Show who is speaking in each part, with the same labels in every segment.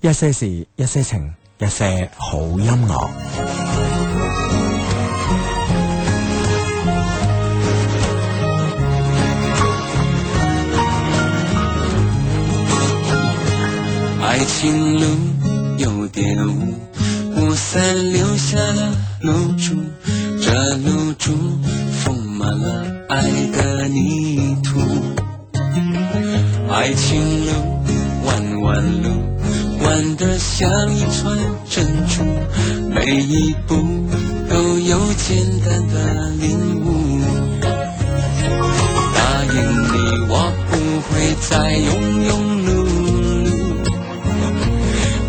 Speaker 1: 一些事，一些情，一些好音樂。
Speaker 2: 爱情路有点雾，雾伞留下了露珠，这露珠丰满了爱的泥土。爱情路弯弯路，弯得像一串珍珠，每一步都有简单的领悟。答应你，我不会再庸庸碌碌。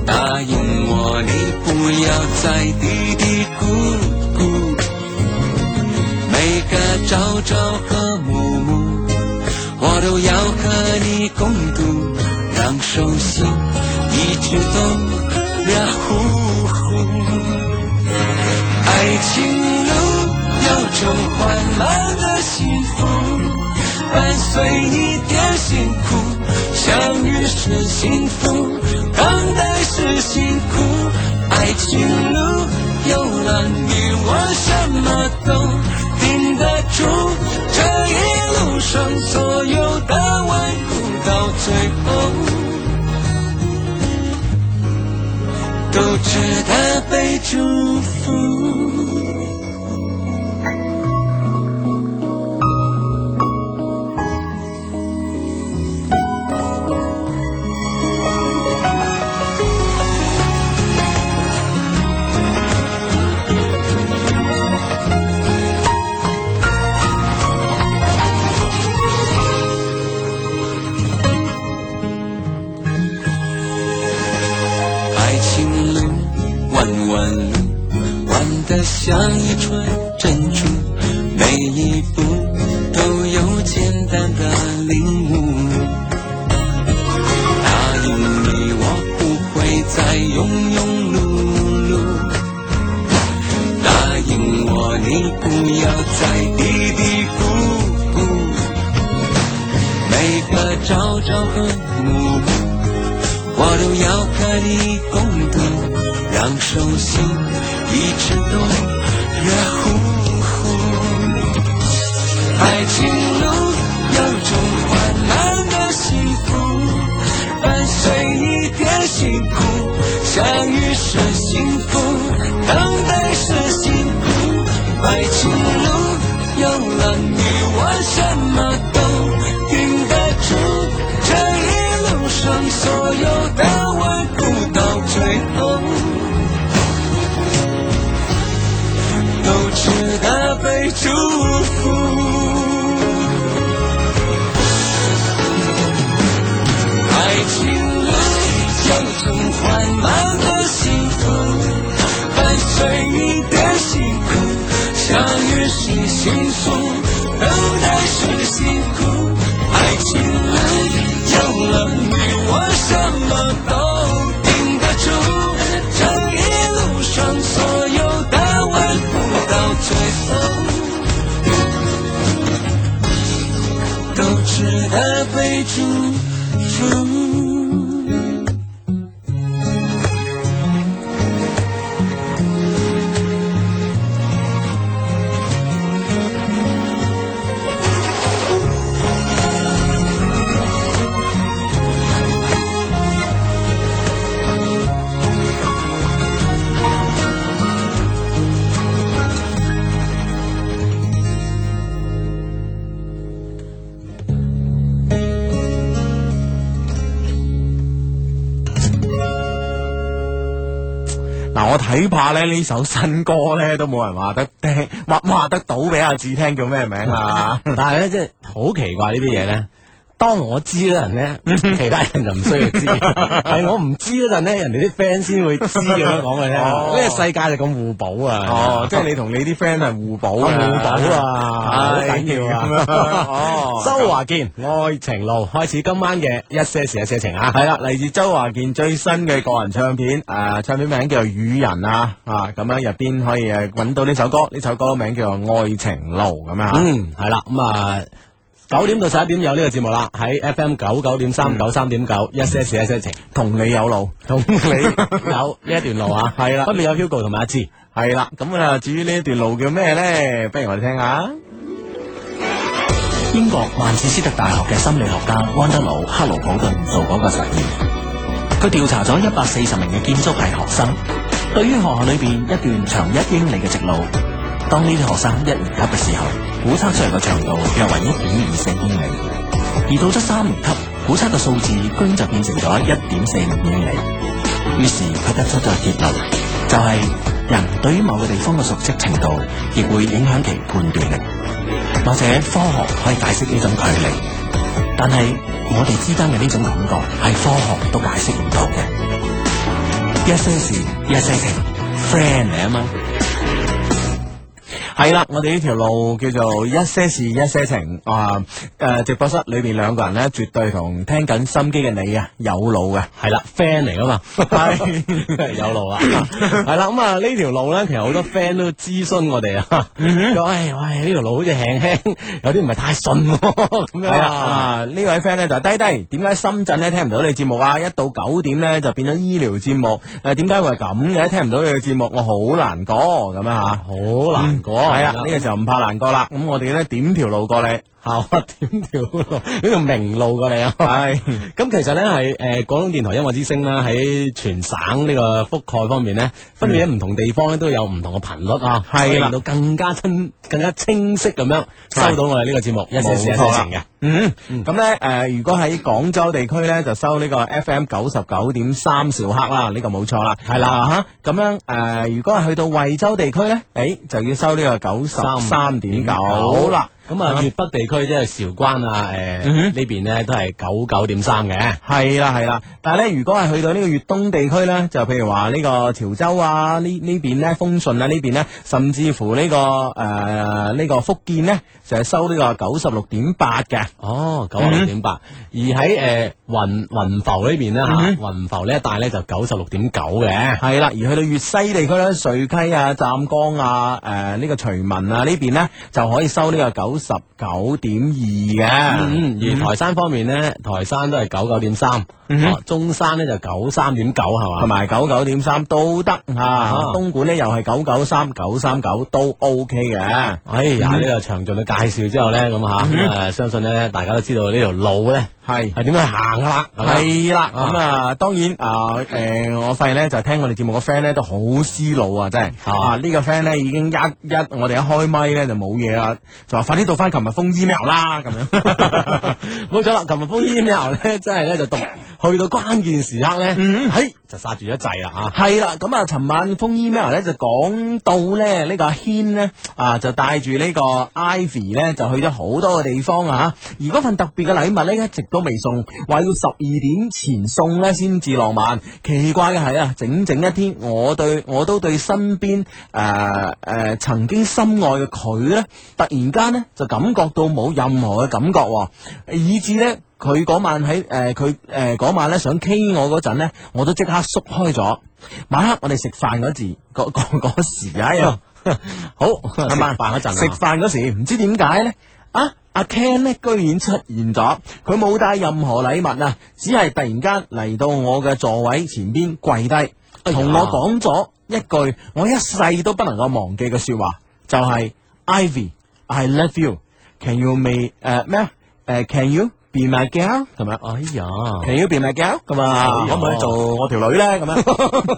Speaker 2: 答应我，你不要再嘀嘀咕咕。每个朝朝和暮暮，我都要和你共度，让手心一直都热乎乎。爱情路有种缓慢的幸福，伴随一点辛苦。相遇是幸福，等待是辛苦。爱情路有了你，我什么都顶得住。这一路上所有的顽固，到最后都值得被祝福。爱情路弯弯路，弯得像一串珍珠，每一步都有简单的领悟。答应你，我不会再庸庸碌碌。答应我，你不要再嘀嘀咕咕。每个朝朝和暮暮。我都要和你共度，让手心一直都热乎乎。爱情路有种缓慢的幸福，伴随一点辛苦。相遇是幸福，等待是辛苦。爱情路有了你，我什么都顶得住。这一路上所有的顽固，到最后都值得被祝福。爱情路有种缓慢的幸福，伴随一点辛苦。相遇是幸福，等待是辛苦。爱情路有了你，我什么都顶得住。这一路上所有的顽固，到最后都值得被祝福。
Speaker 1: 嗱，我睇怕咧呢首新歌咧都冇人話得聽，話話得到俾阿志聽叫咩名啊？
Speaker 3: 但系咧，即系好奇怪呢啲嘢咧。當我知嗰陣 咧，其他人就唔需要知；係我唔知嗰陣咧，人哋啲 friend 先會知咁樣講嘅啫。呢
Speaker 1: 哦
Speaker 3: 個世界就咁互補啊！
Speaker 1: 哦，即係你同你啲 friend 係互補
Speaker 3: 我
Speaker 1: 嘅
Speaker 3: 互補啊，好
Speaker 1: 唉
Speaker 3: 緊要
Speaker 1: 咁樣
Speaker 3: 啊！
Speaker 1: 哦，
Speaker 3: 周華健《愛情路》開始今晚嘅一些事一些情啊！
Speaker 1: 系啦，嚟自周華健最新嘅個人唱片，诶、唱片名叫做《雨人》啊，啊，咁樣入邊可以呃
Speaker 3: 嗯
Speaker 1: 诶揾到呢首歌，呢首歌名叫做《愛情路》咁樣啊。
Speaker 3: 嗯，係啦，咁啊。九點到十一點有呢個節目啦，喺 FM 九九點三九三點九，一些事一些情，
Speaker 1: 同你有路，
Speaker 3: 同你有呢一段路啊，
Speaker 1: 係啦
Speaker 3: 分別有 Hugo 同埋阿志。
Speaker 1: 系啦。咁啊，至於呢一段路叫咩咧？不如我哋聽下。
Speaker 4: 英國曼徹斯特大學嘅心理學家安德魯克勞普頓做嗰個實驗，佢調查咗一百四十名嘅建築系學生，對於學校裏邊一段長一英里嘅直路，當呢啲學生一年級嘅時候，估測出嚟嘅長度約為一點二四英里，而到咗三年級，估測嘅數字居然就變成咗一點四五英里。於是佢得出咗結論，就係、人對於某個地方嘅熟悉程度，亦會影響其判斷力。或者科學可以解釋呢種距離，但係我哋之間嘅呢種感覺係科學都解釋唔到嘅。一些事，一些情，friend 嚟啊嘛。
Speaker 1: 係啦，我哋呢條路叫做一些事一些情啊！诶、直播室裏边兩個人咧，絕對同聽緊心機嘅你啊有路嘅。
Speaker 3: 係啦，friend 嚟 噶嘛，係有 路啊，係啦，咁啊呢條路咧，其實好多 friend 都諮詢我哋啊，
Speaker 1: 嗯
Speaker 3: 佢話喂喂呢條路好似輕輕，有啲唔係太順喎咁樣
Speaker 1: 系
Speaker 3: 啊，
Speaker 1: 啊，呢位 friend 咧就低低，點解深圳咧聽唔到你節目啊？一到九點咧就變咗醫療節目，诶點解會係咁嘅？聽唔到你嘅節目，我好難過咁樣吓。
Speaker 3: 好難過，
Speaker 1: 係啊，呢個時候唔怕難過啦。
Speaker 4: 嗯
Speaker 1: 咁我哋咧點條路過你，
Speaker 3: 校點條路呢條明路過嚟啊！
Speaker 1: 係
Speaker 3: 咁其實咧係誒廣東電台音樂之聲啦，喺全省呢個覆蓋方面咧，分別喺唔同地方咧都有唔同嘅頻率啊，
Speaker 1: 係啦
Speaker 3: 可以令到更加清更加清晰咁樣收到我哋呢個節目一些事一些情嘅。
Speaker 1: 嗯，咁咧誒，如果喺廣州地區咧，就收呢個 FM 九十九點三兆赫啦，呢、個冇錯啦，係啦嚇。咁樣誒、呃如果係去到惠州地區咧，誒、就要收呢個九十三點九啦。。
Speaker 3: 咁啊，
Speaker 1: 嗯
Speaker 3: 粵北地區即係韶關啊，誒
Speaker 1: 嗯哼
Speaker 3: 呢邊咧都係九九點三嘅。
Speaker 1: 係啦係啦，但係咧，如果係去到呢個粵東地區咧，就譬如話呢個潮州啊，呢呢邊咧豐順啊，呢邊咧，甚至乎呢、個呃誒呢、個福建咧，就係收呢個九十六點八嘅。
Speaker 3: 哦，九啊六點八，而喺誒呃雲雲浮呢邊咧嚇，雲浮呢一帶咧就九十六點九嘅。
Speaker 1: 系啦，而去到粵西地區咧，瑞溪啊、湛江啊、诶、呢、個徐聞啊呢邊咧，就可以收呢個九十九點二嘅。
Speaker 3: 嗯，而台山方面咧，台山都係九九點三，啊中山咧就九三點九係
Speaker 1: 同
Speaker 3: 嘛？
Speaker 1: 埋九九點三都得吓，
Speaker 3: 啊
Speaker 1: 東莞咧又係九九三、九三九都 OK 嘅。嗯
Speaker 3: 哎呀，呢個詳盡嘅介紹之後咧，咁吓，咁啊相信咧大家都知道呢條路咧
Speaker 1: 係
Speaker 3: 係點樣行㗎啦，係咪
Speaker 1: 係啦，咁啊，當然啊，诶、我發現咧就聽我哋節目嘅 friend 咧都好思路啊，真係
Speaker 3: 啊
Speaker 1: 啊，呢、個 friend 咧已經一一我哋一開咪咧就冇嘢啦，就話快啲到翻琴日封 email 啦，咁樣。
Speaker 3: 冇咗啦，琴日封 email 咧，真係咧就讀去到關鍵時刻咧，嘿就剎住一掣啦啊！
Speaker 1: 系啦，咁啊，尋晚封 email 咧就講到咧呢個阿軒咧啊，就帶住呢個 Ivy 咧就去咗好多嘅地方啊，而嗰份特別嘅禮物咧一直都未送，話要十二點前送咧先至浪漫。奇怪嘅係啊，整整一天，我對我都對身邊誒誒曾經深愛嘅佢咧，突然間咧就感覺到冇任何嘅感覺喎、以至咧。佢嗰晚喺誒佢誒嗰晚咧想 K 我嗰陣咧，我都即刻縮開咗。晚黑我哋食飯嗰時，嗰嗰嗰時啊，又
Speaker 3: 好，
Speaker 1: 係
Speaker 3: 哦食
Speaker 1: 嘛
Speaker 3: 飯嗰陣啊
Speaker 1: 食飯嗰時唔知點解咧啊！阿 Ken 咧居然出現咗，佢冇帶任何禮物啊，只係突然間嚟到我嘅座位前邊跪低，
Speaker 3: 哎
Speaker 1: 同我講咗一句我一世都不能夠忘記嘅説話，就係、Ivy，I love you，can you may 誒咩啊？誒 can you be my girl 咁樣
Speaker 3: 哎呀，
Speaker 1: ，can you be my girl 咁啊？可唔可以做我條女咧？咁樣。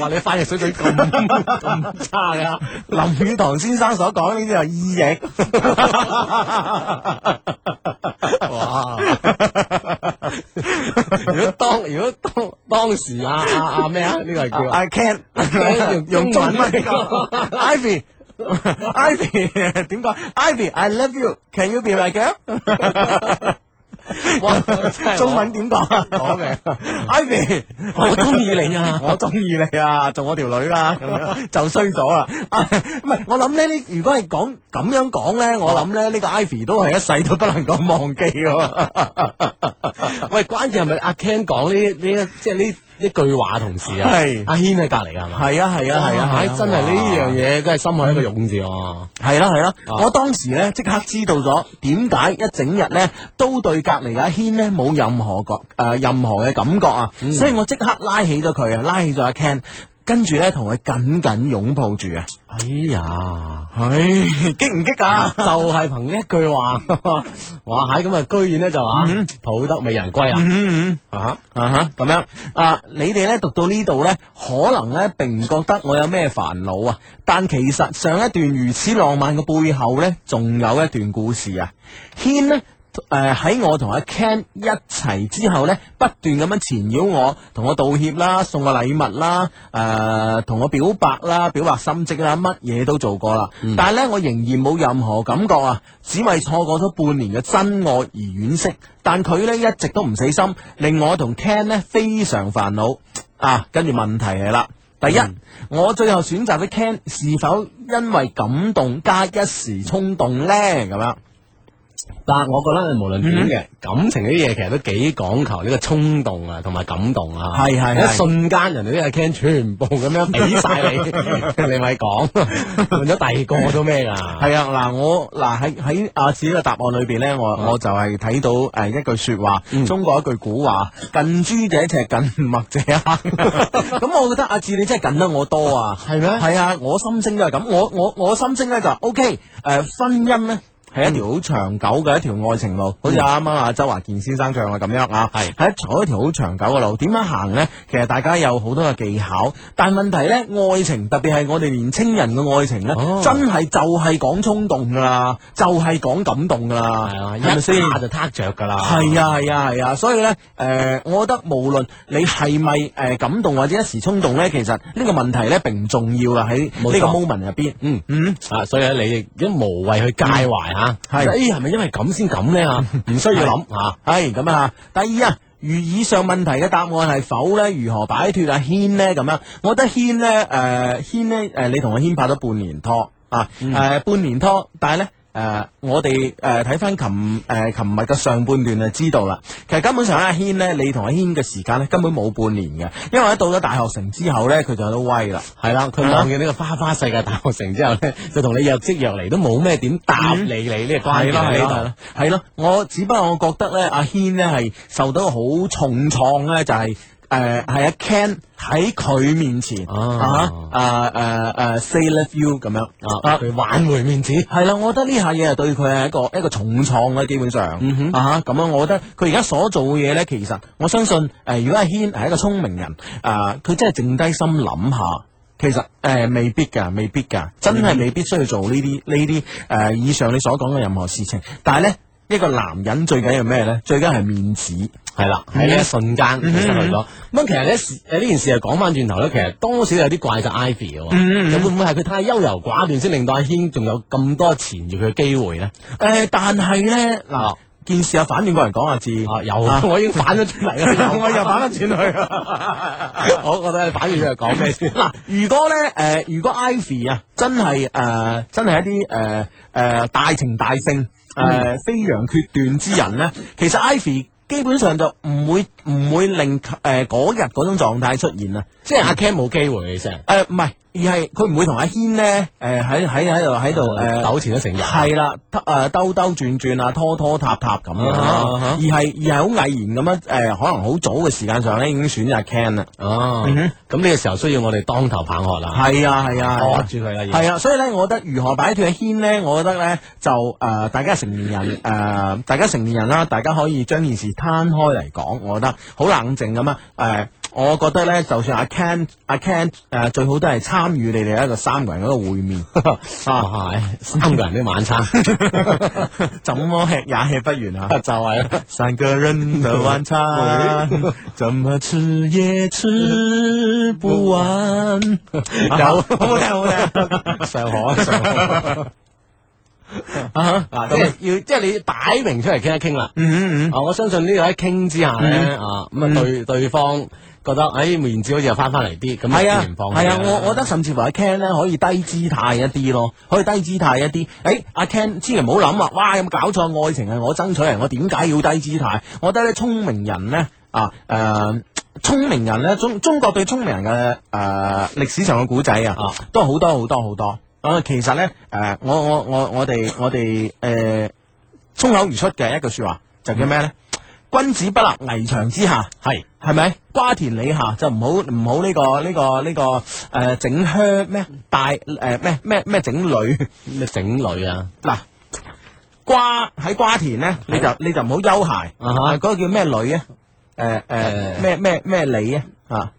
Speaker 3: 話你翻譯水準咁 咁差㗎。
Speaker 1: 啊林語堂先生所講呢啲就意譯，
Speaker 3: 哇！如果當如果當當時啊啊啊咩啊呢個係叫啊
Speaker 1: I can 用 用中文，Ivy。Ivy 點講？Ivy，I love you，Can you be my girl？
Speaker 3: 哇真係
Speaker 1: 中文點講啊？
Speaker 3: 我明
Speaker 1: ，Ivy，
Speaker 3: 我中意你啊
Speaker 1: 我中意你啊，做我條女啦，咁樣就衰咗啦。啊唔係，我諗咧，呢如果係講咁樣講咧，我諗咧呢個 Ivy 都係一世都不能夠忘記喎。
Speaker 3: 喂，關鍵係咪阿 Ken 講呢呢一即係呢一句話同時啊，
Speaker 1: 係
Speaker 3: 阿軒喺隔 離㗎係嘛？
Speaker 1: 系啊系啊系啊，
Speaker 3: 唉真係呢樣嘢，真係心海一個勇字喎。
Speaker 1: 系啦系啦，
Speaker 3: 啊
Speaker 1: 我當時咧即刻知道咗點解一整日咧都對隔離嘅阿軒咧冇任何覺誒、呃任何嘅感覺啊，
Speaker 3: 嗯
Speaker 1: 所以我即刻拉起咗佢啊，拉起咗阿 Ken，跟住咧同佢緊緊擁抱住啊，
Speaker 3: 哎呀，
Speaker 1: 唉，激唔激啊？
Speaker 3: 就係憑呢一句話， 哇！喺咁啊，居然咧就話抱得美人歸啊！
Speaker 1: 嗯嗯啊啊哈咁樣啊！你哋咧讀到呢度咧，可能咧並唔覺得我有咩煩惱啊，但其實上一段如此浪漫嘅背後咧，仲有一段故事啊。軒呢，誒喺、我同阿 Ken 一齊之後咧，不斷咁樣纏繞我，同我道歉啦，送我禮物啦，誒、同我表白啦，表白心跡啦，乜嘢都做過啦。
Speaker 3: 嗯
Speaker 1: 但係咧，我仍然冇任何感覺啊，只為錯過咗半年嘅真愛而惋惜。但佢咧一直都唔死心，令我同 Ken 咧非常煩惱啊。跟住問題嚟啦。第一，
Speaker 3: 嗯
Speaker 1: 我最後選擇咗 Ken 是否因為感動加一時衝動呢？咁樣
Speaker 3: 但我覺得無論點
Speaker 1: 嗯
Speaker 3: 嘅感情呢啲嘢，其實都幾講求呢個衝動啊，同埋感動啊。
Speaker 1: 係係係
Speaker 3: 一瞬間人哋啲阿 Ken 全部咁樣俾晒你， 你咪講換咗第二個都咩㗎？
Speaker 1: 係啊，嗱我嗱喺喺阿子嘅答案裏邊呢，我我就係睇到誒一句説話，中國一句古話，近朱者赤，近墨者黑。咁我覺得阿志你真係近得我多啊，
Speaker 3: 係咩
Speaker 1: 係啊，我心聲都係咁，我我我心聲呢就 O K，誒婚姻呢。係一條好長久嘅一條愛情路，好似啱啱阿周華健先生唱嘅咁樣啊，係係一條一條好長久嘅路，點樣行呢？其實大家有好多嘅技巧，但問題呢，愛情特別係我哋年青人嘅愛情呢，
Speaker 3: 哦
Speaker 1: 真係就係講衝動噶啦，就係、講感動噶啦，
Speaker 3: 係啊，
Speaker 1: 係
Speaker 3: 一
Speaker 1: 咪先？
Speaker 3: 下就撻着㗎啦。
Speaker 1: 係啊係啊係啊，所以咧，誒、我覺得無論你係咪誒感動或者一時衝動咧，其實呢個問題咧並唔重要啦，喺
Speaker 3: 冇錯
Speaker 1: 呢個 moment 入邊。
Speaker 3: 嗯
Speaker 1: 嗯，
Speaker 3: 啊，所以咧你亦都無謂去介懷吓，
Speaker 1: 係
Speaker 3: 係誒係咪因為咁先咁咧吓？ 唔需要諗吓，
Speaker 1: 係咁啊。第二啊。如以上問題嘅答案係否咧？如何擺脱阿軒呢？咁樣，我覺得軒呢，誒、軒呢，誒、你同阿軒拍咗半年拖啊，誒、
Speaker 3: 嗯
Speaker 1: 半年拖，但係呢，誒、我哋誒睇翻琴誒琴日嘅上半段就知道啦。其實根本上阿軒呢，你同阿軒嘅時間呢，根本冇半年嘅，因為一到咗大學城之後呢，佢就有得威啦。啊
Speaker 3: 係啦，佢望見呢個花花世界大學城之後咧，就同你若即若離，都冇咩點答你你呢個關
Speaker 1: 嗯
Speaker 3: 係喺
Speaker 1: 係
Speaker 3: 呢
Speaker 1: 啦，係咯，我只不過我覺得咧，阿軒咧係受到好重創咧，就係、誒係阿 Ken 喺佢面前啊
Speaker 3: 哦
Speaker 1: 啊誒誒 say love you 咁樣
Speaker 3: 度啊，佢挽回面子。
Speaker 1: 係啦，我覺得呢下嘢係對佢係一個一個重創啦，基本上、
Speaker 3: 嗯哼
Speaker 1: 啊哈咁樣，我覺得佢而家所做嘅嘢咧，其實我相信誒、呃如果阿軒係一個聰明人，啊，佢真係靜低心諗下。其實誒、呃未必㗎，未必㗎，真
Speaker 3: 嗯
Speaker 1: 係未必需要做呢啲呢啲誒以上你所講嘅任何事情。但係咧，一個男人最緊要咩咧？最緊要係面子。嗯
Speaker 3: 係啦，喺呢一瞬間佢失去咗。咁其實咧，事誒呢件事係講翻轉頭咧，其實多少有啲怪責 Ivy 嘅
Speaker 1: 嗯
Speaker 3: 喎。咁會唔會係佢太優柔寡斷，先令到阿軒仲有咁多纏住佢嘅機會咧？
Speaker 1: 誒、但係咧嗱
Speaker 3: 啊，
Speaker 1: 件事啊反轉過嚟講啊，志。
Speaker 3: 啊，有，我已經反咗轉嚟啦，
Speaker 1: 我 又反得轉去
Speaker 3: 我覺得反轉佢係講咩先？
Speaker 1: 嗱，如果咧，誒、如果 Ivy 啊，真係誒、呃真係一啲誒誒大情大性誒、
Speaker 3: 嗯
Speaker 1: 呃飛揚決斷之人咧，其實 Ivy 基本上就唔會唔會令誒嗰日嗰種狀態出現啊，
Speaker 3: 即係阿 Ken 冇機會，你成日
Speaker 1: 呃誒唔係，而係佢唔會同阿軒咧，誒喺喺喺度喺度誒。
Speaker 3: 糾纏咗成日。
Speaker 1: 係啦，誒兜兜轉轉啊，拖拖沓沓咁樣
Speaker 3: 啊
Speaker 1: 啊，
Speaker 3: 哈
Speaker 1: 而係而係好毅然咁樣誒，呃可能好早嘅時間上咧已經選擇 Can 啦。嗯
Speaker 3: 哦，咁呢個時候需要我哋當頭棒喝啦，
Speaker 1: 係啊，係啊，係
Speaker 3: 喝
Speaker 1: 啊
Speaker 3: 住佢啦，要
Speaker 1: 系啊，所以咧，我覺得如何擺脱軒咧，我覺得咧就誒、呃大家成年人誒、呃大家成年人啦，大家可以將件事攤開嚟講，我覺得好冷靜咁啊誒。我覺得咧，就算阿 Ken、阿 Ken 誒、呃最好都係參與你哋一個三個人嗰個會面 啊，
Speaker 3: 啊，係三個人的晚 餐
Speaker 1: 怎麼吃也吃不完啊！三
Speaker 3: 就係啦
Speaker 1: 個人的晚 餐，怎麼吃也吃不 完。有好聽好聽，上海上海。啊
Speaker 3: 啊，即係要即係你擺明出嚟傾一傾啦。
Speaker 1: 嗯嗯
Speaker 3: 啊，我相信呢個一傾之下咧，啊咁啊對對方覺得誒面子好似又翻翻嚟啲，咁
Speaker 1: 嗯，係
Speaker 3: 自
Speaker 1: 啊
Speaker 3: 然放棄啦
Speaker 1: 係啊，我我覺得甚至乎阿 Ken 咧可以低姿態一啲咯，可以低姿態一啲。誒阿 Ken 千祈唔好諗啊，哇有冇搞錯？愛情係我爭取嚟，我點解要低姿態？我覺得咧聰明人咧啊誒。聰明人咧，中中國對聰明人嘅啊誒歷史上嘅古仔啊，都好多好多好多。啊，其實咧，誒、我我我我哋我哋誒衝口而出嘅一句説話就叫咩咧？君子不立危牆之下，係係咪？瓜田李下就唔好唔好呢個呢、個呢、個誒、整靴咩大誒咩咩咩整女。
Speaker 3: 咩整女啊？
Speaker 1: 嗱，瓜喺瓜田咧，你就你就唔好休閒。
Speaker 3: 啊哈呃
Speaker 1: 嗰個叫咩女啊？誒誒
Speaker 3: 誒
Speaker 1: 咩咩咩李啊？啊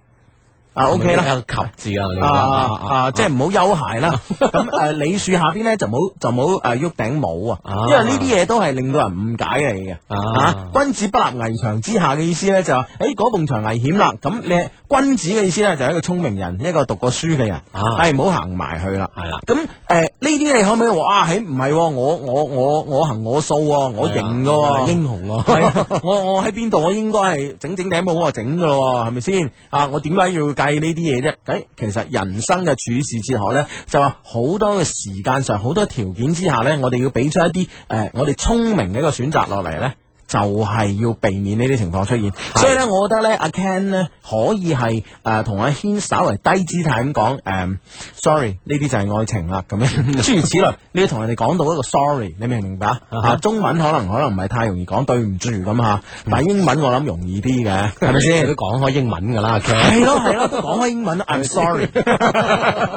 Speaker 1: 啊 OK 啦。
Speaker 3: 有個及字啊，你
Speaker 1: 啊
Speaker 3: 話
Speaker 1: 啊啊！即係唔好休閒 啦。咁誒，李樹下邊咧就唔好就唔好誒喐頂帽啊
Speaker 3: 啊，
Speaker 1: 因為呢啲嘢都係令到人誤解你嘅。啊
Speaker 3: 啊，
Speaker 1: 君子不立危牆之下嘅意思咧就係，誒嗰埲牆危險啦。咁你君子嘅意思咧就係一個聰明人，一個讀過書嘅人，
Speaker 3: 啊
Speaker 1: 係唔好行埋去啦。
Speaker 3: 係啦，
Speaker 1: 咁誒呢啲你可唔可以話啊？喺唔係喎我我我我行我素喎，我型噶
Speaker 3: 係啊
Speaker 1: 喎。
Speaker 3: 英雄咯，
Speaker 1: 係啊我我喺邊度？我應該係整整頂帽我整噶咯，係咪先？啊，我點解要計呢啲嘢啫？誒，其實人生嘅處事哲學呢，就話好多嘅時間上、好多條件之下呢，我哋要俾出一啲誒、呃我哋聰明嘅一個選擇落嚟呢。就係要避免呢啲情況出現，所以咧，我覺得咧，阿 Ken 咧可以係誒同阿軒稍為低姿態咁講，誒、sorry，呢啲就係愛情啦，咁 樣諸如此類，你要同人哋講到一個 sorry，你明唔明白？啊，中文可能可能唔係太容易講對唔住咁嚇，
Speaker 3: 嗯
Speaker 1: 但係英文我諗容易啲嘅，係咪
Speaker 3: 你
Speaker 1: 先
Speaker 3: 都？講開英文噶啦，其實
Speaker 1: 係咯係咯，講開英文，I'm 啊 sorry，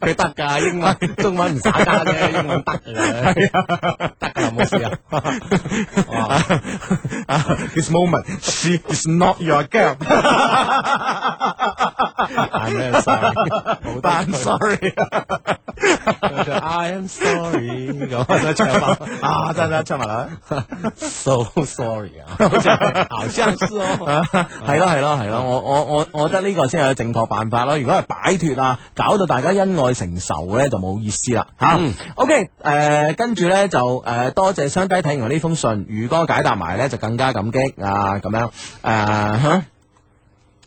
Speaker 3: 佢得噶，英文中文唔耍家啫，英文得嘅，係啊，得噶冇事 啊。哇
Speaker 1: this moment she is not your girl。
Speaker 3: I'm very sorry，好得
Speaker 1: I'm sorry
Speaker 3: 佢，I am sorry 咁都唱翻
Speaker 1: 啊，得得，出埋啦。
Speaker 3: ，so sorry 啊，好似啊好像是哦，
Speaker 1: 系咯啊係咯係咯，我我我我覺得呢個先係正確辦法咯。如果係擺脱啊，搞到大家恩愛成仇咧，就冇意思啦吓。OK，誒、
Speaker 3: 嗯
Speaker 1: 跟住咧就誒、多謝雙低睇完我呢封信，如果解答埋咧就更加感激啊咁樣誒。哼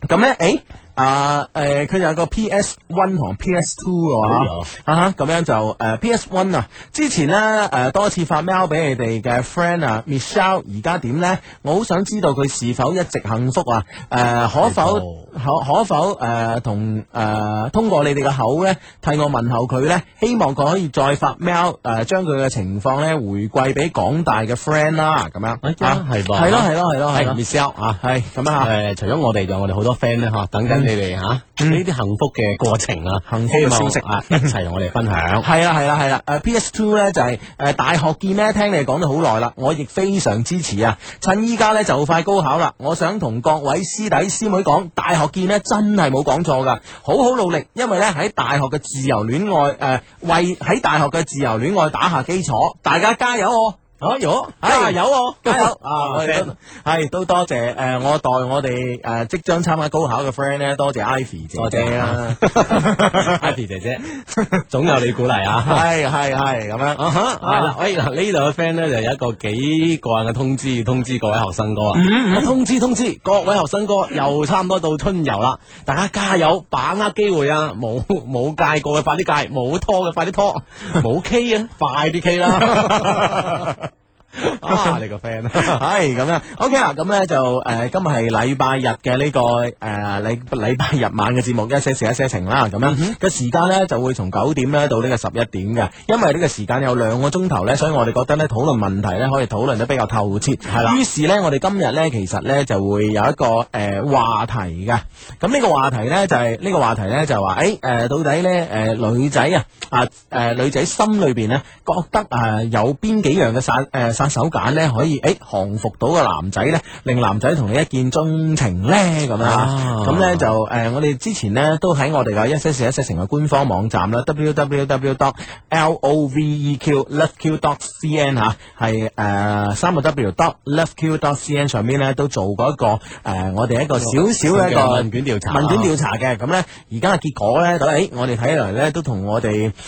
Speaker 1: 咁咧，誒啊誒，佢、就有個 PS One 同 PS Two
Speaker 3: 哎
Speaker 1: 喎
Speaker 3: 呦
Speaker 1: 嚇啊哈咁樣就誒、PS One 啊，之前咧誒、多次發 mail 俾你哋嘅 friend 啊 Michelle，而家點咧？我好想知道佢是否一直幸福啊？誒、可
Speaker 3: 哎
Speaker 1: 否可可否誒、同誒、通過你哋嘅口咧替我問候佢咧？希望佢可以再發 mail 誒、將佢嘅情況咧回饋俾廣大嘅 friend 啦，咁樣啊
Speaker 3: 哎呀係噃
Speaker 1: 係咯係咯係咯係
Speaker 3: 係
Speaker 1: 咯，
Speaker 3: Michelle 啊。
Speaker 1: 係咁啊。
Speaker 3: 誒，除咗我哋，仲有我哋好多 friend 咧嚇，等緊你哋嚇呢啲幸福嘅過程啊，
Speaker 1: 幸福嘅
Speaker 3: 希望
Speaker 1: 消息
Speaker 3: 啊，一齊同我哋分享。
Speaker 1: 系啦系啦系啦，诶 PS Two 咧就係呃大學見咧，聽你哋講咗好耐啦，我亦非常支持啊！趁依家咧就快高考啦，我想同各位師弟師妹講，大學見咧真係冇講錯噶，好好努力，因為咧喺大學嘅自由戀愛诶、呃為喺大學嘅自由戀愛打下基礎，大家加油哦！啊有，加油哦，加油啊！我哋都係都多謝诶、呃我代我哋诶、呃即將參加高考嘅 friend 咧，多謝 Ivy 姐啊
Speaker 3: 多
Speaker 1: 姐
Speaker 3: 謝
Speaker 1: 啦。
Speaker 3: Happy 姐姐，總有你鼓勵 啊！
Speaker 1: 系系系咁样，啊
Speaker 3: 系啦，喂嗱，呢度嘅 friend 咧就有一個幾個人嘅通知，通知各位學生哥啊，通知通知各位學生哥，又差唔多到春遊啦，大家加油，把握機會啊！冇冇戒過嘅快啲戒，冇拖嘅快啲拖，冇 K 啊，快啲 K 啦！ 啊，你個 friend
Speaker 1: 系咁样，OK 啦，咁咧就誒、呃今日係禮拜日嘅呢、個誒禮禮拜日晚嘅節目一些事一些情啦，咁
Speaker 3: 嗯
Speaker 1: 樣嘅時間咧就會從九點咧到呢個十一點嘅，因為呢個時間有兩個鐘頭咧，所以我哋覺得咧討論問題咧可以討論得比較透徹，係啦。於是咧，我哋今日咧其實咧就會有一個誒、呃、話題嘅，咁呢個話題咧就係、呢、個話題咧就係話誒誒到底咧誒、呃女仔啊啊誒女仔心裏邊咧覺得誒、呃有邊幾樣嘅殺誒、呃、殺手鐧咧可以誒降服到個男仔咧，令男仔同你一見鍾情咧咁
Speaker 3: 啊
Speaker 1: 啊，咁咧就誒、呃我哋之前咧都喺我哋嘅一些事一些情嘅官方網站啦，www dot l o v e q loveq dot c n 嚇係誒三個 w dot loveq e dot c n 上邊咧都做過一個誒、呃我哋一個小小嘅一個
Speaker 3: 問卷調查
Speaker 1: 哎問卷調查嘅，咁咧而家嘅結果咧，就誒、我哋睇嚟咧都同我哋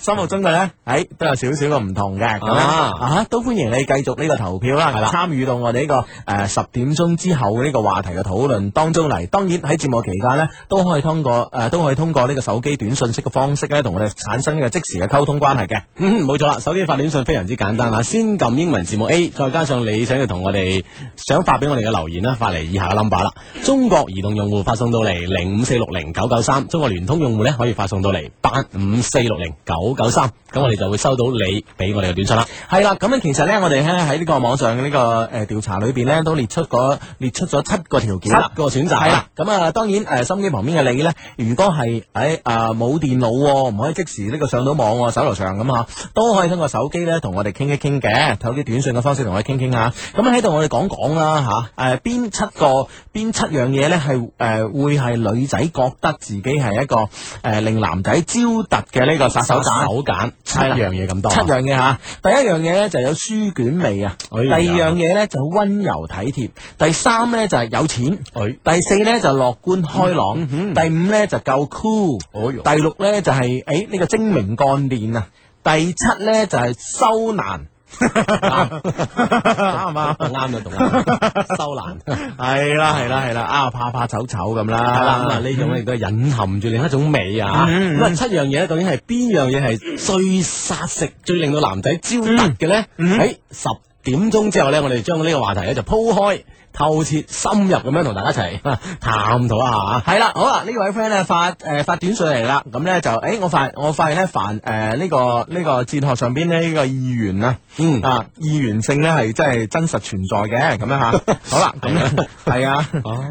Speaker 1: 心目中嘅咧，诶都有少少嘅唔同嘅，咁咧
Speaker 3: 啊
Speaker 1: 啊都歡迎你繼續呢個投票啦，參與到我哋呢個诶十點鐘之後呢個話題嘅討論當中嚟。當然喺節目期間咧，都可以通過诶都可以通過呢個手機短信息嘅方式咧，同我哋產生呢個即時嘅溝通關係嘅。
Speaker 3: 嗯，冇錯啦，手機發短信非常之簡單啊，先撳英文字母 A，再加上你想要同我哋想發俾我哋嘅留言啦，發嚟以下嘅 number 啦。中國移動用戶發送到嚟零五四六零九九三，中國聯通用戶咧可以發送到嚟八五四六零九九三，咁我哋就會收到你俾我哋嘅短信啦。
Speaker 1: 係啦，咁咧其實咧，我哋咧喺呢個網上嘅呢個诶调查裏边咧，都列出嗰列出咗七個條件啦
Speaker 3: 七。個選擇
Speaker 1: 系啦，，咁啊，當然诶，誒心機旁邊嘅你咧，如果係喺啊冇電腦喎，唔可以即時呢個上到網喎，手頭上咁啊，都可以通過手機咧同我哋傾一傾嘅，透過啲短信嘅方式同我哋傾傾下。咁喺度我哋講講啦吓，誒邊七個邊七樣嘢咧係誒會係女仔覺得自己係一個誒、令男仔招突嘅呢個殺手鐧。
Speaker 3: 手揀七
Speaker 1: 係啦
Speaker 3: 樣嘢咁多啊。
Speaker 1: 七樣嘢吓，第一樣嘢咧就有書卷味啊，
Speaker 3: 哎
Speaker 1: 第
Speaker 3: 呀
Speaker 1: 二樣嘢咧就温柔體貼，第三咧就係有錢，
Speaker 3: 哎
Speaker 1: 第四咧就樂觀開朗，第五咧就夠 cool，
Speaker 3: 嗯哎
Speaker 1: 第六咧就係诶呢個精明幹練啊，第七咧就係收 難。啱唔啱？
Speaker 3: 呦，啱啦，讀啱，收難。
Speaker 1: 系啦系啦系啦，啊怕怕丑丑咁啦，
Speaker 3: 系啦，咁啊呢種亦都係隱含住另一種美啊！
Speaker 1: 嗯嗯
Speaker 3: 咁啊七樣嘢咧，究竟係邊樣嘢係最殺食、最令到男仔招突嘅咧？
Speaker 1: 嗯
Speaker 3: 喺十點鐘之後咧，我哋將呢個話題咧就鋪開、透徹、深入咁樣同大家一齊啊探討一下啊！
Speaker 1: 系啦，好啦，呢位 friend 咧發诶、呃、发短信嚟啦，咁咧就诶、欸我發我發現咧凡诶呢個呢、個哲學上邊呢呢個意願啊，
Speaker 3: 嗯
Speaker 1: 啊意願性咧係真係真實存在嘅，咁樣吓， 好啦，咁呢係啊，
Speaker 3: 哦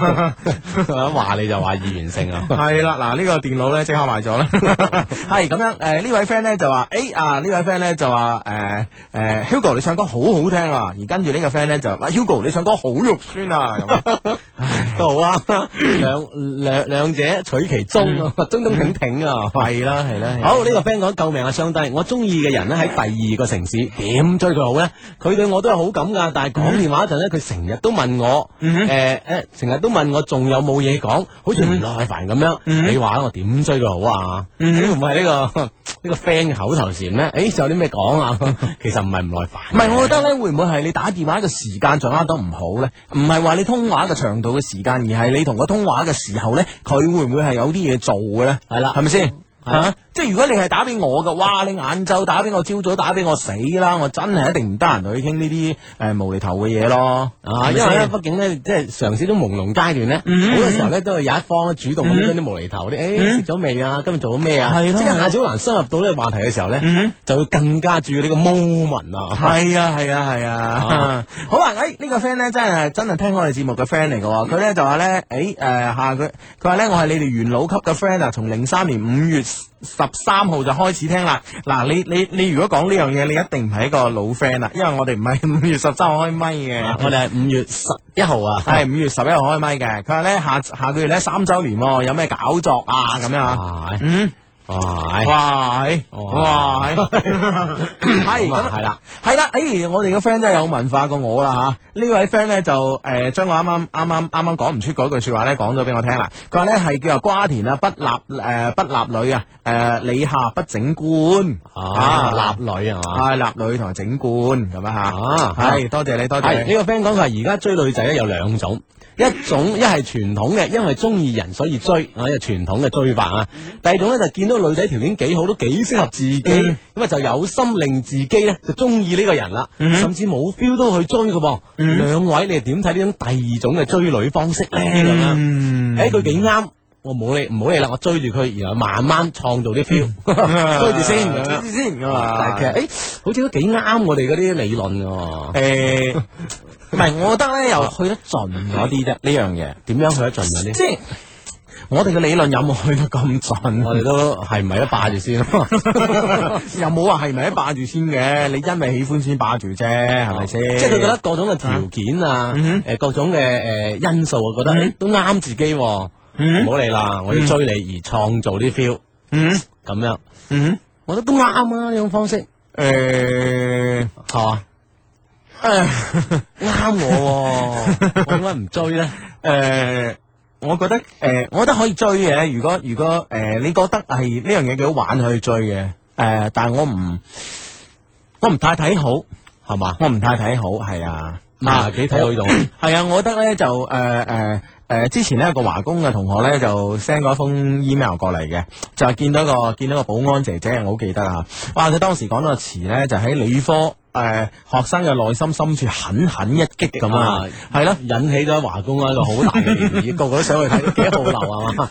Speaker 3: 話你就話二元性啊！
Speaker 1: 係啦，嗱呢個電腦咧即刻壞咗啦， 係咁樣诶呢位 friend 咧就話诶、欸啊呢位 friend 咧就話诶诶 Hugo 你唱歌好好聽啊，而跟住呢個 friend 咧就話啊 Hugo 你唱歌好肉酸啊，咁
Speaker 3: 都好啊，兩兩兩者取其中 啊，中中挺挺啊！
Speaker 1: 係啦係啦，
Speaker 3: 好呢、個 friend 講救命啊，相低！我中意嘅人咧喺第二個城市，點追佢好咧？佢對我都有好感噶，但係講電話嗰陣咧，佢成日都問我，
Speaker 1: 嗯
Speaker 3: 誒誒，呃成日都問我仲有冇嘢講，好似唔耐煩咁樣。
Speaker 1: 嗯
Speaker 3: 你話啦，我點追佢好啊？會唔係呢個 呢個 friend 嘅口頭禪咧？誒，仲有啲咩講啊？ 其實唔係唔耐煩嘅，
Speaker 1: 唔係，我覺得咧，會唔會係你打電話嘅時間掌握得唔好咧？唔係話你通話嘅長度嘅時間，而係你同佢通話嘅時候咧，佢會唔會係有啲嘢做嘅咧？
Speaker 3: 係啦
Speaker 1: 係咪先？
Speaker 3: 係啊
Speaker 1: 啊！即係如果你係打俾我嘅，哇！你晏晝打俾我，朝早打俾我，死啦！我真係一定唔得閒同你傾呢啲誒無厘頭嘅嘢咯。
Speaker 3: 啊，因為咧，畢竟咧，即係嘗試到朦朧階段咧，
Speaker 1: 嗯
Speaker 3: 好多時候咧都係有一方主動咁將啲無厘頭啲，誒食咗未啊，今日做咗咩啊，
Speaker 1: 係咯
Speaker 3: 即係一下子好難深入到呢個話題嘅時候咧，就會更加注意呢個 moment 啊。
Speaker 1: 嗯係啊係啊係啊！好啊！誒呢個 friend 咧真係真係聽我哋節目嘅 friend 嚟嘅喎，佢咧就話咧誒誒下佢佢話咧我係你哋元老級嘅 friend 啊，從零三年五月十三號就開始聽啦。嗱，你你你如果講呢樣嘢，你一定唔係一個老 friend 啊啦，因為我哋唔係 五月十三號開咪嘅。啊
Speaker 3: 我哋係五月十一號啊，
Speaker 1: 係五月十一號開咪嘅，佢話咧下下個月咧三週年喎，有咩搞作啊咁樣啊？
Speaker 3: 哇
Speaker 1: 嗯，
Speaker 3: 哎哇，哎
Speaker 1: 哇，係哇， 係
Speaker 3: 咁啊
Speaker 1: 咁
Speaker 3: 係啦，
Speaker 1: 系啦，诶，我哋嘅 friend 真係有文化過我啦吓，呢位 friend 咧就诶將我啱啱啱啱啱啱講唔出嗰句说話咧講咗俾我聽啦，佢話咧係叫做瓜田啊不立诶不立女啊诶李下不整冠
Speaker 3: 啊，立女係嘛？
Speaker 1: 啊立女同埋整冠咁啊
Speaker 3: 啊
Speaker 1: 吓，係多謝你多謝
Speaker 3: 係
Speaker 1: 你，
Speaker 3: 呢個 friend 講佢話而家追女仔咧有兩種，一種一係傳統嘅，因為中意人所以追，啊，有傳統嘅追法啊。第二種咧就見到女仔條件幾好，都幾適合自己，咁
Speaker 1: 嗯
Speaker 3: 啊、就有心令自己咧就中意呢個人啦，
Speaker 1: 嗯
Speaker 3: 甚至冇 feel 都去追嘅噃。兩位你哋點睇呢種第二種嘅追女方式咧？咁樣、
Speaker 1: 嗯
Speaker 3: 誒佢幾啱。我冇理唔好理啦，我追住佢，然後慢慢創造啲 feel，追 住先咁
Speaker 1: 知
Speaker 3: 樣。
Speaker 1: 先咁
Speaker 3: 但
Speaker 1: 嗯啊
Speaker 3: 係其實，誒、好似都幾啱我哋嗰啲理論嘅喎。
Speaker 1: 诶唔係，我覺得咧又去得盡咗啲啫呢樣嘢，
Speaker 3: 點樣去得盡啊？呢
Speaker 1: 即係我哋嘅理論有冇去到咁盡？
Speaker 3: 我哋都啊係唔係都霸住 先咯？
Speaker 1: 又冇話係咪喺霸住先嘅？你因為喜歡先霸住啫，係咪先？
Speaker 3: 哦即係佢覺得各種嘅條件啊，嗯
Speaker 1: 嗯
Speaker 3: 誒各種嘅誒因素，我覺得誒都啱自己喎，唔好理啦，我要追你而創造啲 feel
Speaker 1: 嗯
Speaker 3: 咁樣，
Speaker 1: 嗯
Speaker 3: 我覺得都啱啊呢種方式
Speaker 1: 誒
Speaker 3: 係嘛？ 啱我喎，我點解唔追咧？
Speaker 1: 誒，我覺得诶、呃我覺得可以追嘅。如果如果诶、呃你覺得係呢樣嘢幾好玩，可以追嘅。诶、但係我唔我唔太睇好，
Speaker 3: 係嘛？
Speaker 1: 我唔太睇好，係啊。
Speaker 3: 啊，幾睇到呢種
Speaker 1: 係啊，我覺得咧就诶诶诶，之前咧有個華工嘅同學咧就 send 過一封 email 過嚟嘅，就係見到一個見到一個保安姐姐，我好記得啊！哇，佢當時講到個詞咧就喺理科诶、呃、學生嘅內心深處狠狠一擊咁啊， 係咯、
Speaker 3: 引起咗華工一個好大嘅熱議，個個都想去睇幾號啊樓係嘛？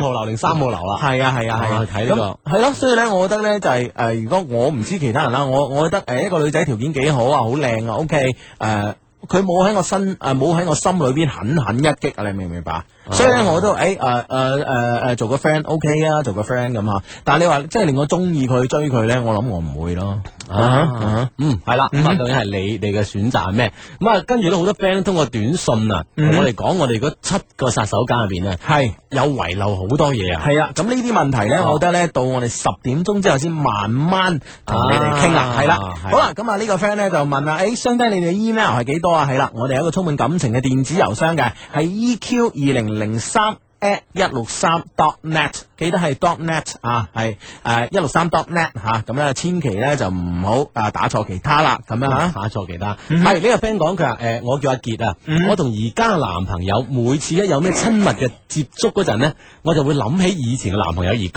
Speaker 3: 五號樓定三號樓啦？
Speaker 1: 係啊係啊係啊
Speaker 3: 啊，睇呢個
Speaker 1: 咁係咯，所以咧，我覺得咧就係、誒、如果我唔知其他人啦，我我覺得誒、一個女仔條件幾好啊，好靚啊，OK 誒、佢冇喺我身誒冇喺我心裏邊狠狠一擊啊！你明唔明白？所以咧，我都誒誒誒誒誒做個 friend OK 啊，做個 friend 咁啊。但係你話即係令我中意佢追佢咧，我諗我唔會咯。
Speaker 3: 啊，嗯，系啦，咁啊，究竟係你哋嘅選擇係咩？咁啊，跟住咧，好多 friend 通過短信啊，同我哋講我哋嗰七個殺手鐧入边咧，
Speaker 1: 係
Speaker 3: 有遺漏好多嘢啊。
Speaker 1: 係啦，咁呢啲問題咧，我覺得咧，到我哋十點鐘之後先慢慢同你哋傾啦
Speaker 3: 啊，
Speaker 1: 係啦
Speaker 3: 係，
Speaker 1: 好啦，咁啊呢個 friend 咧就問啦，誒，相低你哋 email 係幾多啊？係啦，我哋有一個充滿感情嘅電子郵箱嘅，係 EQ 二零零三。at 一六三 dot net，記得係 dot net 啊，係誒一六三 dot net 嚇，咁咧千祈咧就唔好啊打錯其他啦，咁樣啊嗯嚇。
Speaker 3: 嗯打錯其他，係呢個 friend 講佢話誒，我叫阿傑啊，
Speaker 1: 嗯
Speaker 3: 我同而家男朋友每次一有咩親密嘅接觸嗰陣呢，我就會諗起以前嘅男朋友而拒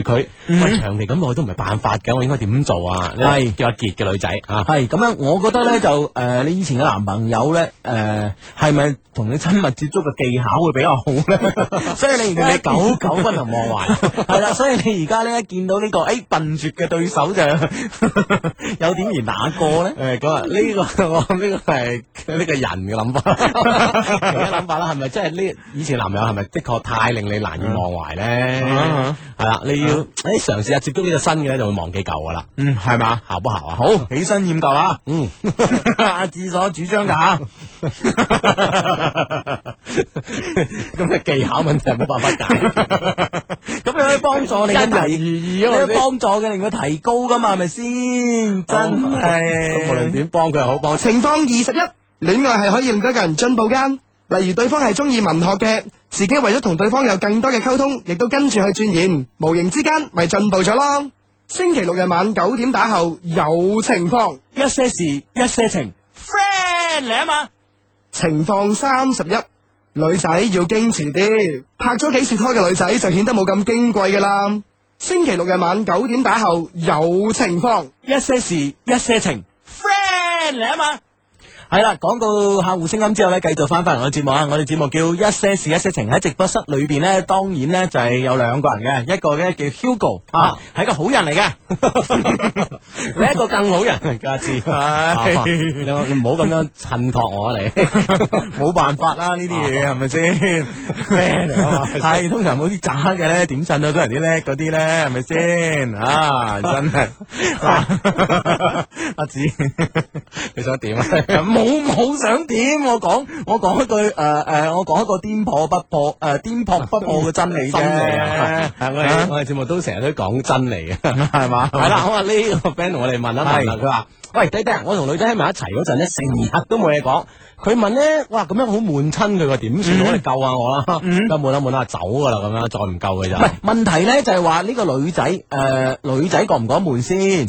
Speaker 3: 絕佢。
Speaker 1: 嗯
Speaker 3: 喂，長期咁耐都唔係辦法嘅，我應該點做啊？係叫阿傑嘅女仔啊，
Speaker 1: 係咁樣，我覺得咧就誒、呃你以前嘅男朋友咧呃誒，係咪同你親密接觸嘅技巧會比較好 咧？所以你而家
Speaker 3: 你久久不能忘懷。
Speaker 1: 係啦，所以你而家咧見到呢、個誒、哎笨拙嘅對手 就有點而打過咧。
Speaker 3: 诶，咁啊，呢個我呢個係呢個人嘅諗法，其他諗法啦，係咪真係呢？以前男友係咪的確太令你難以忘懷咧？
Speaker 1: 嗯
Speaker 3: 係啦，你要诶嘗試下接觸呢個新嘅咧，就會忘記舊噶啦，
Speaker 1: 嗯，係嘛？
Speaker 3: 姣不姣啊？
Speaker 1: 好，起身啊厭舊啦。
Speaker 3: 嗯，
Speaker 1: 阿志所主張㗎 嚇。
Speaker 3: 咁嘅技巧問題冇辦法 解，
Speaker 1: 咁你可以幫助你嘅提，你可以幫助嘅令佢提高噶嘛，係咪先？真係。
Speaker 3: 無論點幫佢又好幫。
Speaker 5: 情況二十一，戀愛係可以令到一個人進步間。例如對方係中意文學嘅，自己為咗同對方有更多嘅溝通，亦都跟住去鑽研，無形之間咪進步咗咯。星期六日晚九點打後有情況，
Speaker 1: 一些事，一些情，friend 嚟啊嘛。
Speaker 5: 情況三十一，女仔要矜持啲，拍咗幾次拖嘅女仔就顯得冇咁矜貴噶啦。星期六日晚九點打後有情況。
Speaker 1: 一些事，一些情，friend 嚟啊嘛。系啦，廣 告客户聲音之後咧，繼續翻返嚟我哋節目啊！我哋節目叫一些事一些情喺直播室裏邊咧，當然咧就係、有兩個人嘅，一個咧叫 Hugo 啊，係一個好人嚟嘅，
Speaker 3: 你一個更好人，阿志， 啊你唔好咁樣襯托我啊你。
Speaker 1: 冇辦法啦，呢啲嘢係咪先 friend 嚟啊嘛？係通常冇啲渣嘅咧，點襯到都人啲叻嗰啲咧，係咪先啊？真 係 阿志。
Speaker 3: 你想點啊？
Speaker 1: 冇冇想點？我講我講一句誒誒、呃呃我講一個顛破不破誒、呃、顛撲不破嘅真理啫，
Speaker 3: 真理啊！係我哋
Speaker 1: 啊
Speaker 3: 我哋節目都成日都講真理嘅。
Speaker 1: 係嘛？
Speaker 3: 系啦，好啊，呢個 friend 同我哋問一問啦，
Speaker 1: 係
Speaker 3: 佢話：喂，弟弟，我同女仔喺埋一齊嗰陣咧，成日都冇嘢講。佢問咧，哇，咁樣好悶親佢個點
Speaker 1: 嗯
Speaker 3: 算？我哋救下我啦，咁悶啦悶啦，走噶啦咁樣，再唔救佢就
Speaker 1: 唔係問題咧，就係話呢個女仔誒、呃女仔覺唔覺得悶先？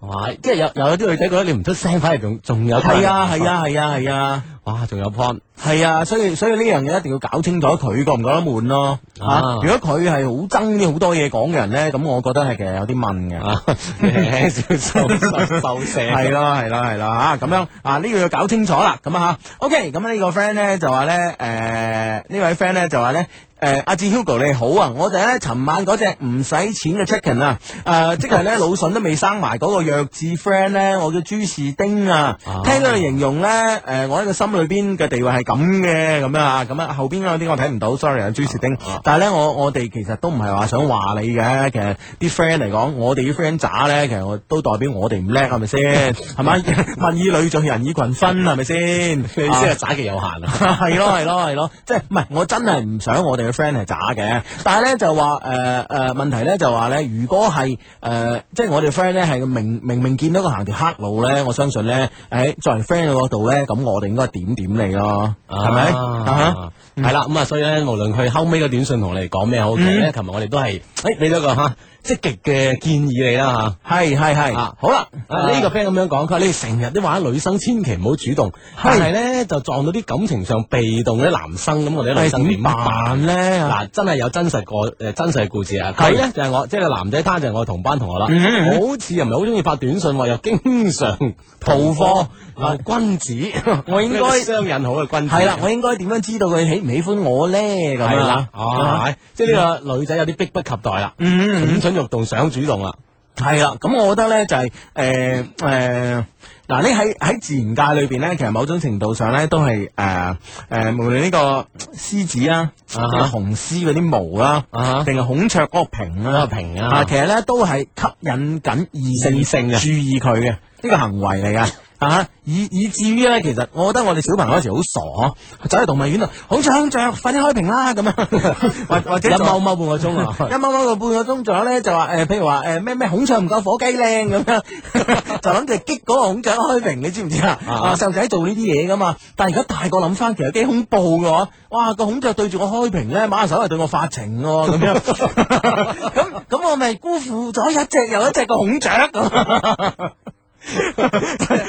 Speaker 3: 哇！即係有有啲女仔覺得你唔出聲，反而仲仲有
Speaker 1: 係啊係，啊係啊係啊
Speaker 3: 哇，仲有 point
Speaker 1: 係啊！所以所以呢樣嘢一定要搞清楚佢覺唔覺得悶咯嚇、
Speaker 3: 啊
Speaker 1: 如果佢係好憎啲好多嘢講嘅人咧，咁我覺得係其實有啲問嘅。
Speaker 3: 啊，輕輕少收收收聲，啊
Speaker 1: 系咯系咯系咯吓，咁样啊呢個要搞清楚啦，咁啊吓，OK，咁呢個 friend 咧就話咧，诶、呢位 friend 咧就話咧。诶，阿志 Hugo 你好啊！我哋咧尋晚嗰只唔使錢嘅 chicken 啊，诶、即係 咧腦筍都未生埋嗰個弱智 friend 咧，我叫朱士丁啊，
Speaker 3: 啊
Speaker 1: 聽到你形容咧，诶、我喺個心裏邊嘅地位係咁嘅，咁樣啊，咁啊後邊嗰啲我睇唔到，sorry 啊，朱士丁。但係咧，我我哋其實都唔係話想話你嘅，其實啲 friend 嚟講，我哋啲 friend 渣咧，其實我都代表我哋唔叻，係咪先？係 咪？物以類聚，人以群分，係咪先？
Speaker 3: 你
Speaker 1: 啊
Speaker 3: 先係渣嘅有限 啊！
Speaker 1: 係咯係咯係咯，即係唔係？我真係唔想我哋嘅 friend 係渣嘅，但係咧就話誒誒問題咧就話咧，如果係誒、呃即係我哋 friend 咧係明明明見到佢行條黑路咧，我相信咧喺作為 friend 嘅角度咧，咁我哋應該點點你咯，係咪啊哈？
Speaker 3: 系啦，咁啊，所以咧，無論佢後尾嘅短信同我哋講咩好，其實咧，琴日我哋都係诶俾咗個吓積極嘅建議你啦吓。
Speaker 1: 系系系，
Speaker 3: 啊，好啦，啊呢個 friend 咁樣講，佢話你哋成日都話女生千祈唔好主動，但係咧就撞到啲感情上被動嘅男生，咁我哋啲女生
Speaker 1: 係
Speaker 3: 點
Speaker 1: 點
Speaker 3: 辦？
Speaker 1: 辦咧？啊
Speaker 3: 嗱，真係有真實個誒真實嘅故事啊！佢咧就係我，即係個男仔他就係我同班同學啦，
Speaker 1: 嗯
Speaker 3: 好似又唔係好中意發短信喎，又經常逃課啊君子，
Speaker 1: 哦我 應該
Speaker 3: 呢個雙引號嘅君子
Speaker 1: 系啦，我應該點樣知道佢喜唔喜歡我咧？咁
Speaker 3: 系
Speaker 1: 樣
Speaker 3: 啦
Speaker 1: 啊，
Speaker 3: 哦，係咪即係呢個女仔有啲迫不及待啦，
Speaker 1: 嗯，
Speaker 3: 蠢蠢欲動想主動啦，
Speaker 1: 係啦。咁我覺得咧就係诶诶，嗱，呢喺喺自然界裏边咧，其實某種程度上咧都係诶诶，誒無論呢個獅子啊，定
Speaker 3: 啊哈
Speaker 1: 係雄獅嗰啲毛啦，
Speaker 3: 啊
Speaker 1: 定係孔雀嗰個屏
Speaker 3: 啊
Speaker 1: 啦，
Speaker 3: 平
Speaker 1: 啊，
Speaker 3: 啊，
Speaker 1: 其實咧都係吸引緊異性性注意佢嘅呢個行為嚟噶。啊！以以至於咧，其實我覺得我哋小朋友嗰時好傻呵，走去動物園度，好雀好雀，快啲開屏啦咁樣， 或或者
Speaker 3: 一
Speaker 1: 仲
Speaker 3: 踎踎半個鐘啊，
Speaker 1: 一踎踎到半個鐘，仲有咧就話誒、呃譬如話誒咩咩孔雀唔夠火雞靚咁 樣，就諗住激嗰個孔雀開屏，你知唔知啊？啊，細路仔做呢啲嘢噶嘛，但係而家大個諗翻，其實幾恐怖嘅喎！哇，個孔雀對住我開屏咧，馬手係對我發情喎，咁 樣，咁咁我咪辜負咗一隻又一隻個孔雀咁，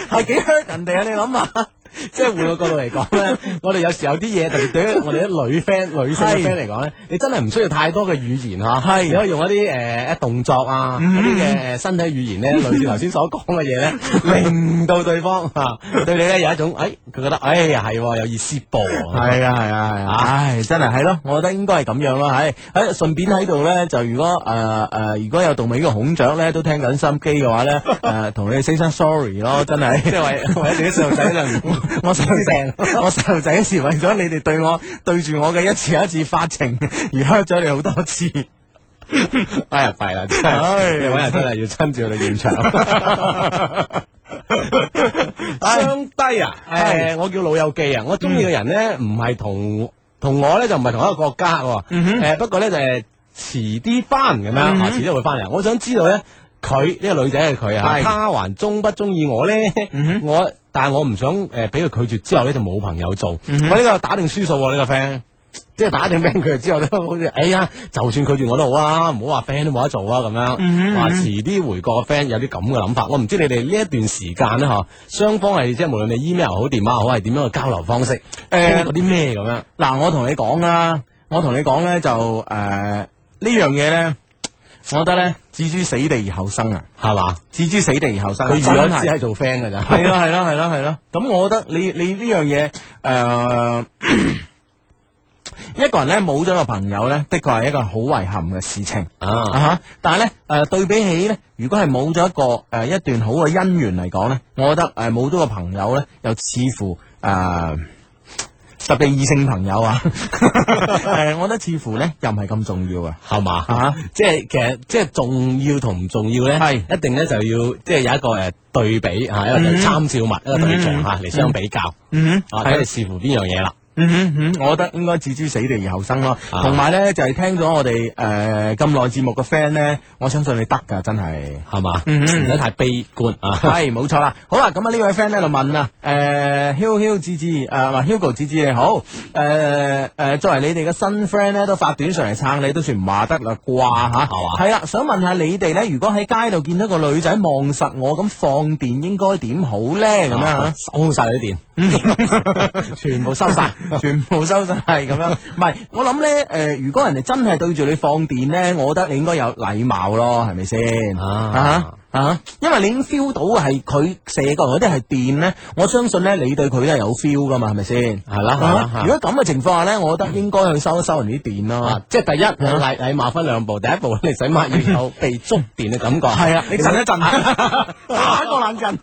Speaker 1: 係幾 hurt 人哋啊！你諗下。
Speaker 3: 即係換個角度嚟講咧，我哋有時有啲嘢，特別對於我哋啲女 friend、女性嘅
Speaker 1: 係
Speaker 3: friend 嚟講咧，你真係唔需要太多嘅語言嚇，係你可以用一啲誒一動作啊，一啲嘅身體語言咧，類似頭先所講嘅嘢咧，令到對方嚇對你咧有一種誒，哎佢覺得誒係喎有意思噃。
Speaker 1: 系啊系啊系啊！唉，真系系咯，我覺得應該係咁樣咯，係喺順便喺度咧，就如果诶诶、呃如果有杜美嘅孔雀咧，都聽緊心機嘅話咧，诶、同你哋 say 聲 sorry 咯，真 係，即係為為咗你啲細路仔就 我細路仔，我細路仔嗰時為咗你哋對我對住我嘅一次又一次發情而 hurt 咗你好多次，
Speaker 3: 哎呀，弊啦，真係你揾日真係要親自去到 現場。 相低啊！誒，我叫老友記啊，我中意嘅人咧，唔係同同我咧就唔係同一個國家喎。誒，不過咧就係遲啲翻咁樣，啊遲啲會翻嚟。我想知道咧，佢呢個女仔係佢啊，他還中不中意我咧？我但係我唔想誒俾佢拒絕之後咧就冇朋友做。我呢個打定輸數喎，呢個 friend。即係打定 friend 佢之後咧，好似哎呀，就算拒絕我都好啊，唔好話 friend 都冇得做啊咁
Speaker 1: 嗯
Speaker 3: 樣。話遲啲回國嘅 friend 有啲咁嘅諗法，我唔知你哋呢一段時間咧嗬，雙方係即係無論你 email 好電話好係點樣嘅交流方式，誒
Speaker 1: 誒
Speaker 3: 嗰啲咩咁樣？
Speaker 1: 嗱，我同你講啦，我同你講咧就诶、呃呢樣嘢咧，我覺得咧置之死地而後生啊，
Speaker 3: 係嘛？
Speaker 1: 置之死地而後生，
Speaker 3: 佢預
Speaker 1: 真
Speaker 3: 咗
Speaker 1: 係
Speaker 3: 只係做 friend 㗎咋。
Speaker 1: 系啦系啦系啦系啦，咁我覺得你你呢樣嘢诶， 一個人咧冇咗個朋友咧，的確係一個好遺憾嘅事情啊
Speaker 3: 啊，
Speaker 1: 哈！但係咧诶，對比起咧，如果係冇咗一個诶、呃一段好嘅姻緣嚟講咧，我覺得诶冇咗個朋友咧，又似乎诶。呃特別異性朋友啊， 誒、我覺得似乎咧又唔係咁重要啊，
Speaker 3: 係嘛？
Speaker 1: 啊，
Speaker 3: 即係其實即係重要同唔重要咧，
Speaker 1: 係
Speaker 3: 一定咧就要即係有一個誒對比嚇，一個參照物，一個對象嚇嚟相比較，
Speaker 1: 嗯哼，
Speaker 3: 啊睇你視乎邊樣嘢啦。
Speaker 1: 嗯哼嗯哼，我覺得應該置之死地而後生咯。
Speaker 3: 啊
Speaker 1: 同埋咧，就係、聽咗我哋誒咁耐節目嘅 friend 咧，我相信你得㗎，真係。
Speaker 3: 係嘛？
Speaker 1: 嗯
Speaker 3: 唔
Speaker 1: 嗯
Speaker 3: 使太悲觀啊！
Speaker 1: 係冇錯啦，好啦，咁啊呢位 friend 咧就問啊，誒 Hugo 芝芝，誒啊唔係 Hugo 芝芝你好，誒、誒作為你哋嘅新 friend 咧都發短信嚟撐你，都算唔話得啦啩嚇，
Speaker 3: 係
Speaker 1: 係啦，想問下你哋咧，如果喺街度見到個女仔望實我咁放電，應該點好咧咁樣啊
Speaker 3: 啊收晒你啲電，全部收 晒。
Speaker 1: 全部收晒咁樣，唔係我諗咧，誒、如果人哋真係對住你放電咧，我覺得你應該有禮貌咯，係咪先？
Speaker 3: 啊
Speaker 1: 啊啊因為你已經 feel 到係佢射過嗰啲係電咧，我相信咧你對佢都係有 feel 噶嘛，係咪先？
Speaker 3: 係啦係啦
Speaker 1: 啊
Speaker 3: 係啦
Speaker 1: 如果咁嘅情況下咧，我覺得應該去收一收人哋啲電
Speaker 3: 啊
Speaker 1: 咯。！
Speaker 3: 即係第一禮禮貌分兩步，第一步你使乜 要有被觸電嘅感覺，係
Speaker 1: 啊你震 一震，打一個冷 震。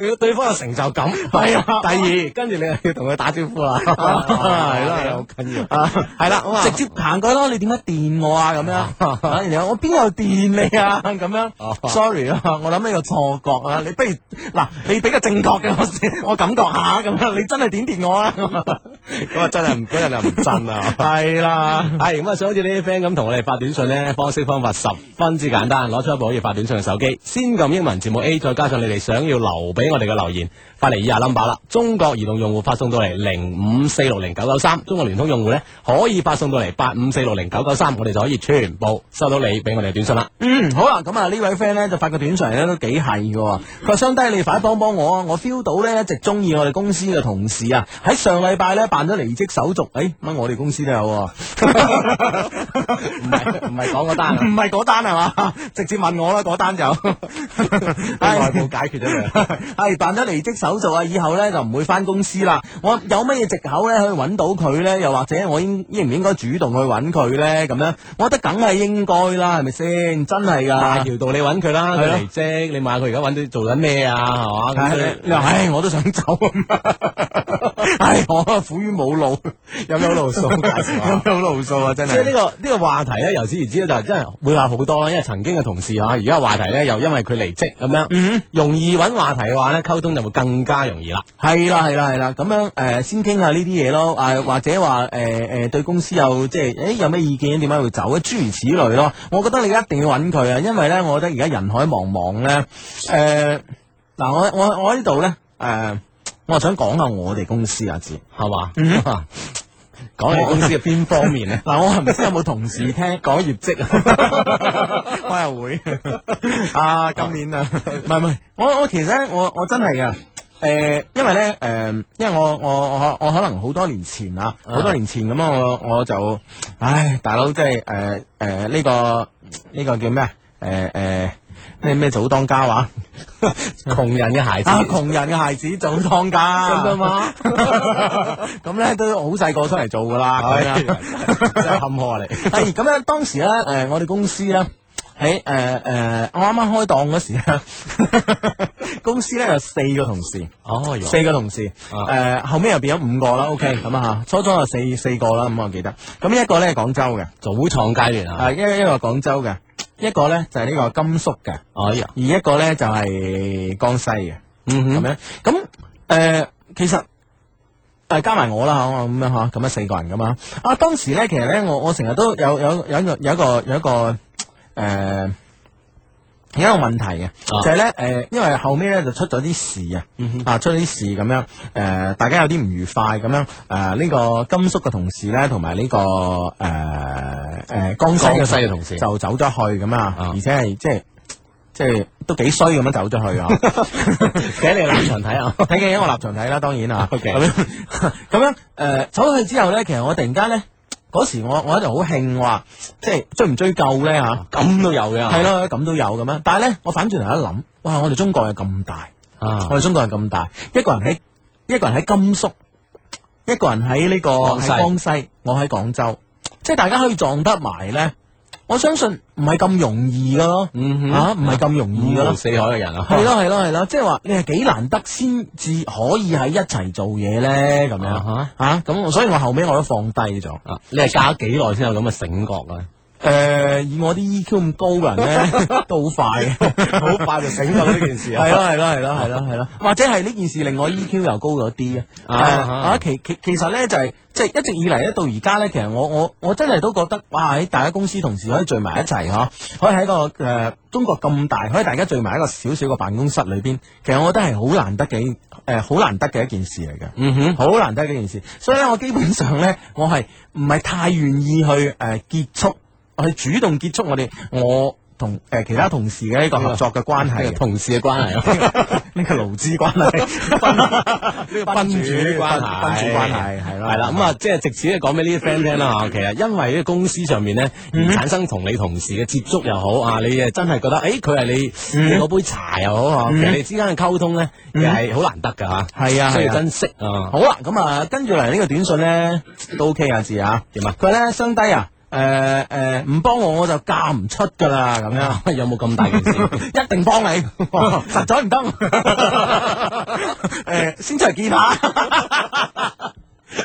Speaker 3: 你要對方有成就感，係啊。第二，跟住你又要同佢打招呼 啦， 係
Speaker 1: 啦係啦
Speaker 3: 好緊要。
Speaker 1: 啊，系啦，直接行過去咯，你點解電我啊？咁樣， 啊然後我邊有電你啊？咁樣
Speaker 3: 哦
Speaker 1: ，sorry 啊，我諗呢個錯覺啊，你不如嗱，你俾個正確嘅我先，我感覺下咁樣，你真係點電我啊？
Speaker 3: 咁啊，真係唔嗰人又唔真啊！
Speaker 1: 係啦，
Speaker 3: 係咁啊，想好似呢啲 friend 咁同我哋發短信咧，方式方法十分之簡單，攞出一部可以發短信嘅手機，先撳英文字母 A，再加上你哋想要留俾我哋嘅留言，發嚟以下 number 啦。中國移動用戶發送到嚟零五四六零九九三，中國聯通用戶呢，可以發送到嚟八五四六零九九三，我哋就可以全部收到你俾我哋嘅短信啦。
Speaker 1: 嗯，好啦，咁啊呢位 friend 咧就發個短信嚟咧都幾係嘅喎，佢話相低你快幫幫我啊！我 feel 到咧一直中意我哋公司嘅同事啊，喺上禮拜咧辦咗離職手續，誒、哎乜我哋公司都有、喎。
Speaker 3: 唔係唔係講嗰單啊，
Speaker 1: 唔係嗰單係嘛？直接問我啦，嗰 單就係
Speaker 3: 內部解決咗啊佢。
Speaker 1: 係辦咗離職手續啊，以後咧就唔會翻公司啦。我有乜嘢藉口咧可以揾到佢咧？又或者我應應唔應該主動去揾佢咧？咁樣，我覺得梗係應該啦，係咪先？真係
Speaker 3: 大
Speaker 1: 㗎。
Speaker 3: 條道理揾佢啦，
Speaker 1: 係
Speaker 3: 佢
Speaker 1: 咯
Speaker 3: 離職，你問下佢而家揾到做緊咩啊，係嘛？咁所以
Speaker 1: 你話唉，我都想
Speaker 3: 啊
Speaker 1: 走， 唉，我啊苦於冇路，
Speaker 3: 有咩好 路數？介紹下
Speaker 1: 有咩好路數啊？真
Speaker 3: 即係呢
Speaker 1: 係。
Speaker 3: 個呢個話題咧，由此而知咧，就真係會話好多啦。因為曾經嘅同事啊，而家話題咧又因為佢離職咁樣，
Speaker 1: 嗯
Speaker 3: 容易揾話題嘅話咧，溝通就會更加容易啦。
Speaker 1: 係啦，係啦，係啦，咁樣誒、呃先傾下呢啲嘢咯，
Speaker 3: 嗯
Speaker 1: 啊、或者話誒誒對公司有即係誒有咩意見，點解會走啊？諸如此類咯。我覺得你一定要揾佢啊，因為咧，我覺得而家人海茫茫咧，誒、呃嗱，我我我喺呢度咧，誒、我想講下我哋公司啊，字？
Speaker 3: 係嘛？ 講你公司嘅邊方面咧
Speaker 1: 嗱，我唔知有冇同事聽 講業績啊？我又會 啊，今年啊，唔係唔係，我我其實咧，我我真係啊噶。誒、呃因為咧，誒、因為我我我我可能好多年前啊，好多年前咁啊，我我就，唉，大佬即係誒誒呢個呢、個叫咩啊？誒、誒，咩咩早當家 話
Speaker 3: 窮人嘅孩子，
Speaker 1: 啊，窮人嘅孩子早當家，
Speaker 3: 真㗎嘛？
Speaker 1: 咁咧都好細個出嚟做噶 啦，
Speaker 3: 哎
Speaker 1: 咁樣
Speaker 3: 真係坎坷 嚟。
Speaker 1: 係哎咁咧，當時咧，誒、我哋公司咧。喺誒誒，我啱啱開檔嗰時咧， 公司咧有四個同事，
Speaker 3: 哦，原來
Speaker 1: 四個同事，誒、
Speaker 3: 啊
Speaker 1: 後尾又變咗五個啦，OK 咁啊嚇，初初有四四個啦，咁我記得，咁一個咧係廣州嘅，
Speaker 3: 早創階段啊！
Speaker 1: 啊一一個廣州嘅，一個咧就係呢個甘肅嘅，
Speaker 3: 哎呀，
Speaker 1: 而一個咧就係、江西嘅。咁
Speaker 3: 嗯
Speaker 1: 樣咁誒、呃其實誒、呃加埋我啦嚇，我咁樣嚇，咁樣四個人噶嘛。啊，當時咧，其實咧，我我成日都有有有一個有一個有一個誒。呃有一個問題嘅，
Speaker 3: 啊
Speaker 1: 就係咧誒，因為後尾咧就出咗啲事啊，
Speaker 3: 嗯
Speaker 1: 啊出咗啲事咁樣，誒、呃大家有啲唔愉快咁樣，誒、呢、個甘肅嘅同事咧，同埋呢個誒誒、江西
Speaker 3: 江
Speaker 1: 嘅
Speaker 3: 西嘅同事
Speaker 1: 就走咗去咁啊，
Speaker 3: 啊
Speaker 1: 而且係即係即係都幾衰咁樣走咗去啊。
Speaker 3: 哼，你立場睇啊！
Speaker 1: 睇嘅我立場睇啦，當然啊。
Speaker 3: OK
Speaker 1: 咁樣 咁樣誒、呃走咗去之後咧，其實我突然間咧，嗰時我我喺度好興話，即係追唔追究咧嚇？
Speaker 3: 咁都有嘅，
Speaker 1: 係咯，咁都有咁樣。但係咧，我反轉頭一諗，哇！我哋中國係咁大，
Speaker 3: 啊，
Speaker 1: 我哋中國係咁大，一個人喺一個人喺甘肅，一個人喺呢、個
Speaker 3: 江西
Speaker 1: 喺江西，我喺廣州，即係大家可以撞得埋咧。我相信唔係咁容易噶咯，
Speaker 3: 嗯
Speaker 1: 啊唔係咁容易噶
Speaker 3: 五湖
Speaker 1: 咯。
Speaker 3: 四海嘅人 啊，
Speaker 1: 係咯係咯係咯，即係話你係幾難得先至可以喺一齊做嘢咧，咁樣
Speaker 3: 啊
Speaker 1: 啊咁我所以我後尾我都放低咗。
Speaker 3: 啊，你係嫁咗幾耐先有咁嘅醒覺啊？
Speaker 1: 誒、呃以我啲 EQ 咁高嘅人 咧，都好快嘅，好快就醒
Speaker 3: 到呢件事啊
Speaker 1: 係咯係咯係咯係咯係咯，或者係呢件事令我 EQ 又高咗啲啊！
Speaker 3: 啊
Speaker 1: 啊，其其其實咧就係即係一直以嚟咧到而家咧，其實我我我真係都覺得哇！喺大家公司同事可以聚埋一齊嗬，可以喺個誒、中國咁大，可以大家聚埋一個小小嘅辦公室裏邊，其實我覺得係好難得嘅誒，好、難得嘅一件事嚟嘅。
Speaker 3: 嗯哼，
Speaker 1: 好難得嘅一件事，所以咧，我基本上咧，我係唔係太願意去誒、呃、結束，去主動結束我哋我同誒、呃其他同事嘅呢個合作嘅關係嘅，
Speaker 3: 同事嘅關係啊。
Speaker 1: 呢個勞資關係，呢個
Speaker 3: 賓主關係，
Speaker 1: 賓主關係係啦，
Speaker 3: 係嗯啦，咁啊，即係藉此咧講俾呢啲 friend 聽啦嚇。其實因為呢個公司上面咧，而產生同你同事嘅接觸又好啊，你誒真係覺得誒佢係你你嗰杯茶又好啊嚇，其實你之間嘅溝通咧，亦嗯係好難得㗎嚇。
Speaker 1: 嗯係啊，
Speaker 3: 需
Speaker 1: 係
Speaker 3: 要
Speaker 1: 啊
Speaker 3: 珍惜啊！
Speaker 1: 好啦，咁啊，跟住嚟呢個短信咧都 OK 啊，字啊，
Speaker 3: 點啊？
Speaker 1: 佢咧相低啊，誒誒唔幫我我就嫁唔出噶啦，咁 樣。
Speaker 3: 有冇咁大件 事？
Speaker 1: 一定幫 你，實在唔得，誒，先出嚟見下，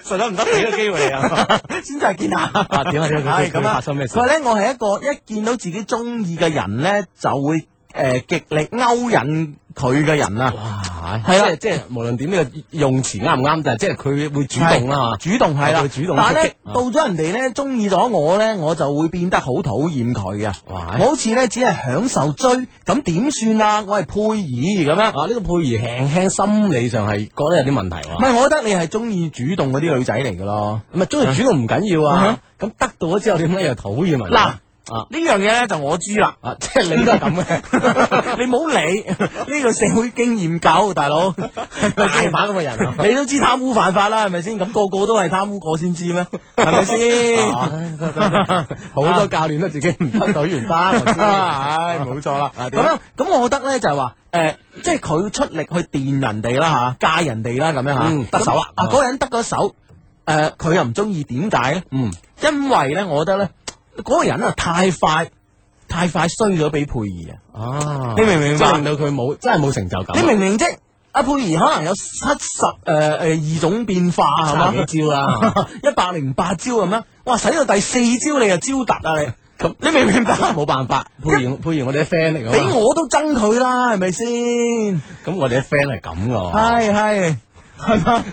Speaker 3: 實在唔得俾個機會你啊！
Speaker 1: 先出嚟見下。
Speaker 3: 啊點啊點啊！
Speaker 1: 係
Speaker 3: 佢
Speaker 1: 咁啊
Speaker 3: 發生咩事
Speaker 1: 佢？話咧，呃我係一個一見到自己中意嘅人咧，就會誒極力勾引佢嘅人啊，
Speaker 3: 哇，
Speaker 1: 係啦
Speaker 3: 即係即係無論點呢個用詞啱唔啱，但係即係佢會主動啦
Speaker 1: 主動係啦，
Speaker 3: 佢主動
Speaker 1: 但係
Speaker 3: 出
Speaker 1: 咧
Speaker 3: 擊，啊
Speaker 1: 到咗人哋咧中意咗我咧，我就會變得好討厭佢啊！
Speaker 3: 哇
Speaker 1: 我好似咧只係享受追，咁點算啊？我係配
Speaker 3: 嚇。
Speaker 1: 兒咁樣。
Speaker 3: 啊，呢個配兒輕輕心理上係覺得有啲問題
Speaker 1: 唔
Speaker 3: 喎。
Speaker 1: 係，我覺得你係中意主動嗰啲女仔嚟噶咯。
Speaker 3: 唔係中意主動唔緊要啊，咁得到咗之後點解又討厭人呢？
Speaker 1: 嗱
Speaker 3: 啊
Speaker 1: 呢樣嘢咧就我知啦，
Speaker 3: 啊，即係你都係咁嘅，
Speaker 1: 你冇理呢個社會經驗夠，大佬
Speaker 3: 大把咁嘅人 啊。
Speaker 1: 你都知貪污犯法啦，係咪先？咁個個都係貪污過先知咩？係咪先？
Speaker 3: 好多教練都自己唔得隊員班， 啊
Speaker 1: 唉，冇錯啦。咁樣，咁我覺得咧就係話，誒，即係佢出力去電人哋啦吓，戒人哋啦咁樣
Speaker 3: 嗯
Speaker 1: 吓，
Speaker 3: 得手啦
Speaker 1: 啊，嗰個人得咗手，誒，佢又唔中意，點解咧？
Speaker 3: 嗯，
Speaker 1: 因為咧，我覺得咧，嗰個人啊太快，太快衰咗俾佩兒啊！
Speaker 3: 啊，
Speaker 1: 你明唔明白
Speaker 3: 即係令到佢冇真係冇成就感。啊
Speaker 1: 你明唔明啫？阿佩兒可能有七十誒誒二種變化係嘛？
Speaker 3: 差幾招啦，
Speaker 1: 一百零八招咁樣，哇！使到第四招你就招突啊你！
Speaker 3: 咁
Speaker 1: 你明唔明白？
Speaker 3: 冇辦法，配完配完我哋啲 friend 嚟㗎嘛
Speaker 1: 俾我都憎佢啦，係咪先？
Speaker 3: 咁我哋啲 friend 係咁㗎喎。
Speaker 1: 係係。係嘛？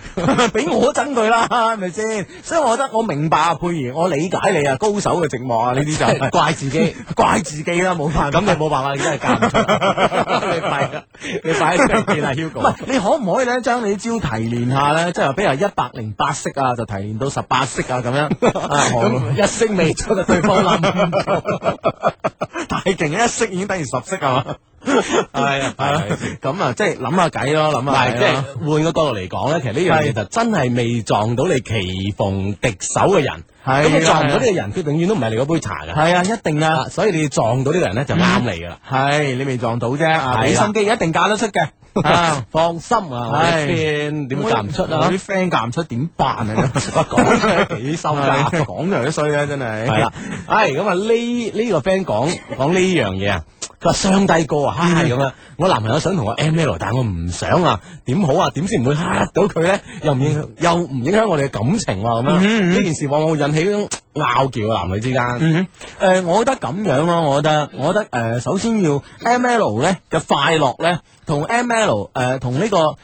Speaker 1: 俾我憎佢啦，係咪先？所以我覺得我明白啊，佩兒，我理解你啊，高手嘅寂寞啊，呢啲就
Speaker 3: 即係
Speaker 1: 係
Speaker 3: 怪自己，
Speaker 1: 怪自己啦，冇辦法。
Speaker 3: 咁你冇辦法，你啊真係教唔出。啊你快啦，你快啲上見啊
Speaker 1: 唔
Speaker 3: Hugo。
Speaker 1: 係，你可唔可以咧將你啲招提煉下咧？即係話，比如一百零八式啊，就提煉到十八式啊，咁 樣。咁
Speaker 3: 一聲未出就對方 冧。
Speaker 1: 太勁，一式已經等於十式啊嘛。
Speaker 3: 係啊，係啊。
Speaker 1: 咁啊，即係諗下計咯，諗下
Speaker 3: 但係
Speaker 1: 計
Speaker 3: 即係
Speaker 1: 咯。
Speaker 3: 換個角度嚟講咧，其實呢樣嘢就真係未撞到你棋逢敵手嘅人，
Speaker 1: 係啊
Speaker 3: 咁你撞唔到呢個人，佢永遠都唔係你嗰杯茶㗎。
Speaker 1: 係啊，一定啊
Speaker 3: 啊，所以你撞到呢個人咧就啱你㗎啦。
Speaker 1: 係你未撞到啫，啊，俾
Speaker 3: 係啦
Speaker 1: 心機一定嫁得出嘅。啊，
Speaker 3: 放心啊，我
Speaker 1: 唉
Speaker 3: 啲 friend 點會嫁唔出
Speaker 1: 我
Speaker 3: 啊
Speaker 1: 啲？friend 嫁唔出點辦啊？
Speaker 3: 講出嚟幾心㗎。
Speaker 1: 講就都衰啦，真係。
Speaker 3: 系啦，唉，咁啊呢呢個 friend 講講呢樣嘢啊，佢話雙低哥
Speaker 1: 嗯
Speaker 3: 啊，嗨咁啊，我男朋友想同我 M L，但我唔想啊，點好
Speaker 1: à,
Speaker 3: 啊？點先唔會嚇到佢咧？又唔影又唔影響我哋嘅感情喎咁樣，呢件事往往會引起嗰種拗撬啊，男女之間。
Speaker 1: 嗯，誒、我覺得咁樣咯，我覺得，我覺得誒、呃首先要 M L 咧嘅快樂咧，同 M L 誒同呢個誒，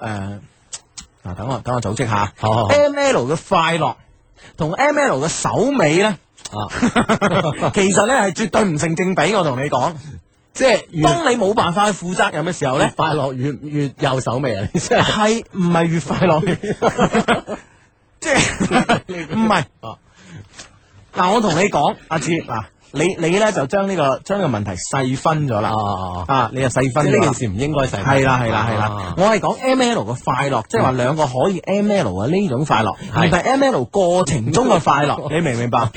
Speaker 1: 嗱、等我等我組織下
Speaker 3: 好好好
Speaker 1: ，M L 嘅快樂同 M L 嘅手尾咧，
Speaker 3: 啊
Speaker 1: 其實咧係絕對唔成正比，我同你講，
Speaker 3: 即係越
Speaker 1: 當你冇辦法去負責任嘅時候
Speaker 3: 越
Speaker 1: 咧，
Speaker 3: 快樂越越右手尾啊！你真係
Speaker 1: 係唔係越快 樂？即係唔係？
Speaker 3: 哦
Speaker 1: 嗱，我同你講，阿志，嗱，你你咧就將呢、個將呢個問題細分咗啦。
Speaker 3: 啊，
Speaker 1: 啊，你又細
Speaker 3: 即
Speaker 1: 分
Speaker 3: 係呢
Speaker 1: 咗
Speaker 3: 件
Speaker 1: 啦。
Speaker 3: 事唔應該細分。
Speaker 1: 係啦係啦係啦
Speaker 3: 啊，嗯
Speaker 1: 我係講 M L 嘅快樂，即係話兩個可以 M L 嘅呢種快樂，而唔係 M L 過程中嘅快 樂，你明唔明白？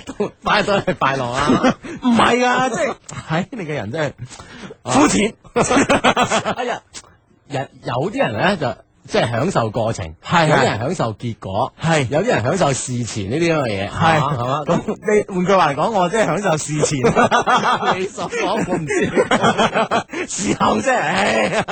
Speaker 3: 快樂係快樂啊！
Speaker 1: 唔係噶，即係， 唉，你嘅人真係膚淺。
Speaker 3: 啊 哎呀，人有啲人咧就即係享受過程，
Speaker 1: 係
Speaker 3: 有啲
Speaker 1: 係
Speaker 3: 人享受結果，
Speaker 1: 係
Speaker 3: 有啲人享受事前呢啲咁嘅嘢，
Speaker 1: 係
Speaker 3: 係嘛
Speaker 1: 咁
Speaker 3: 咁。
Speaker 1: 你換句話嚟講，我即係享受事前，
Speaker 3: 你所講我唔知，
Speaker 1: 事後真係，唉，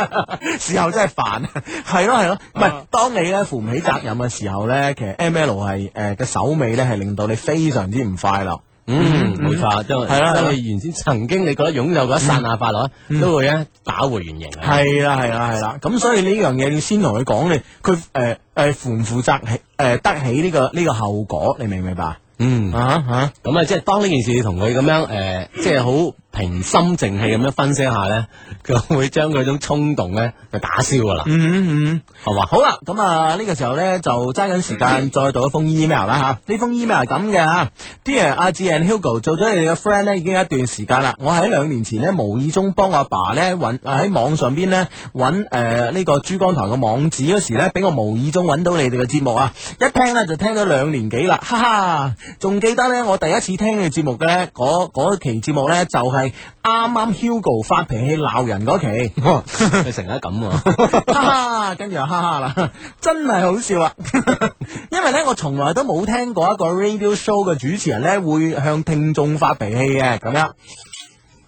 Speaker 1: 事後真係煩。係咯係咯，唔
Speaker 3: 啊
Speaker 1: 係當你咧負唔起責任嘅時候咧，其實 M L 係誒嘅手尾咧係令到你非常之唔快樂。
Speaker 3: 嗯，冇錯，因為
Speaker 1: 係啦係啦
Speaker 3: 因為原先曾經你覺得擁有嗰一剎那快樂，都會咧打回原形啊。
Speaker 1: 系嗯啦，系啦，系啦。咁所以呢樣嘢要先同佢講，你佢诶诶負唔負責起诶得起呢、個呢、個後果，你明唔明白？
Speaker 3: 嗯，
Speaker 1: 啊吓，
Speaker 3: 咁啊，即係當呢件事同佢咁樣誒，即係好平心靜氣咁樣分析一下咧，佢會將佢種衝動咧就打消 噶啦，
Speaker 1: 嗯嗯。
Speaker 3: 係嘛？
Speaker 1: 好啦，咁啊呢個時候咧就揸緊時間再讀一封 email
Speaker 3: 嗯
Speaker 1: 啦吓。呢封 email 係咁嘅吓，Dear 阿志 and Hugo 做咗你哋嘅 friend 咧已經有一段時間啦。我喺兩年前咧無意中幫我阿爸咧揾喺網上邊咧揾誒呢個珠江台嘅網址嗰時咧，俾我無意中揾到你哋嘅節目啊！一聽咧就聽咗兩年幾啦，哈哈！仲記得咧我第一次聽你哋節目嘅咧，嗰嗰期節目咧就係啱啱 Hugo 發脾氣鬧人嗰期。
Speaker 3: 佢成日都咁啊，
Speaker 1: 哈哈，跟住又哈哈啦，真係好笑啊！ 因為咧，我從來都冇聽過一個 radio show 嘅主持人咧會向聽眾發脾氣嘅咁樣。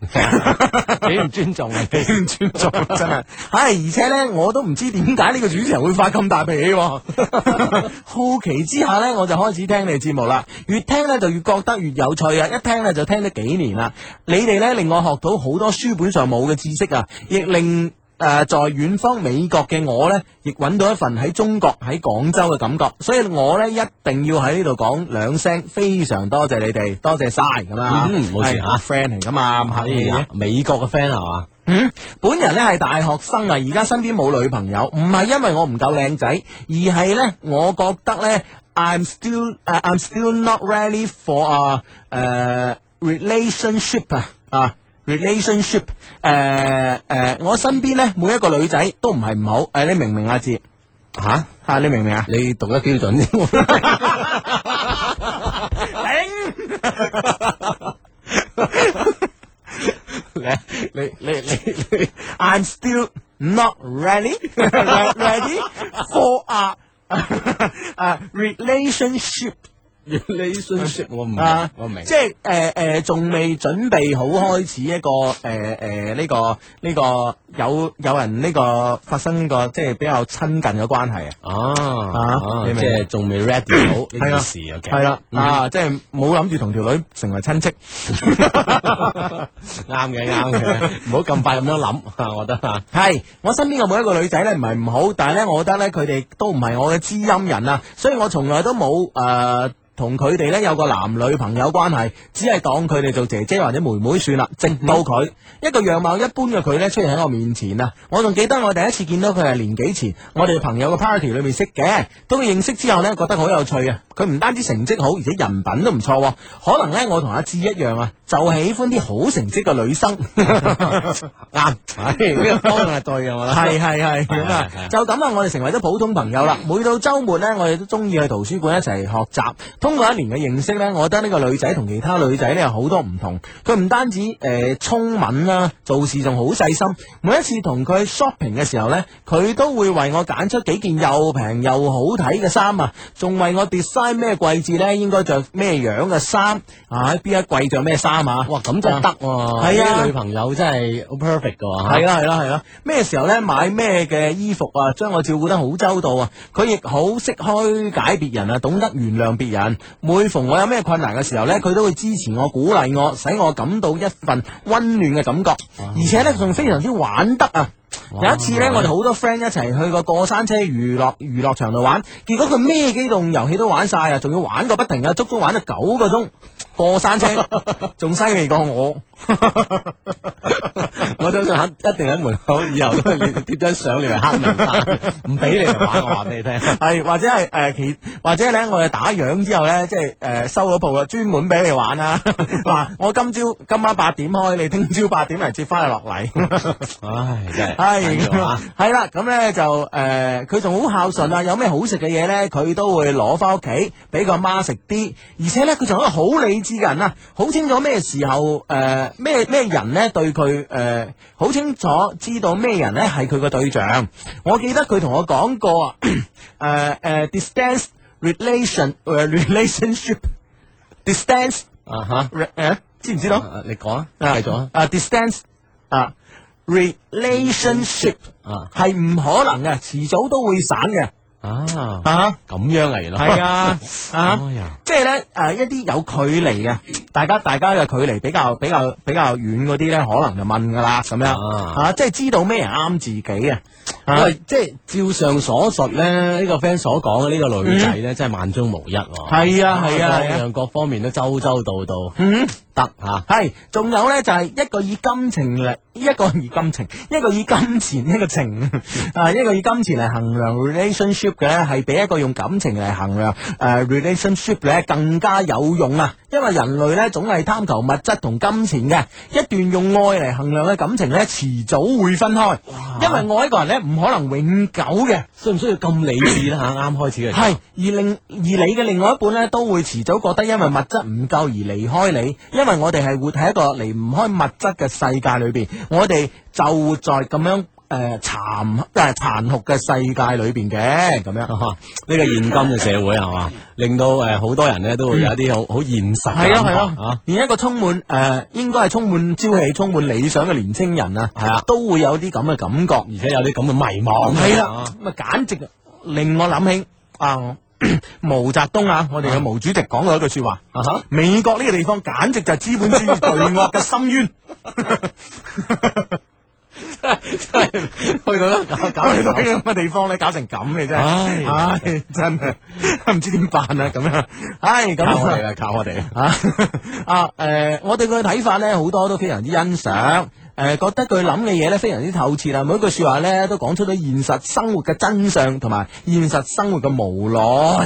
Speaker 3: 幾唔尊 重你。
Speaker 1: 幾唔尊重，真係。唉，而且咧，我都唔知點解呢個主持人會發咁大脾氣喎。 好奇之下咧，我就開始聽你哋節目啦。越聽咧就越覺得越有趣啊！一聽咧就聽咗幾年啦。你哋咧令我學到好多書本上冇嘅知識啊，亦令诶、在遠方美國嘅我呢，亦揾到一份喺中國喺廣州嘅感覺，所以我呢，一定要喺呢度講兩聲，非常多謝你哋，多謝晒咁啊！
Speaker 3: 嗯冇事
Speaker 1: 係
Speaker 3: 啊
Speaker 1: 我 friend 嚟噶嘛，客氣嘅
Speaker 3: 美國嘅 friend 係嘛？
Speaker 1: 嗯，本人咧係大學生啊，而家身邊冇女朋友，唔係因為我唔夠靚仔，而係咧我覺得咧，I'm still、I'm 呃 still not ready for a 誒、relationship 啊啊。relationship 誒、誒我身邊咧每一個女仔都唔係唔好，誒、你明唔明啊？志
Speaker 3: 吓，
Speaker 1: 嚇你明唔明啊？
Speaker 3: 你讀得標準啲，
Speaker 1: 你你你你，I'm still not ready ready for a 啊 relationship。
Speaker 3: relationship 我唔
Speaker 1: 啊
Speaker 3: 明，我唔明
Speaker 1: 即。係誒誒，仲、未準備好開始一個誒誒呢個呢、個有有人呢個發生個即係比較親近嘅關係啊，
Speaker 3: 哦，
Speaker 1: 啊
Speaker 3: 啊
Speaker 1: 你明
Speaker 3: 即係仲未 ready 好呢件事嗯嘅，
Speaker 1: 係啦、啊，即係冇諗住同條女成為親戚，
Speaker 3: 啱嘅，啱嘅，唔好咁快咁樣諗， 啊我覺得啊，
Speaker 1: 係我身邊嘅每一個女仔咧唔係唔好，但係咧我覺得咧佢哋都唔係我嘅知音人啊，所以我從來都冇誒。呃同佢哋咧有個男女朋友關係，只係當佢哋做姐姐或者妹妹算啦。直
Speaker 3: 嗯
Speaker 1: 到佢、一個樣貌一般嘅佢咧出現喺我面前啊！我仲記得我第一次見到佢係年幾前，我哋朋友嘅 party 裏面識嘅。當佢認識之後呢，覺得好有趣啊！佢唔單止成績好，而且人品都唔錯喎。可能呢，我同阿志一樣啊，就喜歡啲好成績嘅女生。啱，啊 呢個方向係對嘅，我係係係咁啊！就咁啊，我哋成為咗普通朋友啦。每到周末呢，我哋都中意去圖書館一齊學習。通過一年嘅認識呢，我覺得呢個女仔同其他女仔呢有好多唔同。佢唔單止誒、呃聰敏啦，做事仲好細心。每一次同佢 shopping 嘅時候呢，佢都會為我揀出幾件又平又好睇嘅衫啊，仲為我 design 咩季節呢應該着咩樣嘅衫啊，喺邊一季着咩衫啊。
Speaker 3: 哇咁真係得喎，
Speaker 1: 係啊
Speaker 3: 啲女朋友真係好 perfect 噶，啊嚇
Speaker 1: 係啦係啦係啦，咩時候咧買咩嘅衣服啊，將我照顧得好周到啊！佢亦好識開解別人啊，懂得原諒別人。每逢我有咩困難嘅時候咧，佢都會支持我、鼓勵我，使我感到一份温暖嘅感覺，而且咧仲非常之玩得啊！有一次咧，我哋好多 friend 一齊去個過山車娛樂娛樂場度玩，結果佢咩機動遊戲都玩晒啊，仲要玩個不停啊，足足玩咗九個鐘。過山車仲犀利過我，
Speaker 3: 我相信肯一定喺門口以後都係貼張相，你係黑名單，唔俾你嚟玩，我話俾你聽。
Speaker 1: 係或者係誒其或者咧，我哋打烊之後咧，即係誒、呃收咗鋪啦，專門俾你玩 啦。嗱，我今朝今晚八點開，你聽朝八點嚟接翻你落嚟。
Speaker 3: 唉，真
Speaker 1: 係
Speaker 3: 係啊，
Speaker 1: 係啦，咁咧就誒，佢仲好孝順啊！有咩好食嘅嘢咧，佢都會攞翻屋企俾個媽食啲，而且咧佢仲係一個好理智嘅人啊，好清楚咩時候誒咩咩人咧對佢誒好清楚知道咩人咧係佢個對象。我記得佢同我講過啊， 誒誒、distance relation 呃誒、relationship distance
Speaker 3: 啊吓，
Speaker 1: 誒、呃知唔知道？
Speaker 3: 啊你講啊，
Speaker 1: 啊，
Speaker 3: 繼續啊，
Speaker 1: 啊，distance 啊，relationship
Speaker 3: 啊
Speaker 1: 係唔可能嘅，遲早都會散嘅
Speaker 3: 啊，
Speaker 1: 啊，
Speaker 3: 咁樣嚟咯，
Speaker 1: 係啊 啊。
Speaker 3: 哎呀，
Speaker 1: 即係咧誒一啲有距離嘅，大家大家嘅距離比較比較比較遠嗰啲咧，可能就問㗎啦咁樣
Speaker 3: 啊
Speaker 1: 啊，即係知道咩人啱自己啊，啊
Speaker 3: 喂，即係照上所述咧，呢個 friend 所講嘅呢個女仔咧，真係萬中無一喎。
Speaker 1: 係啊係啊係啊
Speaker 3: 各樣各方面都周周到到，
Speaker 1: 嗯。
Speaker 3: 得吓。
Speaker 1: 系，仲有咧就係一個以金錢嚟，一個以金錢，一個以金錢一個情，啊一個以金錢嚟衡量 relationship 嘅咧，係比一個用感情嚟衡量誒、呃 relationship 咧更加有用啊！因為人類咧總係貪求物質同金錢嘅，一段用愛嚟衡量嘅感情咧，遲早會分開，因為愛一個人咧唔可能永久嘅。
Speaker 3: 需唔需要咁理智咧吓？啱開始嘅
Speaker 1: 系，
Speaker 3: 時候
Speaker 1: 而另而你嘅另外一半咧，都會遲早覺得因為物質唔夠而離開你，因為我哋係活喺一個離唔開物質嘅世界裏邊，我哋就活在咁樣誒殘誒殘酷嘅世界裏邊嘅咁 樣。
Speaker 3: 啊呢個現今嘅社會係嘛，令到誒好多人咧都會有一啲好好現實嘅
Speaker 1: 係啊係
Speaker 3: 諗法
Speaker 1: 啊，連一個充滿誒、呃，應該係充滿朝氣、充滿理想嘅年青人啊，係啊，都會有啲咁嘅感覺。
Speaker 3: 而且有啲咁嘅迷茫。
Speaker 1: 係啦，咁啊，簡直令我諗起啊 毛澤東啊，我哋嘅毛主席講過一句説話。
Speaker 3: 啊哈，
Speaker 1: 美國呢個地方簡直就係資本主義罪惡嘅深淵。去到咧搞搞到呢啲咁嘅地方咧，搞成咁嘅真係，
Speaker 3: 唉
Speaker 1: 唉，真係唔知點辦啊咁樣，唉咁
Speaker 3: 靠我哋
Speaker 1: 啊
Speaker 3: 啦，靠我哋啦。
Speaker 1: 啊 啊诶，誒我對佢嘅睇法咧，好多都非常之欣賞。诶、覺得佢諗嘅嘢咧非常之透徹啊！每一句说話咧都講出咗現實生活嘅真相，同埋現實生活嘅無奈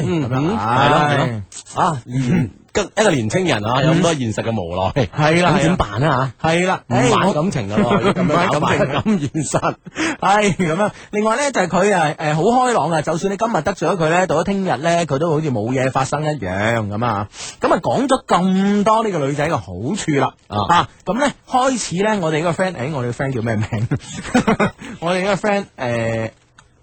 Speaker 1: 咁樣，
Speaker 3: 嗯係咯係咯
Speaker 1: 唉
Speaker 3: 啊，年跟一個年青人啊，有咁多現實嘅無奈，
Speaker 1: 係啦，
Speaker 3: 咁點
Speaker 1: 係啦
Speaker 3: 辦啊？
Speaker 1: 係啦，
Speaker 3: 嚇，
Speaker 1: 唉
Speaker 3: 唔玩
Speaker 1: 我
Speaker 3: 感情 噶咯，要咁
Speaker 1: 唔玩
Speaker 3: 樣搞埋
Speaker 1: 感情啊
Speaker 3: 咁現實，
Speaker 1: 系哎咁樣，另外咧就係佢啊诶好開朗啊，就算你今日得罪咗佢咧，到咗聽日咧佢都好似冇嘢發生一樣咁啊。咁啊講咗咁多呢個女仔嘅好處啦，
Speaker 3: 啊
Speaker 1: 啊咁咧開始咧我哋呢個 friend，诶、我哋個 friend 叫咩名？ 我哋呢個 friend 诶、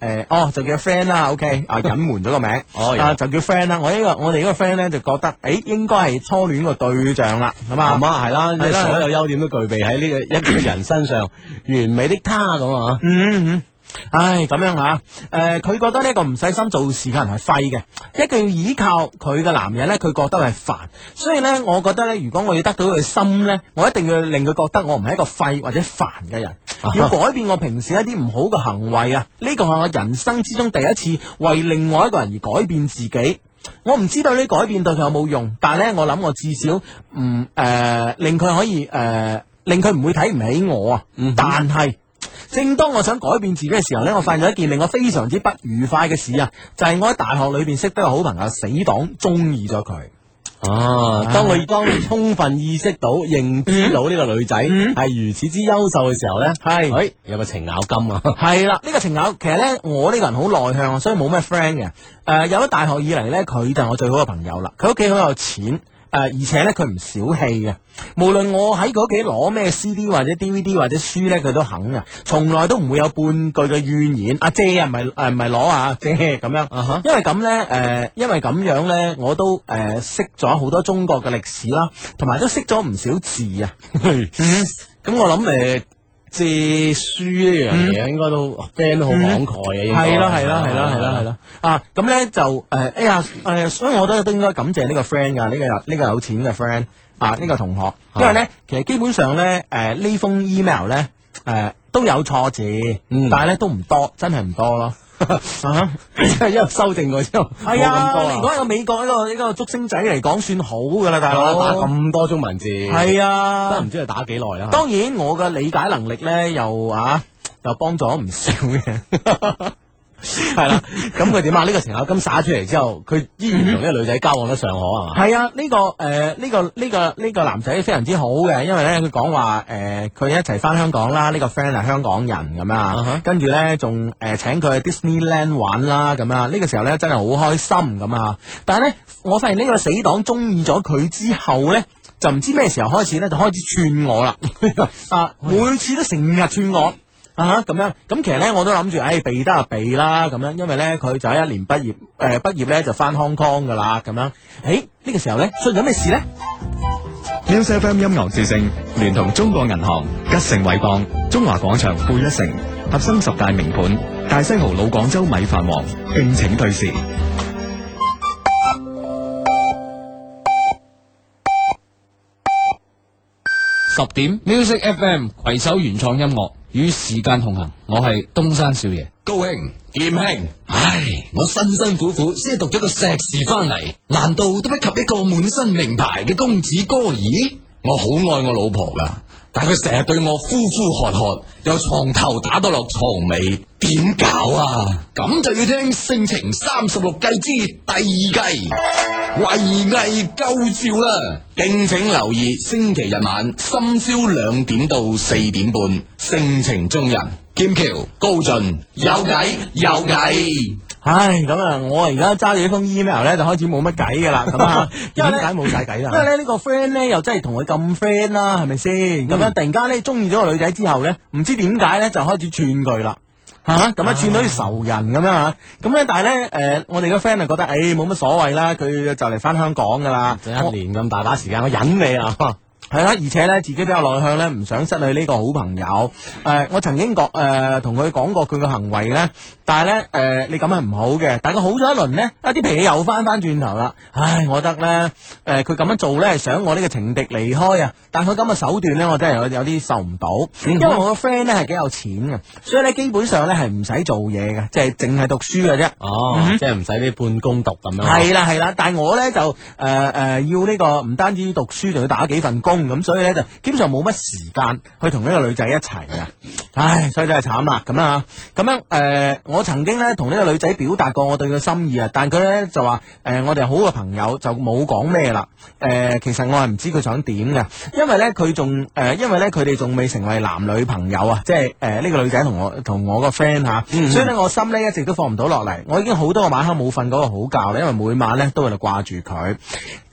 Speaker 1: 诶、哦，就叫 friend 啦，OK，啊， 隱瞞咗個名，
Speaker 3: 哦
Speaker 1: 啊，就叫 friend 啦。我呢、個我哋呢個 friend 咧就覺得，诶、應該係初戀個對象啦，咁啊
Speaker 3: 咁，啊係啦，即
Speaker 1: 係啦
Speaker 3: 係所有優點都具備喺呢個一個人身上，完美的他咁啊。
Speaker 1: 嗯嗯。唉，咁樣啊，诶、佢覺得呢個唔細心做事嘅人係廢嘅，一個要依靠佢嘅男人呢，佢覺得係煩，所以呢，我覺得呢，如果我要得到佢心呢，我一定要令佢覺得我唔係一個廢或者煩嘅人，要改變我平時一啲唔好嘅行為啊，呢個係我人生之中第一次為另外一個人而改變自己。我唔知道呢改變對佢有冇用，但係呢，我諗我至少唔诶、呃令佢可以诶、呃令佢唔會睇唔起我啊，但係。正當我想改變自己嘅時候呢，我發現咗一件令我非常之不愉快嘅事啊，就係、我喺大學裏邊識得個好朋友死黨中意咗佢。
Speaker 3: 啊！當你當你充分意識到、認知到呢個女仔
Speaker 1: 嗯
Speaker 3: 係如此之優秀嘅時候咧，
Speaker 1: 係
Speaker 3: 誒有個程咬金啊！
Speaker 1: 係啦，呢、個情友其實呢，我呢個人好內向啊，所以冇咩 friend 嘅。誒、有咗大學以嚟呢，佢就係我最好嘅朋友啦。佢屋企好有錢，誒、而且呢，佢唔小氣嘅。無論我喺佢屋企攞咩 CD 或者 DVD 或者書呢，佢都肯啊，從來都唔會有半句嘅怨言。阿姐啊，唔係誒唔係攞啊，姐咁樣。
Speaker 3: 啊哈
Speaker 1: 因為咁呢，誒、因為咁樣呢，我都誒、識咗好多中國嘅歷史啦，同埋都識咗唔少字啊。
Speaker 3: 咁我諗誒借書呢樣嘢應該都 friend 都好慷慨嘅，應該
Speaker 1: 係啦係啦係啦係啦係啦啊！咁咧就誒，呃哎呀誒，所以我覺得都應該感謝呢個 friend 㗎，呢個有呢個有錢嘅 friend 啊，呢個同學，因為咧其實基本上咧誒呢封 email 咧誒都有錯字，
Speaker 3: 嗯
Speaker 1: 但係咧都唔多，真係唔多咯。 啊
Speaker 3: 即係因為修正過之後冇
Speaker 1: 係
Speaker 3: 咁
Speaker 1: 啊，你
Speaker 3: 多
Speaker 1: 講
Speaker 3: 啦，
Speaker 1: 一個美國一個一個竹星仔嚟講算好㗎啦，大
Speaker 3: 打
Speaker 1: 佬。
Speaker 3: 咁多中文字，
Speaker 1: 係
Speaker 3: 真係
Speaker 1: 啊
Speaker 3: 唔，知佢打幾耐啦。
Speaker 1: 當然我嘅理解能力咧又啊又幫咗唔少嘅。
Speaker 3: 系啦，咁佢點啊？呢個程咬金撒出嚟之後，佢依然同呢個女仔交往得上可係嘛？
Speaker 1: 系啊，呢、個个诶，呢、個呢、個呢、個男仔非常之好
Speaker 3: 啊
Speaker 1: 嘅，因為咧佢講話诶，佢、一齊翻香港啦，呢、個 friend 係香港人咁
Speaker 3: 啊
Speaker 1: 啊
Speaker 3: 哈，
Speaker 1: 跟住咧仲诶請佢去 Disneyland 玩啦，咁啊，呢、個時候咧真係好開心咁啊！但係咧，我發現呢個死黨中意咗佢之後咧。就唔知咩時候開始咧，就開始串我 啦，啊，每次都成日串我。啊咁樣，咁其實咧我都諗住，唉、避得啊避啦咁樣，因為咧佢就一年畢業，誒、畢業咧就翻 Hong Kong 噶啦咁樣。誒、呢、個時候咧出咗咩事咧？
Speaker 6: Music FM 音樂之聲聯同中國銀行、吉盛偉邦、中華廣場負一城合生十大名盤，大西豪老廣州米飯王，敬請對視。
Speaker 7: 十點 Music FM 攜手原創音樂，與時間同行。我係東山少爺。
Speaker 2: 高興、劍興，唉，我辛辛苦苦先係讀咗個碩士翻嚟，難道都不及一個滿身名牌嘅公子哥兒？我好愛我老婆噶，但佢成日對我呼呼喝喝，由床頭打到落床尾，點搞啊？咁就要聽《性情三十六計》之第二計，圍魏救趙啦！敬請留意星期日晚深宵兩點到四點半，《性情中人》。劍橋高進有計有計，
Speaker 1: 唉，咁啊，我而家揸住呢封 email 咧，就開始冇乜計 噶啦，咁啊，因為
Speaker 3: 點解
Speaker 1: 咧。
Speaker 3: 冇晒計
Speaker 1: 因
Speaker 3: 啦
Speaker 1: 為？咧呢個 friend 咧又真係同佢咁 friend 啦，係咪先？咁樣突然間咧中意咗個女仔之後咧，唔知點解咧就開始串佢啦。吓咁啊，串到啲仇人咁樣啊！咁咧，但係咧，诶，我哋個 friend 就覺得，誒冇乜所謂啦，佢就嚟翻香港噶啦，啊
Speaker 3: 就一年咁大把時間，我忍你啦。
Speaker 1: 系係啦，而且咧自己比較內向咧，唔想失去呢個好朋友。诶、我曾經講诶同佢講過佢嘅行為咧，但係咧诶你咁係唔好嘅。但係佢好咗一輪咧，啊啲脾氣又翻翻轉頭啦。唉，我覺得咧诶佢咁樣做咧係想我呢個情敵離開啊，但佢咁嘅手段咧，我真係有有啲受唔到。因為我個 friend 咧係幾有錢嘅，所以咧基本上咧係唔使做嘢嘅，即係淨係讀書嘅啫。
Speaker 3: 哦，
Speaker 1: 嗯
Speaker 3: 即係唔使啲半工讀咁樣。
Speaker 1: 系啦系啦，但系我咧就誒誒、呃呃要呢、個唔單止讀書，仲要打幾份工咁，所以咧就基本上冇乜時間去同呢個女仔一齊啊！唉，所以真係慘啦咁啊！咁樣誒、呃我曾經咧同呢個女仔表達過我對佢心意啊，但佢咧就話誒、呃我哋係好嘅朋友就冇講咩啦。誒、呃其實我係唔知佢想點嘅，因為咧佢仲誒，因為咧佢哋仲未成為男女朋友啊，即係誒呢個女仔同我同我個 friend 嚇，所以咧我心咧一直都放唔到落嚟，我已經好多個晚黑冇瞓嗰個好覺咧，因為每晚咧都喺度掛住佢。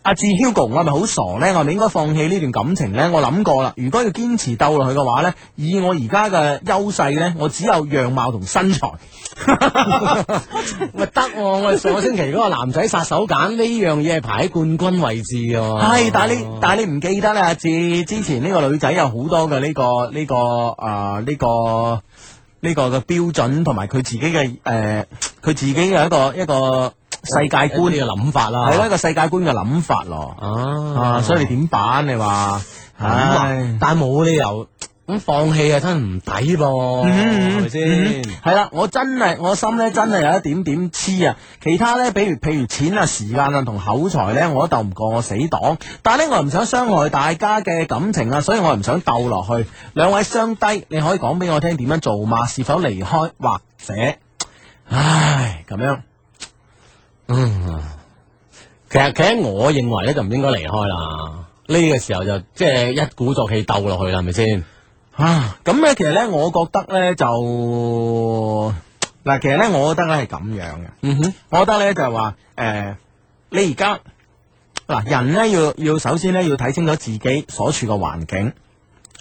Speaker 1: 阿志 Hugo，我係咪好傻呢？我係咪應該放棄呢段感情呢？我諗過啦，如果要堅持鬥落去嘅話呢，以我而家嘅優勢呢，我只有樣貌同身材。
Speaker 3: 咪得喎！我哋上個星期嗰個男仔殺手鐧呢樣嘢係排喺冠軍位置嘅喎。
Speaker 1: 系，但系你但系你唔記得啦，阿志之前呢個女仔有好多嘅呢、個呢、個啊呢、個呢、個嘅標準，同埋佢自己嘅诶，佢、自己嘅一個一個世界觀
Speaker 3: 一啲嘅諗法啦
Speaker 1: 係咯一個世界觀嘅諗法咯。
Speaker 3: 啊
Speaker 1: 啊，所以你點辦？你話唉
Speaker 3: 咁，啊但冇理由咁放棄啊，真係唔抵
Speaker 1: 嗯
Speaker 3: 噃，係咪先？
Speaker 1: 系啦，我真係我心咧真係有一點點黐啊！其他咧，比如譬如錢啊、時間啊同口才咧，我都鬥唔過我死黨。但係咧，我又唔想傷害大家嘅感情啊，所以我又唔想鬥落去。兩位相低，你可以講俾我聽點樣做嘛？是否離開或者？唉，咁樣
Speaker 3: 嗯其實其實我認為咧就唔應該離開啦。呢個時候就即係一鼓作氣鬥落去啦，係咪先？
Speaker 1: 啊，咁咧其實咧，我覺得咧就嗱，其實咧，我覺得咧係咁樣嘅。
Speaker 3: 嗯哼，
Speaker 1: 我覺得咧就係話誒，你而家嗱人咧要要首先咧要睇清楚自己所處嘅環境，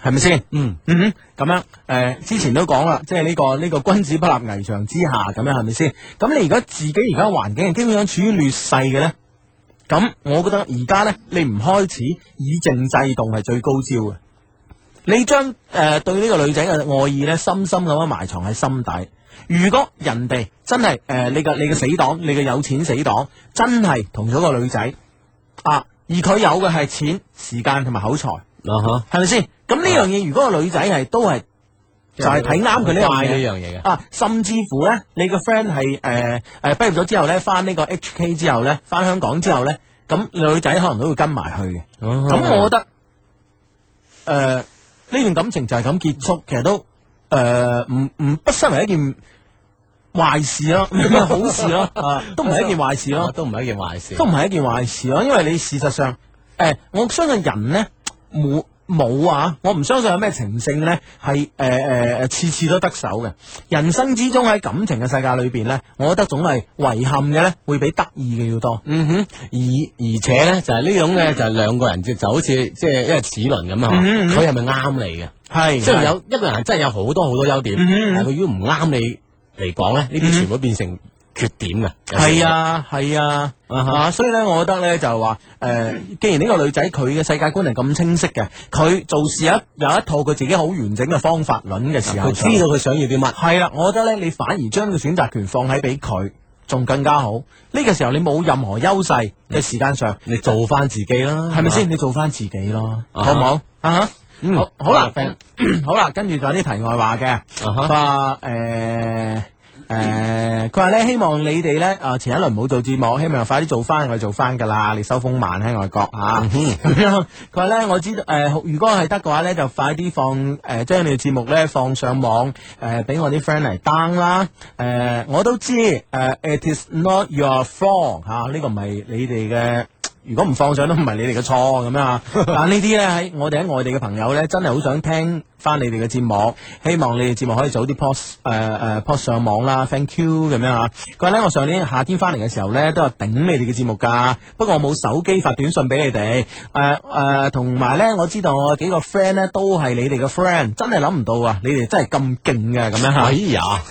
Speaker 1: 係咪先？
Speaker 3: 嗯
Speaker 1: 嗯哼，咁樣誒、呃之前都講啦，即係呢、個呢、個君子不立危牆之下咁樣係咪先？咁你而家自己而家環境係基本上處於劣勢嘅咧，咁我覺得而家咧你唔開始以靜制動係最高招嘅。你將誒、呃、對呢個女仔嘅愛意咧，深深咁樣埋藏喺心底。如果人哋真係誒、呃你嘅你嘅死黨，你嘅有錢死黨，真係同咗個女仔啊，而佢有嘅係錢、時間同埋口才，
Speaker 3: 啊哈，
Speaker 1: 係咪先？咁呢樣嘢，如果個女仔係都係就係睇啱佢呢樣
Speaker 3: 怪呢
Speaker 1: 嘢。
Speaker 3: 樣嘢嘅。
Speaker 1: 啊，甚至乎咧，你個 friend 係誒誒畢業咗之後咧，翻呢個 HK 之後咧，翻香港之後咧，咁女仔可能都會跟埋去嘅。
Speaker 3: 嗯
Speaker 1: 咁我覺得，誒、呃呢段感情就係咁結束，其實都誒唔唔不失為一件壞事咯，唔係好事咯，啊，都唔係一件壞事
Speaker 3: 啊
Speaker 1: 咯，
Speaker 3: 都唔係一件壞事。
Speaker 1: 都唔係一件壞事咯，因為你事實上，誒、呃我相信人咧冇。冇啊！我唔相信有咩情聖呢，係誒誒誒次次都得手嘅。人生之中喺感情嘅世界裏邊呢，我覺得總係遺憾嘅呢，會比得意嘅要多。
Speaker 3: 嗯哼，而而且咧就係呢種咧就係兩個人接就好似即係一個齒輪咁啊，
Speaker 1: 嗯嗯
Speaker 3: 佢係咪啱你嘅？
Speaker 1: 係
Speaker 3: 即係有一個人真係有好多好多優點，
Speaker 1: 嗯
Speaker 3: 但係佢如果唔啱你嚟講咧，呢啲全部變成缺點嘅。有時
Speaker 1: 系，啊，系啊，
Speaker 3: 啊哈
Speaker 1: 啊，所以咧，我覺得咧就係話，诶、既然呢個女仔佢嘅世界觀係咁清晰嘅，佢做事有有一套佢自己好完整嘅方法論嘅時候，
Speaker 3: 啊佢知道佢想要啲乜。
Speaker 1: 係啦，我覺得咧，你反而將個選擇權放喺俾佢，仲更加好。呢、個時候你冇任何優勢嘅時間上，
Speaker 3: 你做翻自己啦，
Speaker 1: 係咪先？你做翻自己咯，
Speaker 3: 啊
Speaker 1: 好唔好？啊哈
Speaker 3: 嗯
Speaker 1: 好好啦嗯
Speaker 3: 好嘅
Speaker 1: 好啦，跟住仲有啲題外話嘅。
Speaker 3: 啊哈
Speaker 1: 佢話誒誒，佢話咧希望你哋咧啊前一輪冇做節目，希望快啲做翻，我哋做翻噶啦，你收風慢喺外國嚇。 咁樣佢話咧，我知道誒、呃如果係得嘅話咧，就快啲放誒、將你嘅節目咧放上網誒，俾、我啲 friend 嚟 down 啦。誒、呃我都知誒、i t is not your fault 嚇、呢、個唔係你哋嘅。如 果唔放上都唔係你哋嘅錯咁樣啊！但呢啲咧喺我哋喺外地嘅朋友咧，真係好想聽翻你哋嘅節目，希望你哋節目可以早啲 post 誒誒 post 上網啦，thank you 咁樣啊。佢話咧，我上年夏天翻嚟嘅時候咧，都有頂你哋嘅節目㗎，不過我冇手機發短信俾你哋。誒誒，同埋咧，我知道我幾個 friend 咧都係你哋嘅 friend，真係諗唔到啊！你哋真係咁勁嘅咁樣嚇。
Speaker 3: 哎呀，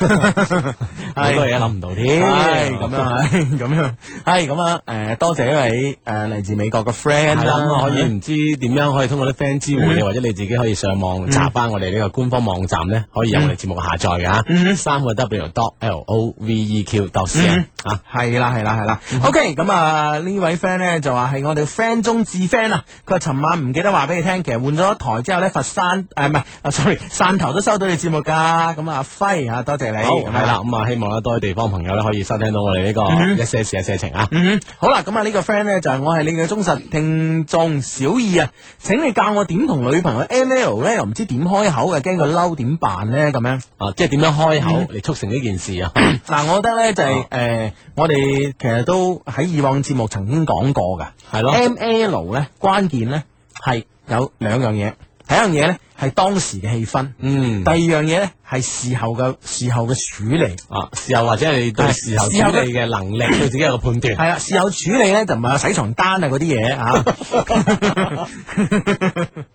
Speaker 3: 好
Speaker 1: 係
Speaker 3: 多嘢諗唔到添，
Speaker 1: 係咁
Speaker 3: 啊
Speaker 1: 樣，係咁樣，係咁啊！誒，多謝一位誒嚟自美國嘅 friend
Speaker 3: 係啦，咁
Speaker 1: 啦，
Speaker 3: 啊
Speaker 1: 可
Speaker 3: 可以嗯
Speaker 1: 以
Speaker 3: 唔知點樣可以通過啲 friend 支援你，或者你自己可以上網查翻我哋呢個官方網站咧，可以有我哋節目下載嘅吓，啊三個 W dot L O V E Q dot C N 啊。
Speaker 1: 係啦係啦係啦。OK，咁
Speaker 3: 嗯
Speaker 1: 啊呢位 friend 咧就話係我哋 friend 中至 friend 啊，佢話尋晚唔記得話俾你聽，其實換咗台之後咧，佛山誒唔係啊，sorry，汕頭都收到你節目㗎。咁啊，輝啊，多謝你。
Speaker 3: 好
Speaker 1: 咁
Speaker 3: 系
Speaker 1: 啊
Speaker 3: 啦，咁啊，希望咧多啲地方朋友咧可以收聽到我哋呢個一些事一些情啊。
Speaker 1: 嗯，好啦，咁啊呢個 friend 咧就係我係你嘅忠實聽眾小二啊，請你教我點同女朋友 M L 咧，又唔知點開口嘅，驚佢嬲點辦咧咁樣。
Speaker 3: 啊，即係點樣開口嚟促成呢件事啊？
Speaker 1: 嗱，我覺得咧就係、誒、我哋其實都喺以往節目曾經講過㗎，
Speaker 3: 係咯
Speaker 1: M L 咧關鍵咧係有兩樣嘢，第一樣嘢咧係當時嘅氣氛，
Speaker 3: 嗯
Speaker 1: 第，二樣嘢咧係事後嘅事後嘅處理。
Speaker 3: 啊，事後或者你對
Speaker 1: 係
Speaker 3: 事後處
Speaker 1: 事後嘅
Speaker 3: 理嘅能力，對自己有個判斷。
Speaker 1: 係啦，事後處理咧就唔係有洗床單啊嗰啲嘢 啊。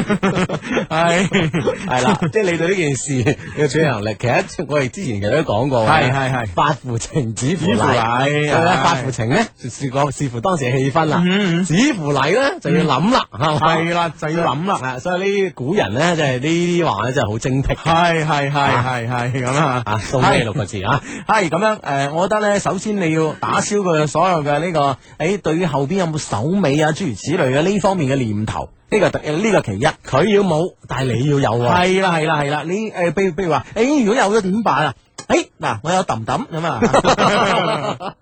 Speaker 1: 係
Speaker 3: 係啦，即係你對呢件事嘅處理能力，其實我哋之前其實都講過嘅，
Speaker 1: 係係係
Speaker 3: 發乎情，止
Speaker 1: 止
Speaker 3: 乎
Speaker 1: 乎禮
Speaker 3: 禮，係啦
Speaker 1: 係
Speaker 3: 發乎情咧，就視過視乎當時嘅氣氛啦
Speaker 1: 嗯嗯，嗯
Speaker 3: 止乎禮咧就要諗啦，係嘛
Speaker 1: 係啦，就要諗啦。
Speaker 3: 啊，所以呢啲古人咧，即係呢啲話咧，真係好精辟嘅
Speaker 1: 係係係係係咁啊！
Speaker 3: 啊，送呢六個字啊。
Speaker 1: 係咁樣，誒、我覺得咧，首先你要打消佢所有嘅呢、個，誒、對於後邊有冇手尾啊，諸如此類嘅呢方面嘅念頭，呢、個第呢、個其一。
Speaker 3: 佢要冇，但係你要有啊。
Speaker 1: 係啦係啦係啦，你誒，譬如譬如話，誒、如果有咗點辦啊？誒，嗱，我有揼揼咁 啊，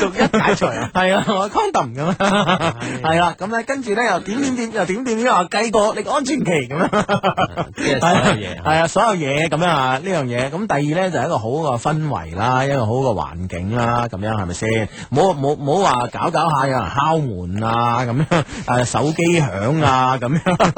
Speaker 1: 逐一解除啊，係啦，我 condom 咁啊，係啦，咁咧跟住咧又點點點又點點點又計過你個安全期咁啊樣，
Speaker 3: 即係所有嘢啊
Speaker 1: 係啊，所有嘢咁樣啊，呢樣嘢咁第二咧就係一個好嘅氛圍啦，一個好嘅環境啦，咁樣係咪先？冇冇冇話搞搞下有人敲門啊，咁樣 誒手機響啊，咁樣。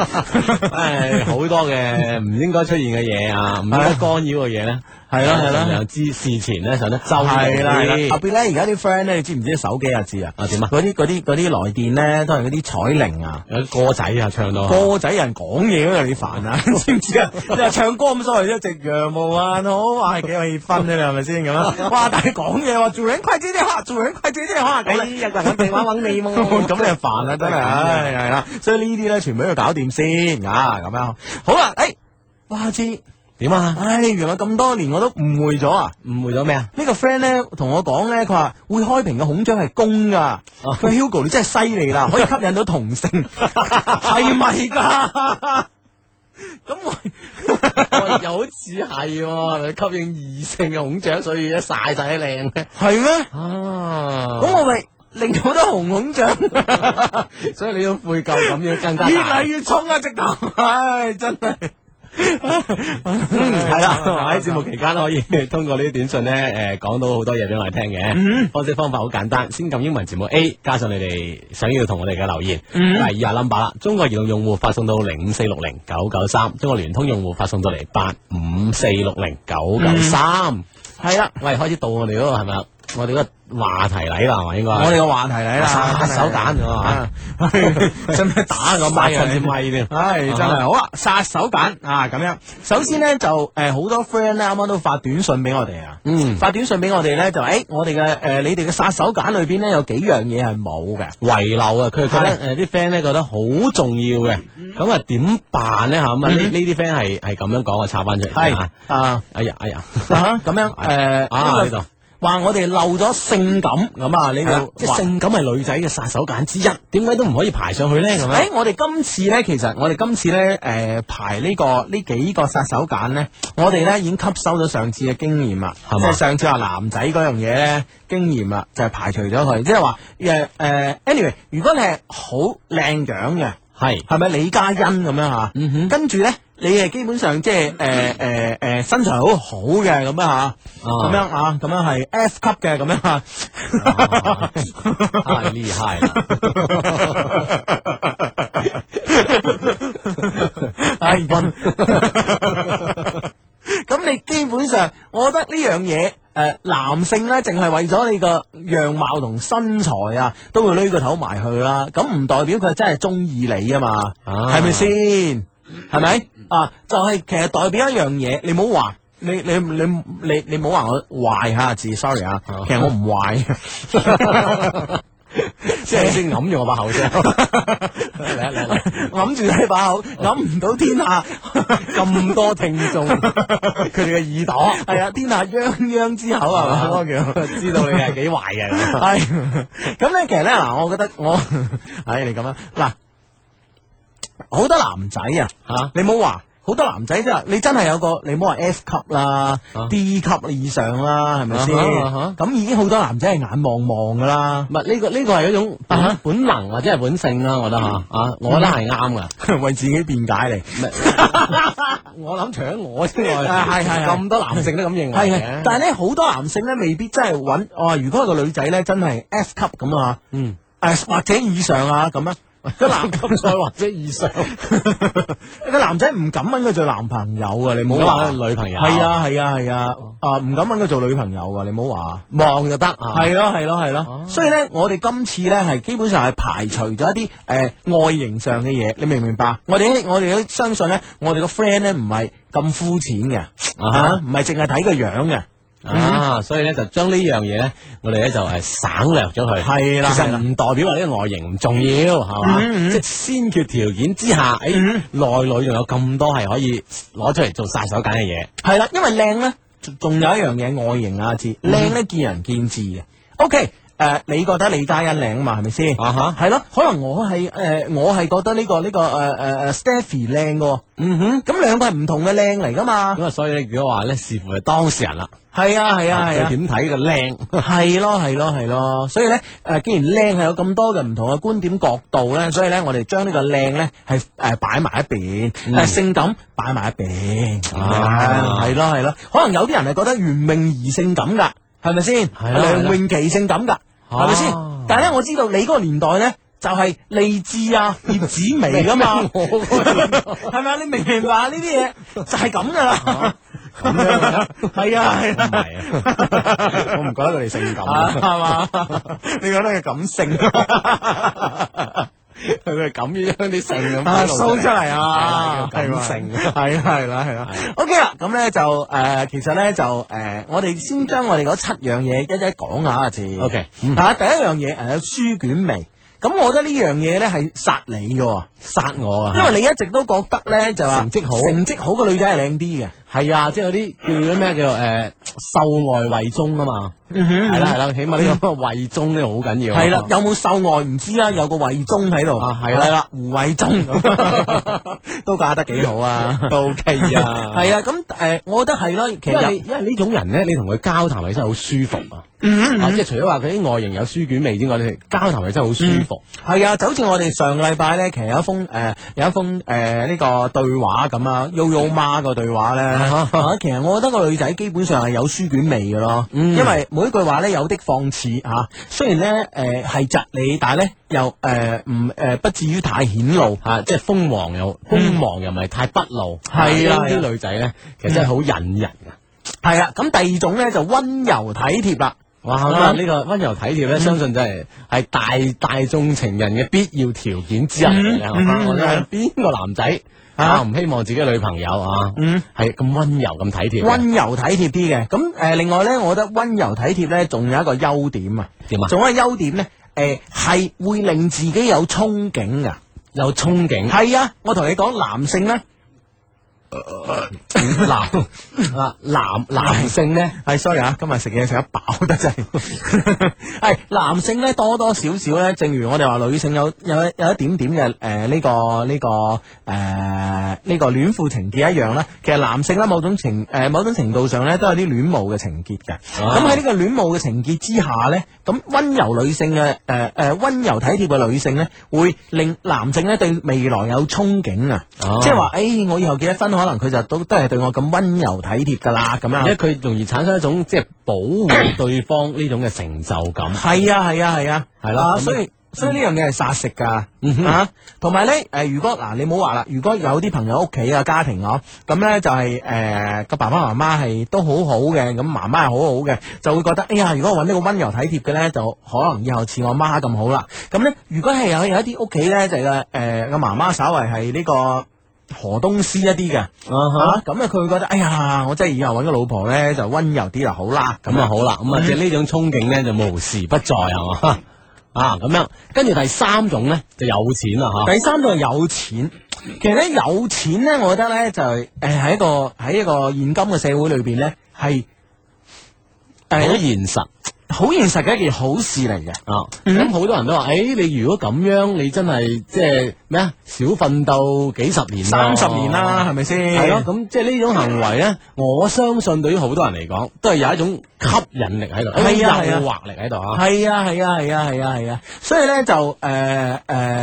Speaker 3: 唉，好多嘅唔應該出現嘅嘢啊，唔應該干擾嘅嘢咧，
Speaker 1: 係咯係咯
Speaker 3: 盡量知事前咧上得周
Speaker 1: 係啦，係啦特
Speaker 3: 啲。
Speaker 1: 別咧而家啲 friend 咧，你知唔知手機啊知啊？
Speaker 3: 啊點啊
Speaker 1: 嗰啲嗰啲嗰啲來電咧，都係嗰啲彩鈴啊。
Speaker 3: 有啲歌仔啊，唱到
Speaker 1: 歌仔人講嘢嗰度你煩 啊，知唔知啊？你話唱歌咁所謂啫，夕陽無限好，哇，係幾有氣氛咧，你係咪先咁 啊？哇，但係講嘢話做人規矩啲 嚇，做人規矩啲嚇，
Speaker 3: 哎
Speaker 1: 咁你一個人地玩揾你喎， 咁你就煩啦，真係，唉，係啦，所以呢啲咧全部都要搞掂先啊，咁樣好啦，誒，哇，知。
Speaker 3: 點啊？
Speaker 1: 唉，原來咁多年我都誤會咗啊！
Speaker 3: 誤會咗咩啊？
Speaker 1: 呢個 friend 咧同我講咧，佢話會開屏嘅孔雀係公噶，佢話 Hugo 你真係犀利啦， 可以吸引到同性，係咪噶？咁我
Speaker 3: 又好似係喎，吸引異性嘅孔雀，所以一曬晒都靚嘅。
Speaker 1: 係咩？
Speaker 3: 啊，
Speaker 1: 咁我咪令到好多紅孔雀
Speaker 3: 所以你要悔疚咁樣更加
Speaker 1: 越
Speaker 3: 大
Speaker 1: 嚟。越重啊！直頭，唉，真係。嗯，
Speaker 3: 係啦，喺節目期間可以通過呢啲短信咧，誒、講到好多嘢俾我哋聽
Speaker 1: 嗯
Speaker 3: 嘅。方式方法好簡單，先撳英文字母 A，加上你哋想要同我哋嘅留言，
Speaker 1: 嗯
Speaker 3: 嗱以下 number 啦。中國移動用戶發送到零五四六零九九三，中國聯通用戶發送到嚟八五四六零九九三。
Speaker 1: 嗯係啦，
Speaker 3: 喂，開始到我哋嗰個係咪啊？我哋嗰個話題嚟啦，係咪應該？
Speaker 1: 我哋個話題嚟啦，
Speaker 3: 殺手鐧咗啊！
Speaker 1: 使唔使打個咪
Speaker 3: 殺
Speaker 1: 啊
Speaker 3: 親？支咪添。
Speaker 1: 唉，真係好啊！殺手鐧啊，咁樣。首先咧就誒好多 friend 咧啱啱都發短信俾我哋啊，
Speaker 3: 嗯
Speaker 1: 發短信俾我哋咧就誒、欸我哋嘅誒你哋嘅殺手鐧裏邊咧有幾樣嘢係冇嘅。
Speaker 3: 遺漏啊，佢哋覺得誒啲 friend 咧覺得好重要嘅，咁啊點辦咧嚇咁啊？呢呢啲 friend 係係咁樣講，我插翻出嚟先
Speaker 1: 係
Speaker 3: 啊！
Speaker 1: 啊
Speaker 3: 哎呀哎呀，
Speaker 1: 啊咁樣誒
Speaker 3: 啊呢度
Speaker 1: 話我哋漏咗性感咁啊呢度
Speaker 3: 即係性感係女仔嘅殺手鐧之一，點解都唔可以排上去咧？咁
Speaker 1: 誒、
Speaker 3: 樣
Speaker 1: 我哋今次咧，其實我哋今次咧，誒、排呢、個呢幾個殺手鐧咧，我哋咧已經吸收咗上次嘅經驗啦，
Speaker 3: 係
Speaker 1: 即
Speaker 3: 嘛
Speaker 1: 係上次話男仔嗰樣嘢咧經驗啦，就係、排除咗佢，即係話誒誒，anyway，如果你係好靚樣嘅，
Speaker 3: 係
Speaker 1: 係咪李嘉欣咁樣嚇？
Speaker 3: 嗯哼
Speaker 1: 跟住咧，你係基本上即係誒誒誒身材好好嘅咁樣嚇，咁樣啊，咁樣係 F 級嘅咁樣啊嚇。
Speaker 3: 太厲害啦！
Speaker 1: 哎細君。 咁你基本上，我覺得呢樣嘢。誒、男性咧，淨係為咗你個樣貌同身材啊，都會攣個頭埋去啦。咁唔代表佢真係中意你啊嘛，係咪先？係咪啊？就係、其實代表一樣嘢，你唔好話你你你你你唔好話我壞下字，sorry 啊，其實我唔壞， 即係先揞住我把口 啫，揞住你把口，揞唔到天下咁多聽眾，佢哋嘅耳朵係啊，天下泱泱之口係嘛，嗰個叫知道你係幾壞啊嘅，係咁咧，其實咧嗱，我覺得我唉，你咁樣嗱。好多男仔啊，吓你冇話。好多男仔真係，你真係有個你唔好話 F 級啦、D 級以上啦，係咪先？
Speaker 3: 啊啊哈啊
Speaker 1: 咁已經好多男仔係眼望望噶啦
Speaker 3: 唔，係呢個呢個係一種本本能或者係本性啦，我覺得吓啊，我覺得係啱 噶。
Speaker 1: 為自己辯解嚟。
Speaker 3: 嗯我諗除咗我之外，
Speaker 1: 啊係係係
Speaker 3: 咁多男性都咁認為
Speaker 1: 係
Speaker 3: 嘅
Speaker 1: 係，。但係咧好多男性咧未必真係揾哦。如果個女仔咧真係 F 級咁啊，
Speaker 3: 嗯，
Speaker 1: 誒或者以上啊 咁啊，個男啊級再或者以上， 個男仔唔敢揾佢做男朋友啊！你
Speaker 3: 唔
Speaker 1: 冇
Speaker 3: 好話
Speaker 1: 話。
Speaker 3: 佢女朋友，
Speaker 1: 係，啊係啊係啊，啊唔敢揾佢做女朋友啊！你唔好話，望就得啊。係咯係咯係咯，所以咧，我哋今次咧係基本上係排除咗一啲誒、呃外形上嘅嘢，你明唔明白？我哋我哋都相信咧，我哋個 friend 咧唔係咁膚淺嘅，啊唔係淨係睇個樣嘅，
Speaker 3: 啊，所以咧就將呢樣嘢咧，我哋咧就係省略咗佢。
Speaker 1: 係啦
Speaker 3: 其實
Speaker 1: 係啦
Speaker 3: 唔代表話呢個外形唔重要，係嘛？
Speaker 1: 嗯嗯
Speaker 3: 即係先決條件之下，
Speaker 1: 哎
Speaker 3: 誒內裏仲有咁多係可以攞出嚟做殺手鐧嘅嘢。
Speaker 1: 係啦，因為靚咧，仲仲有一樣嘢外形啊，知
Speaker 3: 嗯
Speaker 1: 靚咧見仁見智嘅。OK，誒、你覺得李嘉欣靚啊嘛，係咪先？
Speaker 3: 啊哈
Speaker 1: 係咯，可能我係誒、我係覺得呢、個呢、個誒誒誒 Stephy 靚嘅喎。嗯哼，咁兩個係唔同嘅靚嚟噶嘛。
Speaker 3: 咁啊，所以咧，如果話咧，視乎係當事人啦，
Speaker 1: 係啊，係啊，係
Speaker 3: 佢
Speaker 1: 啊。
Speaker 3: 點睇個靚？
Speaker 1: 係咯，係咯，係咯，所以咧，誒、既然靚係有咁多嘅唔同嘅觀點角度咧，所以咧，我哋將呢個靚咧係誒擺埋一邊，誒、呃性感擺埋一邊，
Speaker 3: 嗯啊
Speaker 1: 係咯，係咯，可能有啲人係覺得袁詠儀性感㗎，係咪先？啊
Speaker 3: 係咯
Speaker 1: 梁詠琪性感㗎，係咪先
Speaker 3: 啊？
Speaker 1: 但係咧，我知道你嗰個年代咧。就係勵志啊，葉子楣㗎嘛， 係咪啊？你明唔明白呢啲嘢就係咁㗎
Speaker 3: 啊
Speaker 1: 啦， 係啊係啊。
Speaker 3: 係啊， 我唔覺得佢哋性感
Speaker 1: 啊，系嘛？ 你覺得佢感性
Speaker 3: 佢哋咁樣啲性咁
Speaker 1: 啊
Speaker 3: 一路
Speaker 1: ，show 出嚟
Speaker 3: 係
Speaker 1: 啊
Speaker 3: 啊，感性
Speaker 1: 係啦係啦係啦。OK 啦，咁咧就誒、呃其實咧就誒、呃我哋先將我哋嗰七樣嘢一一講下先。
Speaker 3: OK，
Speaker 1: 啊，第一樣嘢誒有書卷味。咁我覺得呢樣嘢咧係殺你嘅喎，
Speaker 3: 殺我啊！
Speaker 1: 因為你一直都覺得咧就話
Speaker 3: 成績好
Speaker 1: 成績好嘅女仔係靚啲嘅。
Speaker 3: 係啊，即係嗰啲叫咩叫誒秀外慧中啊嘛，係啦係啦，起啊碼呢個慧中呢個好緊要
Speaker 1: 嗯
Speaker 3: 啊。
Speaker 1: 係啦，有冇秀外唔知啊啦，有個慧中喺度
Speaker 3: 啊係啦
Speaker 1: 係啦，胡慧中 都嫁得幾好啊，都 OK
Speaker 3: 啊
Speaker 1: 係啊，咁誒，我覺得係咯，其
Speaker 3: 因為
Speaker 1: 實
Speaker 3: 因為呢種人咧，你同佢交談起身好舒服啊！
Speaker 1: 嗯
Speaker 3: 啊，即係除咗話佢啲外形有書卷味之外，你交談起身好舒服。
Speaker 1: 係啊，就好似我哋上個禮拜咧，其實有一封誒有一封誒呢個對話咁啊，YoYo 媽個對話咧，啊其實我覺得個女仔基本上係有書卷味嘅咯，
Speaker 3: 嗯
Speaker 1: 因為每一句話咧有的放矢嚇，雖然咧誒係窒你，但係咧又誒唔誒不至於太顯露。
Speaker 3: 啊，即係鋒芒又鋒芒又唔係太不露，
Speaker 1: 嗯係啦係啦
Speaker 3: 呢
Speaker 1: 啊
Speaker 3: 啲女仔咧，其實真係好引人啊！
Speaker 1: 系啦，咁第二種咧就温柔體貼啦。嗯
Speaker 3: 哇！咁啊呢個温柔體貼咧，相信真係係大大眾情人嘅必要條件之一
Speaker 1: 嗯
Speaker 3: 嚟嘅。係嘛我覺得邊個男仔啊唔希望自己女朋友啊係咁温柔咁體貼嘅？
Speaker 1: 嗯温柔體貼啲嘅。咁誒、呃另外咧，我覺得温柔體貼咧，仲有一個優點啊。
Speaker 3: 點啊
Speaker 1: 仲有一個優點咧，誒、係會令自己有憧憬噶。
Speaker 3: 有憧憬，呃
Speaker 1: 係啊，我同你講，男性咧
Speaker 3: 男啊男男 性咧。
Speaker 1: 係 sorry 啊，今日食嘢食得飽得滯。 係男性咧多多少少咧，正如我哋話女性有有一有一點點嘅誒呢個呢、個誒呢、個戀父情結一樣啦。其實男性咧某種情誒、呃某種程度上咧都有啲戀慕嘅情結嘅。咁喺呢個戀慕嘅情結之下咧，咁温柔女性嘅誒誒温柔體貼嘅女性咧，會令男性咧對未來有憧憬啊！即係話誒，我以後結咗婚，可能佢就都都係對我咁温柔體貼㗎啦，咁樣
Speaker 3: 而。家佢容易產生一種即係保護對方呢種嘅成就感。
Speaker 1: 係啊係啊係啊，
Speaker 3: 係咯
Speaker 1: 啊
Speaker 3: 咁嗯
Speaker 1: 所以所以呢樣嘢係殺食㗎，啊，同埋咧，誒，如果嗱，你唔好話啦，如果有啲朋友屋企啊、家庭啊，咁咧就係誒個爸爸媽媽係都好好嘅，咁媽媽係好好嘅，就會覺得，哎呀，如果我揾呢個温柔體貼嘅咧，就可能以後似我媽咁好啦。咁咧，如果係有有一啲屋企咧，就係個誒個媽媽稍為係呢個。
Speaker 3: 啊
Speaker 1: 河東獅一啲嘅，啊咁咧佢會覺得，哎呀，我真係以後揾個老婆咧就温柔啲就好啦，咁
Speaker 3: 咁啊好啦，咁
Speaker 1: 嗯
Speaker 3: 啊即係呢種憧憬咧就無時不在係嘛啊咁樣，跟住第三種咧就有錢啦吓，
Speaker 1: 第三個係有錢，其實咧有錢咧，我覺得咧就係誒喺一個喺一個現今嘅社會裏邊咧係
Speaker 3: 好
Speaker 1: 誒
Speaker 3: 現實
Speaker 1: 好現實嘅一件好事嚟嘅。
Speaker 3: 啊。咁好多人都話，誒你如果咁樣，你真係即係咩啊？少奮鬥幾十年，
Speaker 1: 三十年。啦，係咪先？
Speaker 3: 哦係咯，咁即係呢種行為咧，我相信對於好多人嚟講，都係有一種吸引力喺度，
Speaker 1: 係啊
Speaker 3: 有
Speaker 1: 係啊
Speaker 3: 誘惑力喺度啊。
Speaker 1: 係啊係啊係啊係啊係啊，所以咧就誒誒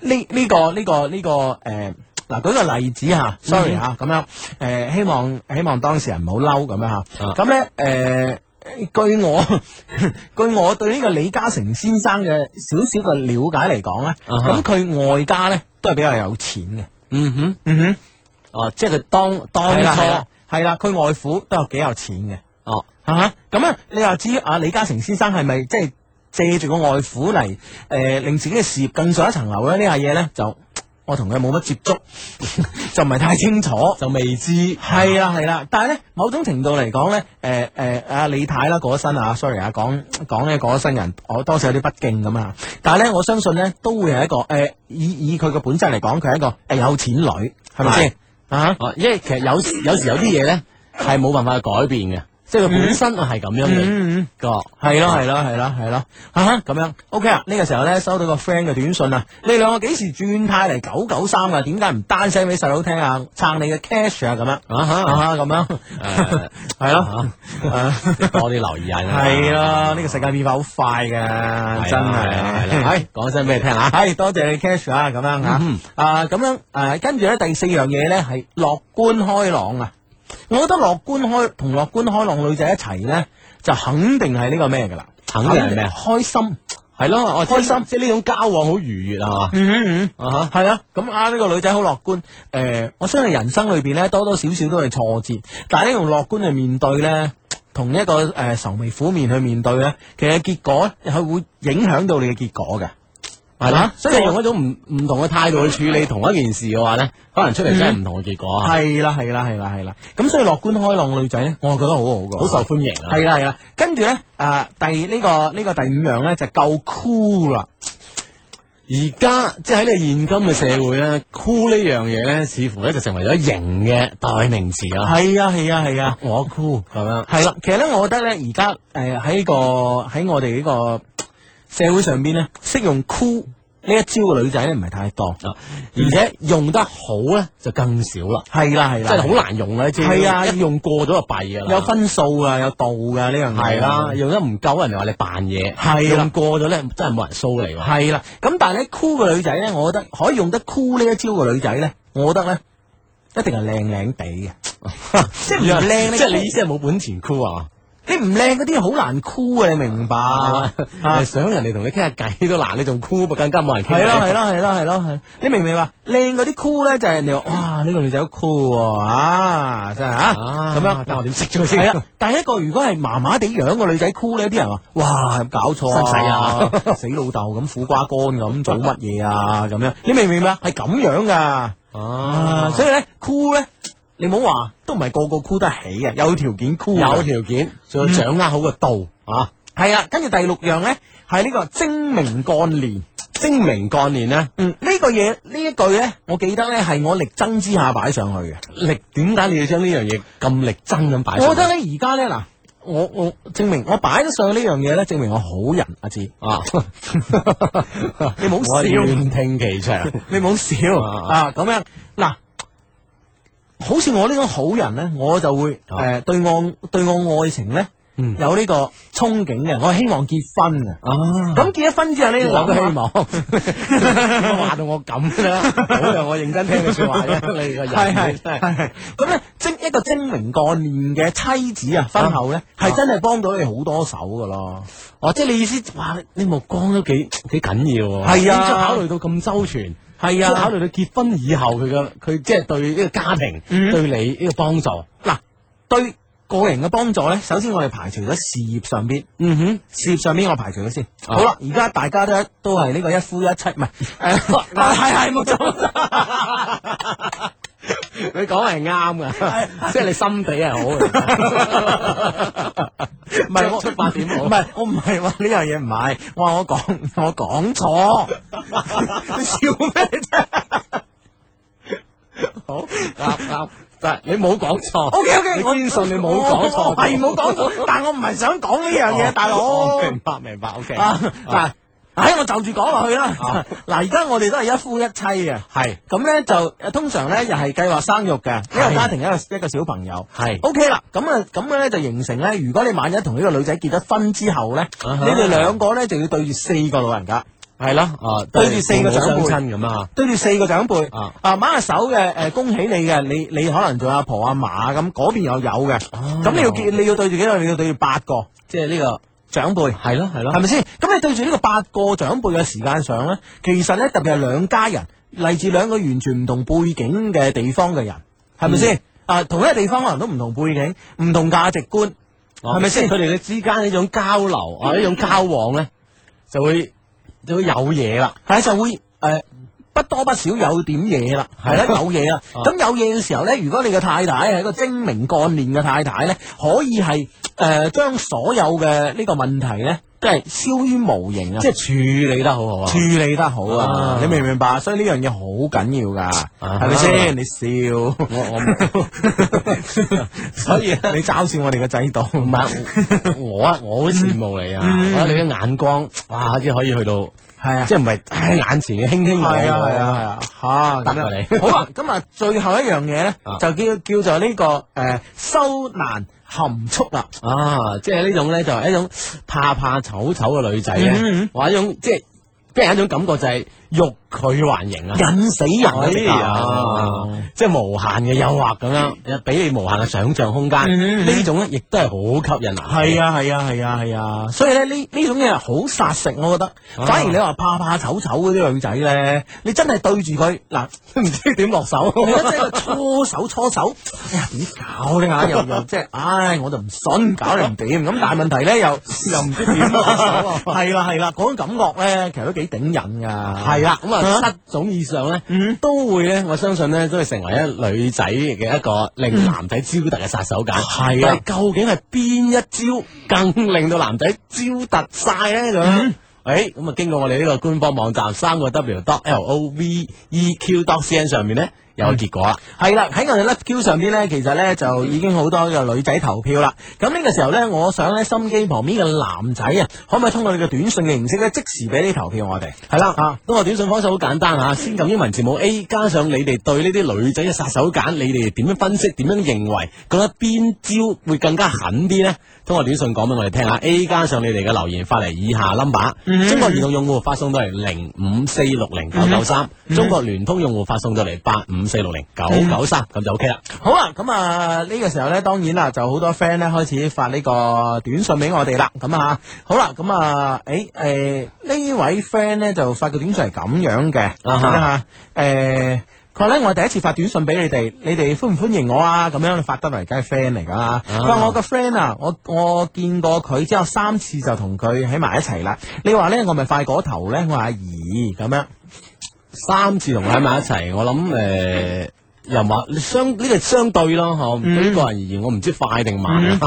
Speaker 1: 呢呢個呢個呢個誒。嗱，舉個例子吓，sorry
Speaker 3: 嗯
Speaker 1: 吓，咁樣，誒，希望希望當事人唔好嬲咁樣吓，
Speaker 3: 啊
Speaker 1: 咁咧，誒，據我 據我對呢個李嘉誠先生嘅少少嘅了解嚟講咧，
Speaker 3: 啊哈
Speaker 1: 咁佢外家咧都係比較有錢嘅，
Speaker 3: 嗯哼，
Speaker 1: 嗯哼，
Speaker 3: 哦，即係佢當當
Speaker 1: 係啦
Speaker 3: 初
Speaker 1: 係啦係啦，佢外父都有幾有錢嘅。
Speaker 3: 哦，
Speaker 1: 啊，咁啊，你又知啊李嘉誠先生係咪即係借住個外父嚟誒、呃令自己嘅事業更上一層樓咧？呢下嘢咧 就我同佢冇乜接觸， 就唔係太清楚。
Speaker 3: 就未知
Speaker 1: 係啊啦係啦，但係咧某種程度嚟講咧，誒誒阿李太啦嗰一身啊，sorry 啊，講講咧嗰一身人，我多少有啲不敬咁啊。但係咧，我相信咧都會係一個誒、呃以以佢嘅本質嚟講，佢係一個誒有錢女，係咪先啊？
Speaker 3: 哦，因為其實有時有時有啲嘢咧係冇辦法改變嘅，即係佢本身係咁樣嘅
Speaker 1: 嗯嗯。
Speaker 3: 個。
Speaker 1: 系咯系咯系咯系咯，啊咁样，OK 啊？呢、個个时候咧收到个 friend 嘅短信啊，你兩個幾時轉態嚟九九三啊？點解唔單聲俾細佬聽啊？撐你嘅 cash 啊咁樣啊哈啊哈咁樣，係咯，啊
Speaker 3: 多啲留意下啦。
Speaker 1: 係咯，呢個世界變化好快嘅，真啊係。
Speaker 3: 係講聲俾你聽 啊！
Speaker 1: 系多謝你 cash 啊，咁樣吓，
Speaker 3: 嗯
Speaker 1: 啊咁樣诶，跟住咧第四樣嘢咧係樂觀開朗啊，我覺得樂觀開同樂觀開朗女仔一齊咧，就肯定係呢個咩噶啦，
Speaker 3: 肯定係咩
Speaker 1: 開心。
Speaker 3: 係咯，我
Speaker 1: 開心
Speaker 3: 即係呢種交往好愉悦啊嘛。
Speaker 1: 嗯嗯嗯，啊系啊，咁啊呢個女仔好樂觀，诶、我相信人生裏边咧多多少少都係挫折，但係呢用樂觀去面對咧，同一個诶、呃愁眉苦面去面對咧，其實結果係會影響到你嘅結果嘅，
Speaker 3: 係
Speaker 1: 啊
Speaker 3: 啦，
Speaker 1: 所
Speaker 3: 所
Speaker 1: 以
Speaker 3: 以
Speaker 1: 我
Speaker 3: 用一種唔唔同嘅態度去處理同一件事嘅話咧，可能出嚟真係唔同嘅結果啊，
Speaker 1: 係啦係啦係啦係啦，咁所以樂觀開朗嘅女仔咧，我係覺得好好噶，
Speaker 3: 好受歡迎啊。
Speaker 1: 係啦係啦，跟住咧啊第呢、個呢、個第五樣咧就夠 cool 啦。
Speaker 3: 而家即係喺呢個現今嘅社會咧，cool 呢樣嘢咧，似乎咧就成為咗型嘅代名詞啊。
Speaker 1: 係啊係啊係啊，我 cool
Speaker 3: 咁樣
Speaker 1: 系啦，其實咧，我覺得咧，而家诶喺呢個喺我哋呢個社會上邊咧，識用 cool 呢一招嘅女仔咧，唔係太多。
Speaker 3: 啊，而且用得好咧就更少啦，
Speaker 1: 係啦係
Speaker 3: 真
Speaker 1: 啦，
Speaker 3: 係好難用啦，即
Speaker 1: 係啊
Speaker 3: 一用過咗就弊噶啦。
Speaker 1: 有分數啊，有度噶呢樣嘢。
Speaker 3: 係啦，用得唔夠人哋話你扮嘢，
Speaker 1: 係啦
Speaker 3: 用過咗咧真係冇人 show 你喎。
Speaker 1: 係啦。咁但係咧，cool 嘅女仔咧，我覺得可以用得 cool 呢一招嘅女仔咧，我覺得咧。一定係靚靚地 嘅，即係唔靚
Speaker 3: 即係你意思係冇本錢 cool 啊？
Speaker 1: 你唔靚嗰啲好難 cool 啊！你明白？啊
Speaker 3: 係想人哋同你傾下偈都難，你仲 cool 更加冇人傾。
Speaker 1: 係咯係咯係咯係咯係，你明唔明白？靚嗰啲 cool 咧就係人哋話哇呢個女仔好 cool 喎啊，真係啊
Speaker 3: 啊
Speaker 1: 咁樣，
Speaker 3: 但我點識咗先
Speaker 1: 係啦，但係一個如果係麻麻地樣嘅女仔 cool 咧，啲人話哇有冇搞錯啊， 死老豆咁苦瓜乾咁做乜嘢啊咁樣，你明唔明白？係咁樣噶啊，
Speaker 3: 啊，
Speaker 1: 所以咧 cool 咧，你唔好話都唔係個個 cool 得起嘅，有條件 cool
Speaker 3: 有
Speaker 1: 嘅
Speaker 3: 條件，仲要掌握好個度啊！
Speaker 1: 係啊，跟住第六樣咧係呢個精明幹練。
Speaker 3: 精明幹練咧，
Speaker 1: 嗯，呢、個嘢呢一句咧，我記得咧係我力爭之下擺上去嘅。
Speaker 3: 力點解你要將呢樣嘢咁力爭咁擺上去？
Speaker 1: 我覺得咧而家咧嗱，我我證明我擺咗上去呢樣嘢咧，證明我好人阿志。
Speaker 3: 啊，
Speaker 1: 你唔好
Speaker 3: 我
Speaker 1: 笑，
Speaker 3: 願聽其詳。
Speaker 1: 你唔好笑
Speaker 3: 啊
Speaker 1: 啊！咁樣嗱，好似我呢種好人咧，我就會誒、
Speaker 3: 啊
Speaker 1: 呃、對我對我愛情咧。
Speaker 3: 嗯
Speaker 1: 有呢個憧憬嘅，我係希望結婚嘅。
Speaker 3: 啊，
Speaker 1: 咁結咗婚之後呢，
Speaker 3: 有個希
Speaker 1: 望。
Speaker 3: 話到我咁啦，好讓我認真聽你説話啫。你個人
Speaker 1: 係係
Speaker 3: 真係
Speaker 1: 係係咁咧，即精一個精明幹練嘅妻子啊，婚後咧係真係幫到你好多手噶咯。
Speaker 3: 哦，即係你意思，哇！你目光都幾幾緊要喎。
Speaker 1: 係啊
Speaker 3: 即係考慮到咁周全，
Speaker 1: 係啊
Speaker 3: 即係考慮到結婚以後佢嘅佢即係對呢個家庭、
Speaker 1: 嗯
Speaker 3: 對你呢個幫助。
Speaker 1: 嗱，對個人嘅幫助咧，首先我哋排除咗事業上邊，
Speaker 3: 嗯哼，
Speaker 1: 事業上邊我排除咗先。
Speaker 3: 啊
Speaker 1: 好啦，而家大家都都係呢個一夫一妻， 啊唔係誒，係係冇錯，
Speaker 3: 你講係啱 噶，即係你心地係好嘅。
Speaker 1: 唔係我
Speaker 3: 出發點好
Speaker 1: 唔係我唔係話呢樣嘢唔係，我話我講我講錯， 你笑咩啫
Speaker 3: 啱啱，但係你冇講錯。
Speaker 1: ？OK OK，
Speaker 3: 你堅信你冇講錯
Speaker 1: 係冇講錯， 但我唔係想講呢樣嘢，大佬
Speaker 3: 哦。明白明白，OK。
Speaker 1: 啊嗱，唉，我就住講落去啦。嗱，而家我哋都係一夫一妻嘅，
Speaker 3: 啊係
Speaker 1: 咁咧就呃通常咧又係計劃生育嘅，一個家庭一個一個小朋友。
Speaker 3: 係
Speaker 1: O K 啦，咁啊，咁樣咧就形成咧，如果你萬一同呢個女仔結咗婚之後咧，
Speaker 3: 啊
Speaker 1: 你
Speaker 3: 哈
Speaker 1: 哋兩個咧就要對住四個老人家，
Speaker 3: 係咯，啊，
Speaker 1: 對住四個長輩
Speaker 3: 親咁啊。
Speaker 1: 對住四個長輩
Speaker 3: 啊，
Speaker 1: 啊挽下手嘅，誒恭喜你嘅，你你可能做阿婆阿嫲咁，嗰邊又有嘅，咁你要結你要對住幾多？你要對住八個，即係呢個長輩。
Speaker 3: 係咯係咯
Speaker 1: 系。咪先？咁你對住呢個八個長輩嘅時間上呢，其實呢，特別係兩家人嚟自兩個完全唔同背景嘅地方嘅人，係咪先？啊，同一個地方可能都唔同背景、唔同價值觀，係
Speaker 3: 哦係
Speaker 1: 咪
Speaker 3: 咪
Speaker 1: 先
Speaker 3: 先？佢哋嘅之間呢種交流啊，呢種交往咧，就會就會有嘢啦。
Speaker 1: 係就會誒。呃不多不少有點嘢啦，係啦，有嘢啦。
Speaker 3: 啊
Speaker 1: 咁有嘢嘅時候呢，如果你嘅太太係一個精明幹練嘅太太呢，可以係誒、呃、將所有嘅呢個問題呢，都係消於無形啊，
Speaker 3: 即係處理得好好啊
Speaker 1: 處。理得好啊
Speaker 3: 啊！
Speaker 1: 你明唔明白？所以呢樣嘢好緊要噶，
Speaker 3: 啊
Speaker 1: 係咪先？你 笑我我，所以你嘲笑我哋嘅制度，唔
Speaker 3: 唔係我我啊，我好羨慕你啊！
Speaker 1: 嗯
Speaker 3: 我覺得你嘅眼光，哇，即係可以去到，
Speaker 1: 係啊
Speaker 3: 即係唔係唉眼前嘅輕輕望
Speaker 1: 係啊係啊係啊，吓
Speaker 3: 得
Speaker 1: 咁
Speaker 3: 啊
Speaker 1: 樣好啦，咁啊，最後一樣嘢咧
Speaker 3: 啊，
Speaker 1: 就叫叫做呢個誒收難含蓄啦。
Speaker 3: 啊！即係呢種咧，就係一種怕怕醜醜嘅女仔
Speaker 1: 嗯
Speaker 3: 咧
Speaker 1: 嗯，
Speaker 3: 或者一種即係俾人一種感覺就係欲拒還迎啊！
Speaker 1: 引死人啊！直
Speaker 3: 哎
Speaker 1: 頭嗯
Speaker 3: 呀，即係無限嘅誘惑咁樣，俾你無限嘅想像空間，
Speaker 1: 嗯嗯嗯
Speaker 3: 呢種咧亦都係好吸引啊！
Speaker 1: 係啊係啊係啊係啊，所以咧呢呢種嘢好殺食，我覺得。反而你話怕怕醜醜嗰啲女仔咧，你真係對住佢嗱， 唔知點落手，你真係搓手搓手，哎呀點搞呢？嚇？又又即係，唉，我就唔信，搞你唔掂。咁但係問題咧又又唔知點落手啊，係啦係啦，嗰種感覺咧其實都幾頂癮㗎。
Speaker 3: 係啦，咁
Speaker 1: 啊嗯
Speaker 3: 啊嗯七種以上咧，都會咧，我相信咧，都會成為一女仔嘅一個令男仔招突嘅殺手鐧。係
Speaker 1: 啊，
Speaker 3: 究竟係邊一招更令到男仔招突晒咧咁
Speaker 1: 嗯
Speaker 3: 樣？誒咁啊，經過我哋呢個官方網站三個 W dot L O V E Q dot C N 上面咧，有個結果啦。
Speaker 1: 係啦，喺我哋 Love Q 上邊咧，其實咧就已經好多嘅女仔投票啦。咁呢個時候咧，我想咧心機旁邊嘅男仔啊，可唔可以通過你嘅短信嘅形式咧，即時俾你投票我哋？
Speaker 3: 係啦，啊，咁我短信方式好簡 單啊，先撳英文字母 A，加上你哋對呢啲女仔嘅殺手鐧，你哋點樣分析，點樣認為，覺得邊招會更加狠啲呢？通過短信講俾我哋聽下，A 啊加上你哋嘅留言發嚟以下 number，、中
Speaker 1: 嗯
Speaker 3: 國移動用戶發送到嚟零五四六零九九
Speaker 1: 嗯
Speaker 3: 三，中國聯通用戶發送到嚟八五四六零九九三，
Speaker 1: 嗯
Speaker 3: 咁就 OK 啦。
Speaker 1: 好啦，咁啊呢個時候呢，當然啦，就好多 friend 呢開始發呢個短信俾我哋啦。咁啊，好啦，咁啊，誒誒呢位 friend 呢就發個短信係咁樣嘅，
Speaker 3: 啊
Speaker 1: 咁
Speaker 3: 哈
Speaker 1: 樣啊誒。佢話咧，我第一次發短信俾你哋，你哋歡唔歡迎我啊？咁樣發得嚟，梗係 friend 嚟㗎啦。佢話我個 friend 啊，我我見過佢之後三次就同佢喺埋一齊啦。你話呢，我咪快過頭呢？我話阿姨咁樣。
Speaker 3: 三次同佢喺埋一齊，我諗誒、呃又話相呢、個相對咯，
Speaker 1: 嗯
Speaker 3: 嗬、對於個人而言，我唔知快定慢啊。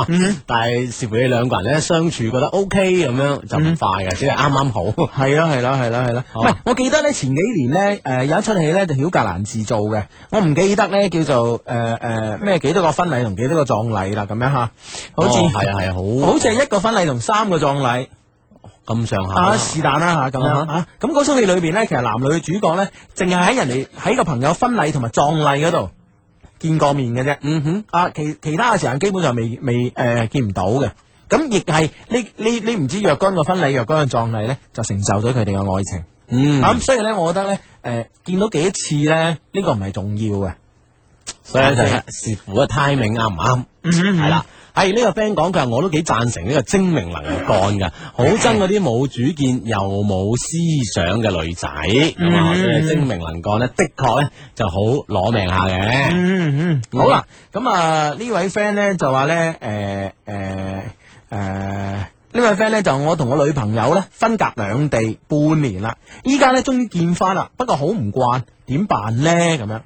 Speaker 3: 但係視乎你兩個人咧相處，覺得 O K 咁樣就唔
Speaker 1: 嗯
Speaker 3: 快嘅，只啊係啱啱好。哦
Speaker 1: 係啦，係啦，係啦，係啦。唔係，我記得咧前幾年咧，誒、有一出戲咧就曉格蘭治做嘅，我唔記得咧叫做誒誒咩幾多個婚禮同幾多個葬禮啦，咁樣吓，好似
Speaker 3: 哦係啊係啊，
Speaker 1: 好似係一個婚禮同三個葬禮
Speaker 3: 好咁上下
Speaker 1: 啊，
Speaker 3: 啦。
Speaker 1: 是但啦吓咁樣
Speaker 3: 啊
Speaker 1: 吓。咁嗰出戲裏邊咧，其實男女主角咧，淨係喺人哋喺個朋友婚禮同埋葬禮嗰度見過面嘅啫。
Speaker 3: 嗯哼，
Speaker 1: 啊，其其他嘅時間基本上未未誒、呃、見唔到嘅。咁亦係你你你唔知若干個婚禮、若干個葬禮咧，就承受咗佢哋嘅愛情。啊
Speaker 3: 嗯
Speaker 1: 呃咁、所以咧，我覺得咧，誒、見到幾多次咧，呢、個唔係重要嘅，
Speaker 3: 所以咧就視乎個 timing 啱唔啱，
Speaker 1: 嗯
Speaker 3: 係啦。係呢個 friend 講，佢話我都幾贊成呢個精明能幹㗎，好憎嗰啲冇主見又冇思想嘅女仔，咁啊，
Speaker 1: 嗯
Speaker 3: 所以精明能幹咧，的確咧就好攞命下嘅。
Speaker 1: 嗯嗯，好啦，咁啊呢位 friend 咧就話咧，诶诶诶，呢位 friend 咧就我同我女朋友咧分隔兩地半年啦，依家咧終於見翻啦，不過好唔慣，點辦咧咁樣？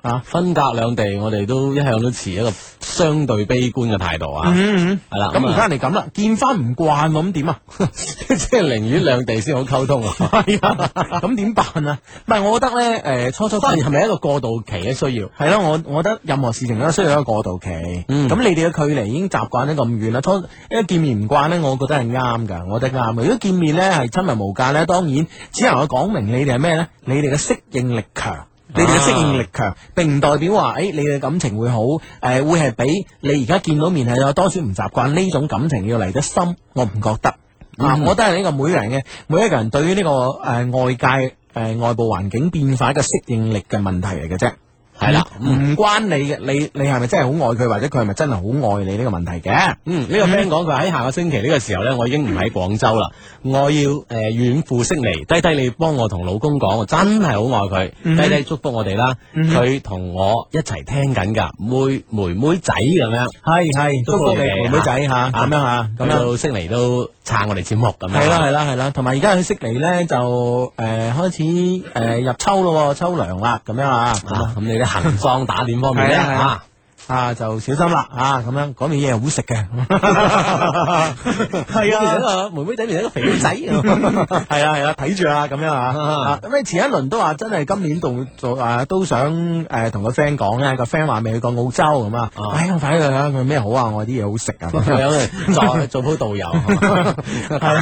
Speaker 1: 啊
Speaker 3: 分隔兩地，我哋都一向都持一個相對悲觀嘅態度啊，
Speaker 1: 嗯
Speaker 3: 係啦。
Speaker 1: 咁
Speaker 3: 啊
Speaker 1: 而家人哋咁啦，見翻唔慣喎咁點啊？
Speaker 3: 即係寧願兩地先好溝通啊。
Speaker 1: 係啊，咁點辦啊？唔係，我覺得咧，诶、初初
Speaker 3: 當然係咪一個過渡期嘅需要？
Speaker 1: 係咯，我我覺得任何事情都需要一個過渡期。咁、
Speaker 3: 嗯
Speaker 1: 你哋嘅距離已經習慣得咁遠啦，初一見面唔慣咧，我覺得係啱㗎，我覺得啱嘅。如果見面咧係親密無間咧，當然只能夠講明你哋係咩咧，你哋嘅適應力強。你哋嘅適應力強，
Speaker 3: 啊
Speaker 1: 並唔代表話，誒、哎你哋嘅感情會好，誒、會係比你而家見到面係有多少唔習慣呢種感情要嚟得深，我唔覺得。啊，
Speaker 3: 嗯
Speaker 1: 我覺得係呢個每個人嘅每一個人對於呢、個誒、外界誒、呃外部環境變化嘅適應力嘅問題嚟嘅啫。
Speaker 3: 係啦，
Speaker 1: 唔關你嘅，你你係咪真係好愛佢，或者佢係咪真係好愛你呢個問題嘅？
Speaker 3: 嗯，呢、個 friend 講佢話喺下個星期呢個時候呢，我已經唔喺廣州啦，我要誒遠赴悉尼，低低你幫我同老公講，我真係好愛佢，
Speaker 1: 嗯
Speaker 3: 低低祝福我哋啦，佢同、我一齊聽緊㗎，妹妹妹仔咁樣，
Speaker 1: 係係，
Speaker 3: 祝
Speaker 1: 祝
Speaker 3: 福
Speaker 1: 福
Speaker 3: 你啊
Speaker 1: 你妹妹仔嚇，咁樣嚇，咁
Speaker 3: 咁
Speaker 1: 樣。
Speaker 3: 到悉尼都撐我哋節目咁樣。
Speaker 1: 係啦係啦係啦，同埋而家去悉尼咧就誒開始誒入秋咯喎，秋涼啦咁樣啊，咁啊
Speaker 3: 啊，咁你啲行裝打點方面呢？
Speaker 1: 係啊係啊
Speaker 3: 啊
Speaker 1: 啊就小心啦啊咁樣，嗰邊嘢係好食嘅，
Speaker 3: 係
Speaker 1: 係
Speaker 3: 啊，變成一個妹妹仔變成一個肥妹仔，
Speaker 1: 係啊係啊，睇住啊咁樣啊
Speaker 3: 啊，
Speaker 1: 咁你前一輪都話真係今年度做啊都想誒同個 friend 講啊咧，個 friend 話未去過澳洲咁啊，哎我快去啦，佢咩好啊，我啲嘢好食啊咁樣。
Speaker 3: 咁樣做做鋪導遊，帶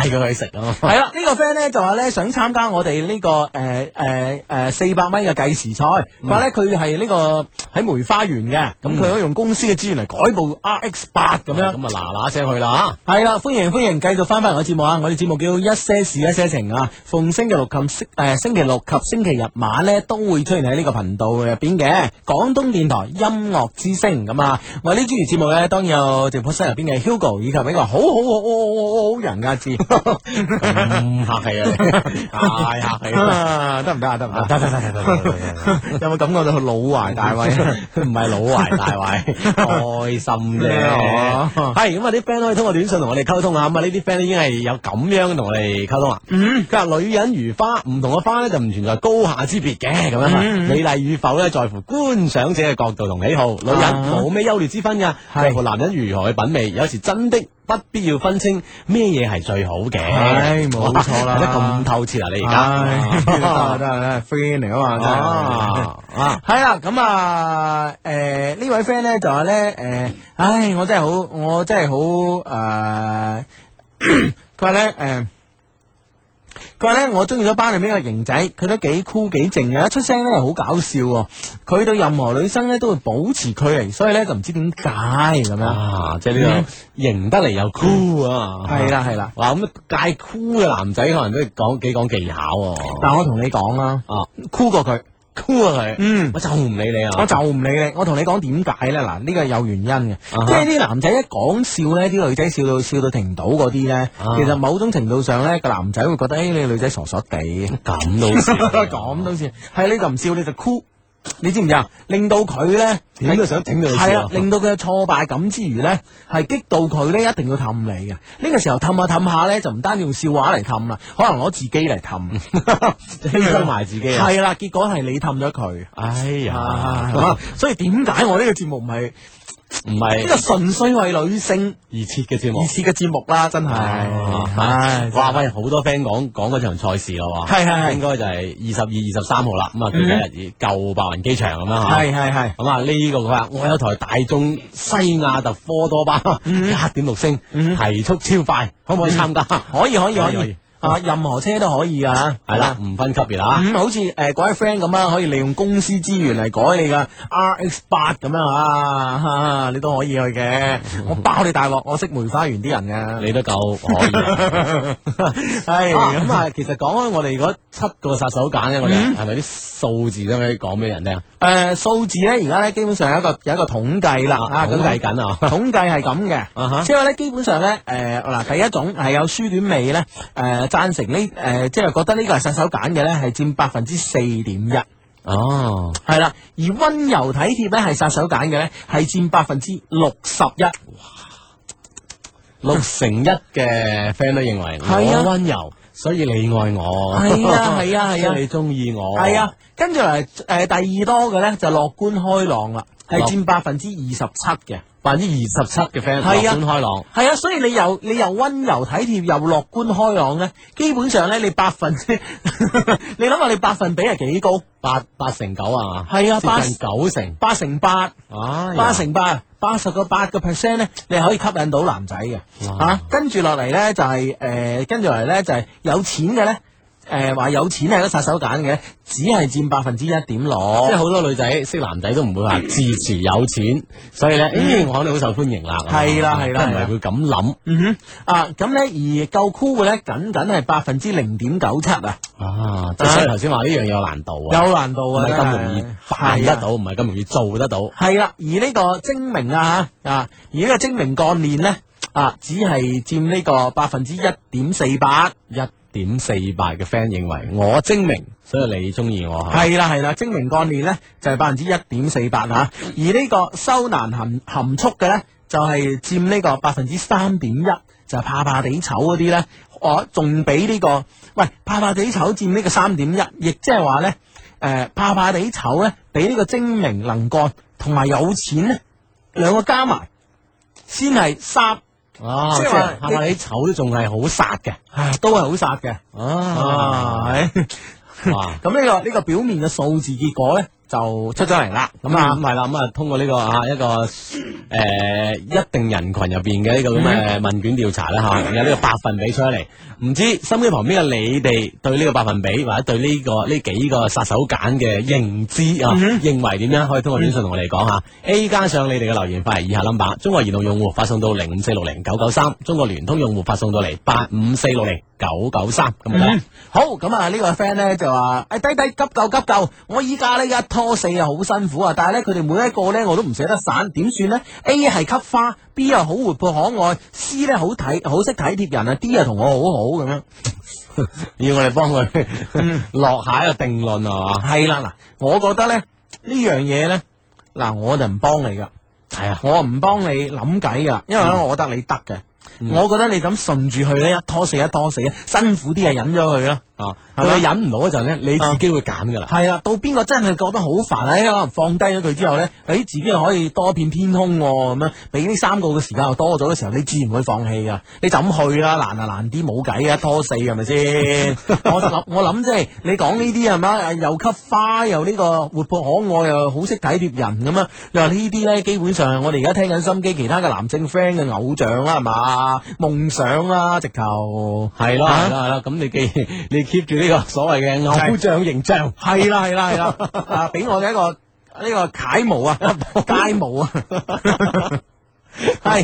Speaker 3: 佢去食啊。
Speaker 1: 系啦，呢、個个 friend 咧就話咧想參加我哋呢、個个诶诶诶四百米嘅計時賽，
Speaker 3: 嗯
Speaker 1: 話咧佢係呢個喺梅花園嘅，咁佢可以用公司嘅資源嚟改部 RX 八咁樣。
Speaker 3: 咁啊嗱嗱聲去啦嚇。
Speaker 1: 係啦，歡迎歡迎，繼續翻返嚟我節目啊！我哋節目叫一些事一些情啊，逢星期六及星誒星期六及星期日晚咧都會出現喺呢個頻道入邊嘅廣東電台音樂之聲咁啊！我呢主持節目咧，當然有直播室入邊嘅 Hugo 以及呢個好好好好好好人家志。
Speaker 3: 咁客氣啊你，太客氣啦！
Speaker 1: 啊得唔得啊？得唔得？得得得得有冇感覺到老懷大慰？
Speaker 3: 唔係老懷大懷，開心啫。
Speaker 1: 哦
Speaker 3: 係咁啊！啲 friend 可以通過短信同我哋溝通啊。咁啊，呢啲 friend 已經係有咁樣同我哋溝通啦。啊
Speaker 1: 嗯
Speaker 3: 佢話女人如花，唔同嘅花咧就唔存在高下之別嘅咁樣。啊美麗與否咧，在乎觀賞者嘅角度同喜好。女人
Speaker 1: 嗯啊
Speaker 3: 冇咩優劣之分㗎，在乎男人如何去品味。有時真的不必要分清咩嘢係最好嘅。
Speaker 1: 係冇錯啦
Speaker 3: 哇睇得咁透徹啊！你而
Speaker 1: 唉
Speaker 3: 家
Speaker 1: 得啦得啦，friend 嚟啊嘛，真係。
Speaker 3: 啊！
Speaker 1: 系啦，咁啊，诶、呢位 friend 咧就話咧，诶、唉，我真係好，我真係好诶，佢話咧，诶、佢話咧，我中意咗班裏面個型仔，佢都幾酷幾靜嘅，一出聲咧好搞笑喎。佢對任何女生咧都會保持距離，所以咧就唔知點解咁樣。嗯
Speaker 3: 啊，即係呢個型得嚟又 cool 啊，
Speaker 1: 係啦係啦，
Speaker 3: 哇咁介 cool 嘅男仔可能都講幾講技巧喎，
Speaker 1: 但我同你講啦，
Speaker 3: 啊
Speaker 1: 酷過佢，
Speaker 3: cool 啊佢，
Speaker 1: 嗯。
Speaker 3: 我就唔理你啊，
Speaker 1: 我就唔理你，我同你講點解咧？嗱，呢個有原因嘅，
Speaker 3: 啊哈
Speaker 1: 即係啲男仔一講笑咧，啲女仔笑到笑到停唔到嗰啲咧，
Speaker 3: 啊
Speaker 1: 其實某種程度上咧，個男仔會覺得，誒、哎你女仔傻傻地，
Speaker 3: 咁都笑，
Speaker 1: 咁都算，係你就唔笑你就酷，你知唔知啊？令到佢咧，
Speaker 3: 點都想整到你
Speaker 1: 係啊
Speaker 3: 笑，，
Speaker 1: 令到佢有挫敗感之餘咧，係激到佢咧一定要氹你嘅。呢、個時候氹下氹下咧，就唔單止用笑話嚟氹啦，可能攞自己嚟 氹，
Speaker 3: 犧牲埋自己啊，
Speaker 1: 係啦，結果係你氹咗佢。
Speaker 3: 哎
Speaker 1: 啊
Speaker 3: 呀，
Speaker 1: 咁啊，所以點解我呢個節目唔係
Speaker 3: 唔
Speaker 1: 呢個
Speaker 3: 係
Speaker 1: 純粹為女性
Speaker 3: 熱切嘅節目
Speaker 1: 而，設嘅節目啦？真係，唉，
Speaker 3: 哦哇喂，好多 friend 講講嗰場賽事咯喎，
Speaker 1: 係係係
Speaker 3: 應該就係二十二、二十三號啦，咁啊，佢第日舊白雲機場咁樣嚇。
Speaker 1: 係係係。
Speaker 3: 咁啊，呢個佢話我有台大眾西亞特科多巴一點六升，提速超快，可唔可以參加？
Speaker 1: 可以可以可
Speaker 3: 可以可
Speaker 1: 以
Speaker 3: 以
Speaker 1: 啊！任何車都可以噶，係
Speaker 3: 係啦，。唔分級別啊啦。
Speaker 1: 咁好似誒嗰位 friend 咁啊，可以利用公司資源嚟改你嘅 RX 八咁樣啊，哈哈你都可以去 嘅。我包你大鑊，我識梅花園啲人嘅。
Speaker 3: 你都夠可 以
Speaker 1: 係
Speaker 3: 啊咁嗯啊！其實講開我哋嗰七個殺手鐧咧，我哋係咪啲數字都可以講俾人聽？
Speaker 1: 誒、诶數字咧，而家咧基本上有一個有一個統計啦，啊
Speaker 3: 統計 緊啊，
Speaker 1: 統計係咁嘅。
Speaker 3: 啊哈
Speaker 1: 即係咧，基本上咧，诶、嗱，第一種係有書卷味咧，诶、贊成呢，诶、即係覺得呢個係殺手揀嘅咧，係佔百分之四點一，
Speaker 3: 哦，
Speaker 1: 係啦。而温柔體貼咧係殺手揀嘅咧，係佔百分之六十一，
Speaker 3: 六成一嘅 friend 都認為
Speaker 1: 係啊
Speaker 3: 我温柔，所以你愛我，
Speaker 1: 係啊係 啊係啊
Speaker 3: 即係你中意我，
Speaker 1: 係啊。跟住嚟诶，第二多嘅咧就樂觀開朗啦，係
Speaker 3: 樂
Speaker 1: 佔百分之二十七嘅。
Speaker 3: 百分之二十七嘅 friend
Speaker 1: 係
Speaker 3: 樂
Speaker 1: 啊
Speaker 3: 觀開朗，
Speaker 1: 系啊，所以你又你又温柔體貼又樂觀開朗咧，基本上咧你百分之， 你諗下你百分比係幾高？
Speaker 3: 八八成九啊，
Speaker 1: 係啊，八
Speaker 3: 接近九成，
Speaker 1: 八成八，
Speaker 3: 啊，
Speaker 1: 八成八，八十個八個 percent 咧，你係可以吸引到男仔嘅啊。跟住落嚟咧就係呃跟住落嚟咧就係有錢嘅咧，诶、話有錢係個殺手鐧嘅，只係佔百分之一點
Speaker 3: 即係
Speaker 1: 六。
Speaker 3: 好多女仔識男仔都唔會話支持有錢，所以咧，咦，我肯定好受歡迎啦。
Speaker 1: 嗯係啦係啦
Speaker 3: 都唔
Speaker 1: 係啦
Speaker 3: 係會咁諗。
Speaker 1: 嗯哼，啊咁咧而夠酷嘅咧，僅僅係百分之零點九七啊，
Speaker 3: 啊，即係所以頭先話呢樣有難度啊，
Speaker 1: 有難度
Speaker 3: 唔
Speaker 1: 啊，
Speaker 3: 係
Speaker 1: 真係
Speaker 3: 咁容易辦
Speaker 1: 係
Speaker 3: 得
Speaker 1: 啊
Speaker 3: 到，唔係咁容易做得到。
Speaker 1: 系啦，而呢個精明啊啊，而呢個精明幹練呢，啊，只係佔呢個百分之一點四八。
Speaker 3: 一點四八嘅 friend 認為我精明，所以你中意我啊係嘛
Speaker 1: 係啦係啦，精明幹練呢就係百分之一點四八吓，而呢個收難含含蓄嘅呢，就係佔呢個百分之三點一，就係怕怕地醜嗰啲呢，我仲比呢、個喂怕怕地醜佔呢個三點一，亦即係話呢，诶、怕怕地醜呢，比呢個精明能幹同埋有錢呢，兩個加埋先係三。
Speaker 3: 啊，
Speaker 1: 即
Speaker 3: 即
Speaker 1: 係
Speaker 3: 係
Speaker 1: 話
Speaker 3: 話下你醜都仲係好殺嘅。
Speaker 1: 唉，都係好殺嘅。
Speaker 3: 啊，
Speaker 1: 啊，係
Speaker 3: 哇
Speaker 1: 咁呢個呢、個表面嘅數字結果咧就出咗嚟啦。咁
Speaker 3: 咁啊，
Speaker 1: 啊
Speaker 3: 咁，係啦，咁啊，通過呢個啊一個誒一定人群入邊嘅呢個咁嘅問卷調查咧嚇，有呢個百分比出嚟，唔知心機旁邊嘅你哋對呢個百分比或者對呢個呢幾個殺手鐧嘅認知啊，認為點樣？可以通過短信同我哋講下。A 加上你哋嘅留言發嚟以下 number，中國移動用戶發送到零五四六零九九三，中國聯通用戶發送到嚟八五四六零九九三咁
Speaker 1: 嗯
Speaker 3: 就得啦。
Speaker 1: 啊好咁啊，呢個 friend 咧就話：，哎誒低低急救急救！我依家呢，一拖四啊，好辛苦啊！但係咧，佢哋每一個咧我都唔捨得散，點算呢 a 係吸花，B 又好活潑可愛，C 咧好體好識體貼人啊，D 又同我好好咁樣。
Speaker 3: 要我哋幫佢落下一個定論啊嘛。
Speaker 1: 嗯係啦，嗱，我覺得咧呢樣嘢咧，嗱，我就唔幫你噶，系啊，嗯我唔幫你諗計噶，因為咧，我覺得你得嘅，我覺得你咁順住去咧，一拖四一拖四，辛苦啲啊，忍咗佢啦，
Speaker 3: 啊，
Speaker 1: 係咪
Speaker 3: 佢忍唔到嗰陣咧，你自己會揀噶啦。
Speaker 1: 係啦，到邊個真係覺得好煩咧，可能放低咗佢之後咧，诶，自己又可以多片天空喎咁樣，俾呢三個嘅時間又多咗嘅時候，你自然會放棄噶，你就咁去啦，難啊難啲冇計啊，一拖四係咪先？ 我諗我諗即係你講呢啲係咪？又吸花又呢個活潑可愛又好識體貼人咁啊！你話呢啲咧，基本上係我哋而家聽緊心機其他嘅男性 friend 嘅偶像啦，係嘛？夢想啦，直頭
Speaker 3: 係咯，
Speaker 1: 啊
Speaker 3: 係啦，係啦。咁你既 你 keep 住呢個所謂嘅偶像形象，
Speaker 1: 系啦系啦系啦， 啊，俾我哋一個呢、個楷模啊，楷模啊，
Speaker 3: 係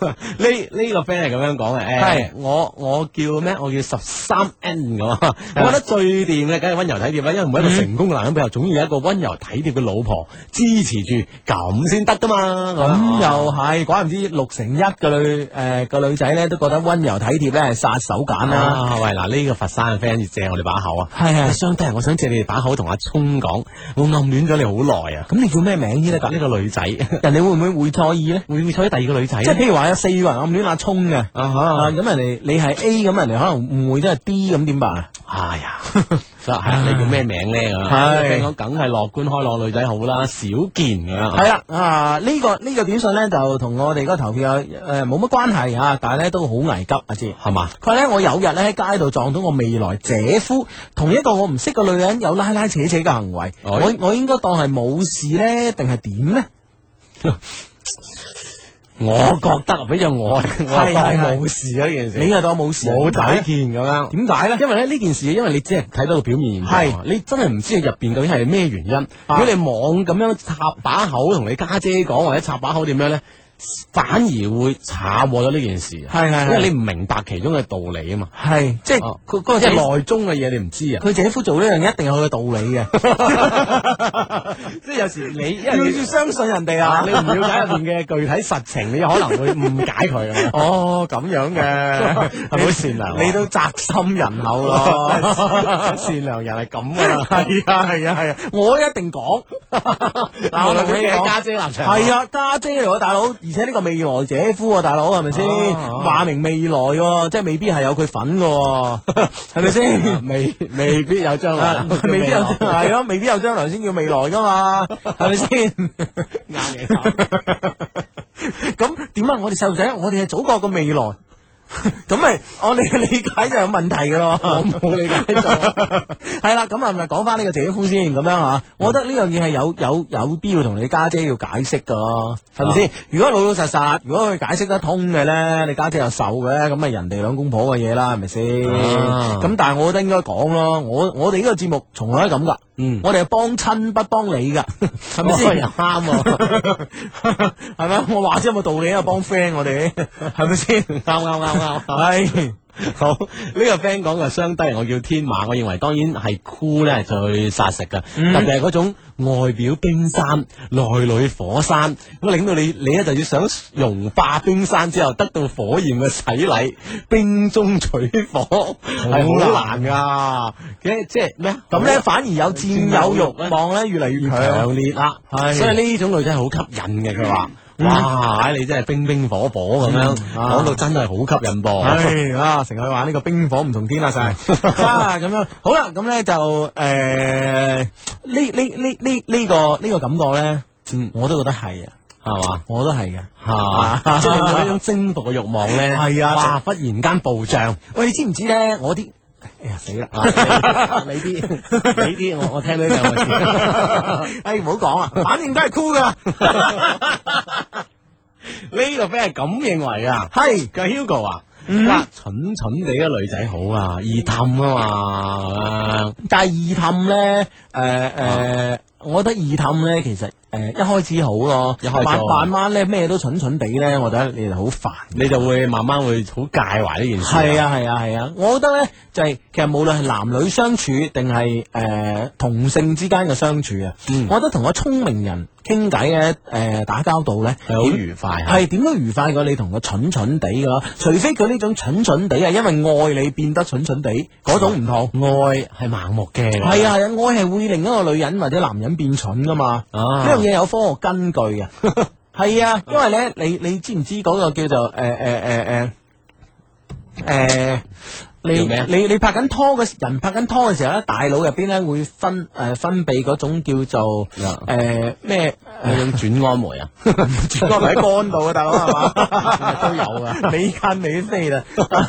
Speaker 3: 呢呢個 friend 係咁樣講嘅。
Speaker 1: 係
Speaker 3: 誒，我我叫咩？我叫十三 N 咁 啊。我覺得最掂嘅梗係温柔體貼啦，因為每一
Speaker 1: 嗯
Speaker 3: 個成功嘅男人背後總要有一個温柔體貼嘅老婆支持住，咁啊先得噶嘛。
Speaker 1: 咁又係，怪唔知六成一嘅女诶个女仔咧都覺得温柔體貼咧係殺手鐧啦。
Speaker 3: 啊，喂，嗱呢個佛山嘅 friend 要借我哋把口啊，係啊，相弟，我想借你哋把口同阿聰講，我暗戀咗你好耐啊，
Speaker 1: 咁你叫咩名先得㗎？
Speaker 3: 呢個女仔會
Speaker 1: 人哋會唔會會錯意咧？
Speaker 3: 唔會娶第二個女仔
Speaker 1: 即係譬如話有四個人暗戀阿聰嘅，
Speaker 3: 啊哈
Speaker 1: 啊咁人哋你係 A 咁，人哋可能誤會咗係 D 咁點辦啊？
Speaker 3: 哎呀，所以係 啊，你叫咩名咧？
Speaker 1: 係
Speaker 3: 咁梗係樂觀開朗女仔好啦，少見㗎
Speaker 1: 系
Speaker 3: 啦。
Speaker 1: 啦，啊呢、個呢、個短信咧就同我哋嗰個投票诶冇乜關係吓，但係咧都好危急啊，知係嘛？佢話咧我有日咧喺街度撞到我未來姐夫同一個我唔識嘅女人有拉拉扯扯嘅行為，
Speaker 3: 哎
Speaker 1: 我我應該當係冇事咧，定係點咧？
Speaker 3: 我覺得俾咗我，我
Speaker 1: 係
Speaker 3: 係當
Speaker 1: 係
Speaker 3: 冇事啊呢件
Speaker 1: 你
Speaker 3: 事，
Speaker 1: 又當冇事，
Speaker 3: 冇
Speaker 1: 點解
Speaker 3: 睇見咁樣。
Speaker 1: 點解咧？
Speaker 3: 因為咧呢件事，因為你只係睇到個表面現
Speaker 1: 係啊
Speaker 3: 象，你真係唔知佢入邊究竟係咩原因。如果你妄咁樣插把口同你家姐講，或者插把口點樣咧，反而會查獲咗呢件事，啊
Speaker 1: 係係
Speaker 3: 因
Speaker 1: 係
Speaker 3: 為你唔明白其中嘅道理啊嘛，
Speaker 1: 系啊即系
Speaker 3: 哦
Speaker 1: 佢嗰個
Speaker 3: 即
Speaker 1: 姐
Speaker 3: 係內中嘅嘢你唔知啊。
Speaker 1: 佢姐夫做呢樣嘢一定有佢嘅道理 嘅，
Speaker 3: 即係有時你因
Speaker 1: 要
Speaker 3: 為你
Speaker 1: 要相信人哋啊。
Speaker 3: 啊！你！唔了解入面嘅具體實情，你可能會誤解佢啊
Speaker 1: 哦，咁樣嘅，
Speaker 3: 係咪好善良啊
Speaker 1: 你都宅心仁厚咯，
Speaker 3: 善良人係咁噶啦，
Speaker 1: 係啊係啊係啊，我一定 講。嗱，我
Speaker 3: 無論
Speaker 1: 同
Speaker 3: 佢
Speaker 1: 你
Speaker 3: 嘅
Speaker 1: 講。
Speaker 3: 家姐立場，
Speaker 1: 係啊，家姐嚟喎，大佬，而且呢個未來姐夫啊，大佬係咪先？
Speaker 3: 啊
Speaker 1: 話明未來喎，即係未必係有佢份嘅喎，係咪先？
Speaker 3: 未未必有將來
Speaker 1: 啊，未必有係咯，未必有將來先叫未來噶嘛， 係咪先？
Speaker 3: 啱嘅。
Speaker 1: 咁點啊？我哋細路仔，我哋係祖國嘅未來， 咁咪我哋嘅理解就有問題噶咯。 我冇理解到。 係啦，咁啊，咪講翻呢個姐夫先咁樣啊。我覺得呢樣嘢係有有有必要同你家姐要解釋噶，係咪先？如果老老實實，如果佢解釋得通嘅咧，你家姐又受嘅，咁咪人哋兩公婆嘅嘢啦，係咪先？
Speaker 3: 啊
Speaker 1: 咁但係我覺得應該講咯。我我哋呢個節目從來都係咁噶，
Speaker 3: 嗯
Speaker 1: 我哋係幫親不幫你 噶，係咪先？
Speaker 3: 哦啱喎，
Speaker 1: 系咪？我話知有冇道理啊？幫 friend 我 哋係咪先？啱啱 啱啱，系
Speaker 3: 好呢、個 friend 講嘅相低，我叫天馬，我認為當然係酷咧最殺食嘅，
Speaker 1: 嗯
Speaker 3: 特別係嗰種外表冰山，內裏火山，咁令到你你咧就要想融化冰山之後，得到火焰嘅洗禮，冰中取火係
Speaker 1: 啊
Speaker 3: 好難噶，嘅即係咩啊？
Speaker 1: 咁咧反而有佔有欲
Speaker 3: 望
Speaker 1: 望咧越嚟哦越強。啊
Speaker 3: 強烈啦，
Speaker 1: 係嗯
Speaker 3: 所以呢種女仔係好吸引嘅，佢話。哇！唉你真係冰冰火火咁樣，
Speaker 1: 啊
Speaker 3: 講到真係好吸引噃。
Speaker 1: 唉啊，成日去玩呢個冰火唔同天啦，就係 啊咁樣。好啦，咁咧就诶呢呢呢呢呢個呢個感覺咧，我都覺得係啊，
Speaker 3: 嗯係嘛？
Speaker 1: 我都係嘅。
Speaker 3: 啊，即係有一種征服嘅欲望咧，
Speaker 1: 係啊
Speaker 3: 哇！忽然間暴漲，
Speaker 1: 喂，你知唔知咧？我啲哎呀死啦！
Speaker 3: 你啲你啲，我我聽到呢兩個字，
Speaker 1: 哎，唔好講啊，反正都係 cool 噶。
Speaker 3: 呢個 friend 係咁認為啊，
Speaker 1: 係
Speaker 3: 佢話 Hugo 啊。
Speaker 1: 嗯
Speaker 3: 嗱，蠢蠢地嘅女仔好啊，易氹啊嘛，
Speaker 1: 但系二氹咧，诶、诶、我覺得二氹咧，其實诶、誒一開始好咯，
Speaker 3: 一開始
Speaker 1: 慢
Speaker 3: 好
Speaker 1: 慢慢咧咩都蠢蠢地咧，我覺得你哋好煩。
Speaker 3: 你就會慢慢會好介懷呢件事。
Speaker 1: 係，啊係啊係啊，我覺得咧就係、其實無論係男女相處定係誒同性之間嘅相處啊，
Speaker 3: 嗯
Speaker 1: 我覺得同個聰明人傾偈咧誒打交道咧
Speaker 3: 係好愉快啊
Speaker 1: 係點都愉快過你同個蠢蠢地㗎咯，除非佢呢種蠢蠢地係啊因為愛你變得蠢蠢地嗰種唔同。
Speaker 3: 愛係盲目嘅。
Speaker 1: 係啊，係啊，愛係會令一個女人或者男人變蠢噶嘛，呢樣
Speaker 3: 啊，
Speaker 1: 嘢有科學根據 嘅。係啊，因為咧，你你知唔知嗰個叫做呃诶诶诶诶诶，呃你
Speaker 3: 叫咩啊
Speaker 1: 你你拍緊拖嘅時人拍緊拖嘅時候咧，大腦入邊咧會分诶、呃分泌嗰種叫做
Speaker 3: 啊
Speaker 1: 诶咩
Speaker 3: 有種轉氨酶啊，
Speaker 1: 全部喺肝度啊，大佬係
Speaker 3: 嗯
Speaker 1: 嘛？都有啊，美奸美飛啦。啊 誒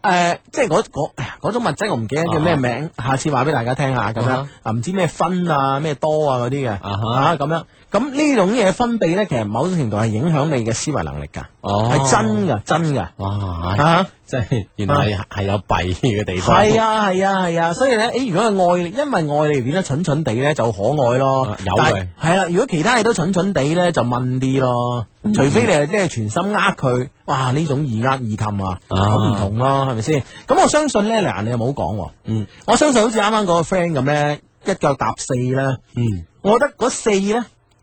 Speaker 1: 誒，即係嗰嗰哎嗰種物質，我唔記得叫咩名，下次話俾大家聽下咁樣
Speaker 3: 啊。
Speaker 1: 啊，唔知咩分啊、咩多啊嗰啲嘅
Speaker 3: 啊哈
Speaker 1: 啊咁樣。咁呢種嘢分泌咧，其實某種程度係影響你嘅思維能力㗎，
Speaker 3: 哦
Speaker 1: 係真㗎，真㗎。
Speaker 3: 哇！
Speaker 1: 啊！
Speaker 3: 即係原來係係有弊嘅地方。
Speaker 1: 係啊係啊係啊，所以咧，诶，如果係愛你，因為愛你而變得蠢蠢地咧，就可愛咯
Speaker 3: 啊。有
Speaker 1: 但
Speaker 3: 佢
Speaker 1: 係係啦，如果其他嘢都蠢蠢地咧，就問啲咯。
Speaker 3: 嗯
Speaker 1: 除非你係即係全心呃佢，哇！呢種易呃易氹啊，
Speaker 3: 啊
Speaker 1: 咁唔同咯，係咪先？咁我相信咧，嗱，你又冇講喎。
Speaker 3: 嗯，
Speaker 1: 我相信好似啱啱嗰個 friend 咁咧，一腳踏四咧，
Speaker 3: 嗯，
Speaker 1: 我覺得嗰四咧，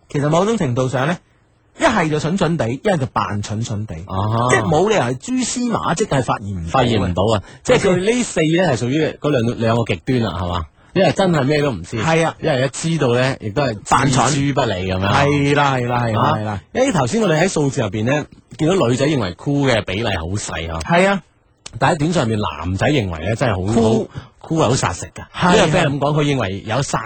Speaker 1: 其實某種程度上咧，一係就蠢蠢地，一係就扮蠢蠢地，
Speaker 3: 啊
Speaker 1: 即係冇理由係蛛絲馬跡係發現唔到
Speaker 3: 發
Speaker 1: 嘅
Speaker 3: 現唔到啊！即係佢呢四咧係屬於嗰兩兩個極端啦，係嘛？一係真係咩都唔知，
Speaker 1: 係啊
Speaker 3: 一係一知道咧，亦都係
Speaker 1: 扮蠢
Speaker 3: 置之不理咁樣。
Speaker 1: 係啦係啦係啦係啦
Speaker 3: 啊，，因為頭先我哋喺數字入邊咧，見到女仔認為酷嘅比例好細啊，
Speaker 1: 係啊，
Speaker 3: 但喺短信入面男仔認為咧真係好
Speaker 1: 酷
Speaker 3: 酷，酷係好殺食㗎。
Speaker 1: 係啊
Speaker 3: 因為 friend 咁講，佢認為有殺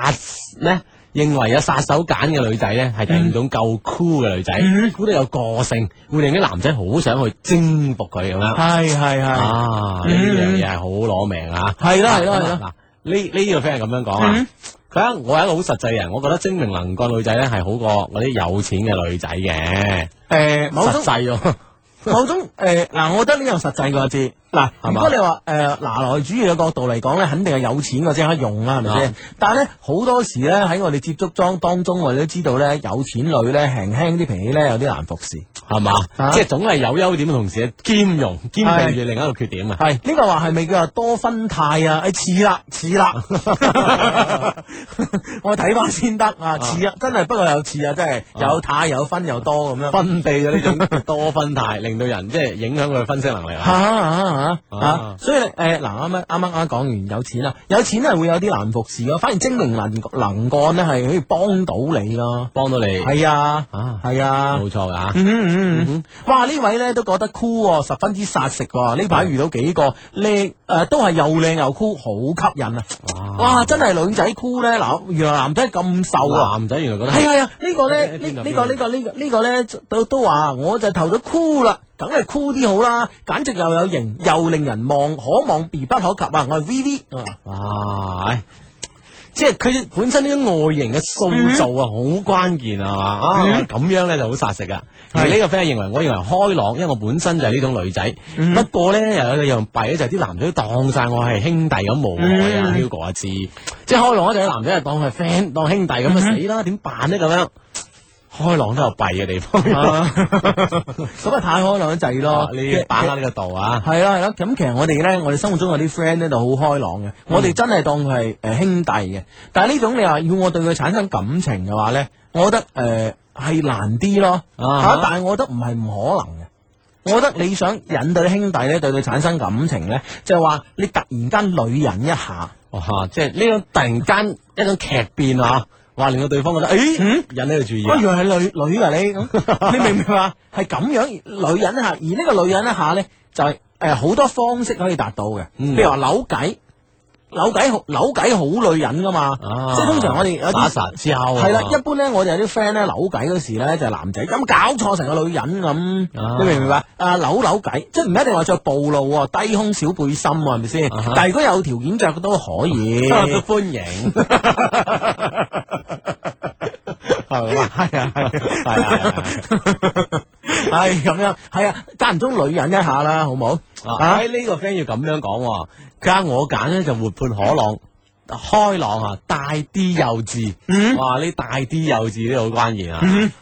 Speaker 3: 咧。認為有殺手鐧嘅女仔咧，係第五種夠酷嘅女仔，
Speaker 1: 嗯
Speaker 3: 酷得有個性，會令啲男仔好想去征服佢咁樣。
Speaker 1: 係係係，
Speaker 3: 啊，呢
Speaker 1: 啊嗯
Speaker 3: 樣嘢係好攞命啊！
Speaker 1: 係啦係啦係
Speaker 3: 嗱，
Speaker 1: 啦
Speaker 3: 呢呢個 friend 係咁樣講啊
Speaker 1: 嗯。
Speaker 3: 佢話我係一個好實際嘅人，我覺得精明能幹女仔咧係好過嗰啲有錢嘅女仔嘅，
Speaker 1: 誒某
Speaker 3: 實
Speaker 1: 種
Speaker 3: 際咯。
Speaker 1: 某種誒嗱，我覺得呢樣實際個字，嗱，
Speaker 3: 係
Speaker 1: 如
Speaker 3: 嘛
Speaker 1: 果你話诶拿來主義嘅角度嚟講咧，肯定係有錢我先可以用啦，係咪
Speaker 3: 啊
Speaker 1: 先？但係咧好多時咧喺我哋接觸當當中，我哋都知道咧有錢女咧輕輕啲脾氣咧有啲難服侍。
Speaker 3: 系嘛？即系总系有優點嘅同時，兼容兼備住另一個缺點啊！
Speaker 1: 係呢個話係咪叫做多分態啊？诶似啦似啦， 我睇翻先得啊似啊，真係不過有似啊，真係有態有分又多咁樣。
Speaker 3: 分泌咗呢種多 分態，令到人即係影響佢嘅分析能力
Speaker 1: 吓
Speaker 3: 啊！
Speaker 1: 吓吓吓
Speaker 3: 啊！
Speaker 1: 所以咧，誒嗱，啱啱啱啱講完有錢啦，有錢係會有啲難服侍咯，反而精明能能幹咧係可以幫到你咯。
Speaker 3: 幫到你
Speaker 1: 係啊，
Speaker 3: 啊
Speaker 1: 係啊。
Speaker 3: 冇錯噶，
Speaker 1: 嗯哼嗯嗯，哇！呢位咧都覺得酷喎，十分之殺食喎。呢排遇到幾個靚誒，都係又靚又酷，好吸引啊！哇，真係女仔酷咧，嗱，原來男仔咁瘦啊！
Speaker 3: 男仔原來覺得
Speaker 1: 系啊系啊，呢個 咧呢呢
Speaker 3: 邊度
Speaker 1: 個呢個呢個呢個咧都都話我就投咗酷啦，梗係酷啲好啦，簡直又有型又令人望可望而不可及啊！我係 V V 啊，
Speaker 3: 哇，唉即係佢本身呢種外形嘅塑造
Speaker 1: 嗯
Speaker 3: 啊，好關鍵啊嘛，啊咁樣咧就好殺食
Speaker 1: 啊
Speaker 3: 噶。而呢個 friend 認為，我認為開朗，因為我本身就係呢種女仔。
Speaker 1: 嗯
Speaker 3: 不過咧又有個樣弊咧，就係啲男仔都當晒我係兄弟咁無害啊，Hugo
Speaker 1: 嗯
Speaker 3: 阿志，即係開朗嗰陣，男仔係當佢係 friend 當兄弟
Speaker 1: 嗯
Speaker 3: 咁啊，死啦，點辦咧咁樣？開朗都有弊嘅地方，
Speaker 1: 啊 咁啊太開朗得滯咯
Speaker 3: 啊，你把握呢個度啊！
Speaker 1: 係啦係啦，咁其實我哋咧，我哋生活中有啲 friend 咧就好開朗
Speaker 3: 嗯
Speaker 1: 嘅，我哋真係當佢係誒兄弟嘅。但係呢種你話要我對佢產生感情嘅話咧，我覺得誒呃係、難啲咯嚇、
Speaker 3: 啊
Speaker 1: 但係我覺得唔係唔可能嘅。我覺得你想引對兄弟咧，對佢產生感情咧，就係、話你突然間女人一下，啊
Speaker 3: 哇！即係呢種突然間一種劇變啊，哇！令到對方覺得，
Speaker 1: 哎
Speaker 3: 誒、引起佢注意啊
Speaker 1: 我。原來係 女女㗎你咁，你明唔明啊？係咁樣女人一下，啊而呢個女人一下咧就係誒好多方式可以達到嘅，
Speaker 3: 嗯
Speaker 1: 譬如話扭計。扭計好扭計好女人噶嘛，
Speaker 3: 啊
Speaker 1: 即係通常我哋有
Speaker 3: 打
Speaker 1: 啲
Speaker 3: 實之後啊
Speaker 1: 係啦，一般咧我哋有啲 friend 咧扭計嗰時咧就係男仔咁搞錯成個女人咁，
Speaker 3: 啊
Speaker 1: 你明唔明白？啊扭扭計，即係唔一定話着暴露喎，低胸小背心喎，係咪先？
Speaker 3: 啊哈
Speaker 1: 但係如果有條件着都可以，
Speaker 3: 都歡迎，係嘛？係啊，係啊，
Speaker 1: 係咁樣，係啊，間唔中女人一下啦，好冇？
Speaker 3: 啊！喺呢個 friend 要咁樣講喎，佢話我揀咧就活潑可朗。開朗啊，大啲幼稚，
Speaker 1: 嗯
Speaker 3: 哇！呢大啲幼稚呢好關鍵啊，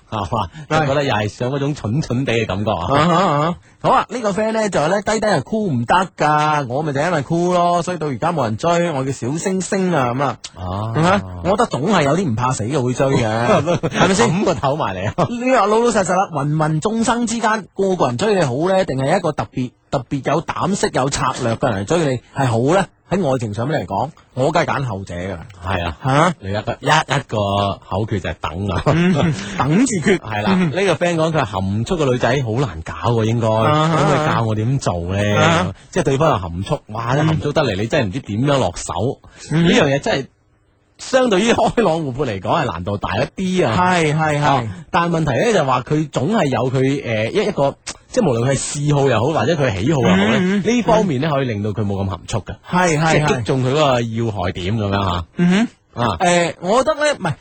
Speaker 3: 係嘛？我覺得又係想嗰種蠢蠢地嘅感覺啊，
Speaker 1: 啊哈啊哈好啊！呢、個 friend 咧就係咧低低係酷唔得噶，我咪就因為酷咯，所以到而家冇人追，我叫小星星啊咁啊，係咪
Speaker 3: 啊，
Speaker 1: 我覺得總係有啲唔怕死嘅會追嘅， 係咪先？
Speaker 3: 咁個頭埋嚟啊！
Speaker 1: 你話老老實實啦，芸芸眾生之間，個個人追你好咧，定係一個特別特別有膽識、有策略嘅人嚟追你係好咧？喺愛情上面嚟講，我梗係揀後者㗎啦，
Speaker 3: 係啊。
Speaker 1: 吓、
Speaker 3: 你一個一一個口訣就係等啊，
Speaker 1: 嗯
Speaker 3: 等字訣係啦。呢個 friend 講佢話含蓄嘅女仔好難搞喎，應該
Speaker 1: 啊
Speaker 3: 咁佢教我點做
Speaker 1: 啊
Speaker 3: 咧？即係對方又含蓄，哇！
Speaker 1: 嗯
Speaker 3: 一含蓄得嚟，你真係唔知點樣落手。呢樣嘢真係相對於開朗活潑嚟講，係難度大一啲啊。
Speaker 1: 係係係
Speaker 3: 啊。但係問題咧就話佢總係有佢誒一一個，即係無論佢係嗜好又好，或者佢喜好又好咧，
Speaker 1: 嗯嗯
Speaker 3: 呢方面咧可以令到佢冇咁含蓄嘅，
Speaker 1: 係
Speaker 3: 即
Speaker 1: 係
Speaker 3: 係擊
Speaker 1: 係，
Speaker 3: 中佢嗰個要害點咁樣嚇。
Speaker 1: 嗯哼。
Speaker 3: 啊
Speaker 1: 诶、我覺得咧，唔係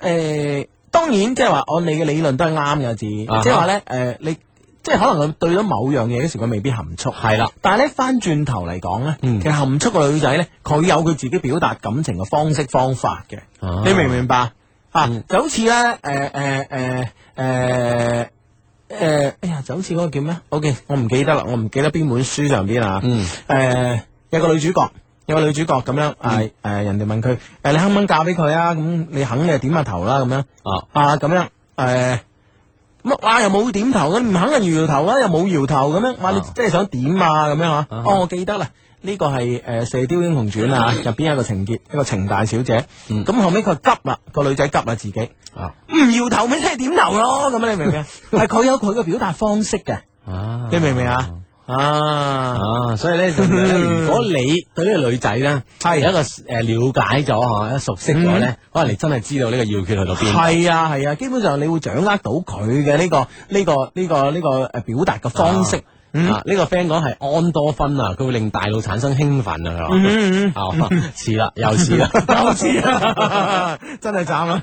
Speaker 1: 诶，当然即係話按你嘅理論都係啱嘅字，
Speaker 3: 啊哈
Speaker 1: 即係話咧，诶、你即係可能佢對咗某樣嘢嗰時，佢未必含蓄，
Speaker 3: 係啦。
Speaker 1: 但係咧翻轉頭嚟講咧，
Speaker 3: 嗯
Speaker 1: 其實含蓄個女仔咧，佢有佢自己表達感情嘅方式方法嘅，
Speaker 3: 啊
Speaker 1: 你明唔明白？啊，就好似咧，诶诶诶诶诶，哎呀，就好似嗰個叫咩？O K，我唔記得啦，我唔記得邊本書上邊啦。
Speaker 3: 嗯。
Speaker 1: 誒、有個女主角，有個女主角咁樣，誒、
Speaker 3: 嗯
Speaker 1: 啊誒、人哋問佢，誒、你肯唔肯嫁俾佢啊？咁你肯你就點下頭啦，咁樣
Speaker 3: 啊
Speaker 1: 啊咁樣誒。咁啊哇！又冇點頭嘅，唔肯啊搖搖頭啦，又冇搖頭咁樣。哇！你
Speaker 3: 啊
Speaker 1: 即係想點啊咁樣嚇？
Speaker 3: 啊
Speaker 1: 哦，我記得啦，呢個係誒《射雕英雄傳》 啊，入邊有一個情節，一個程大小姐。
Speaker 3: 嗯
Speaker 1: 咁後尾佢急啦，個女仔急啦自己，
Speaker 3: 啊
Speaker 1: 唔搖頭咪即係點頭咯，咁樣你明唔 明啊？係佢有佢嘅表達方式嘅，
Speaker 3: 啊
Speaker 1: 你明唔明啊？啊！
Speaker 3: 啊，所以咧，就係咧如果你對呢個女仔咧係有一個诶了解咗吓，熟悉咗咧，可能你真係知道呢個要訣去到邊。
Speaker 1: 系嗯啊系啊，基本上你會掌握到佢嘅呢個呢、個呢、個呢、個诶表達嘅方式。嗯
Speaker 3: 啊！呢個 friend 講係胺多酚啊，佢會令大腦產生興奮啊，
Speaker 1: 嗯
Speaker 3: 哦佢 話啊，似啦，又似啦，
Speaker 1: 好似啊，真係慘啦！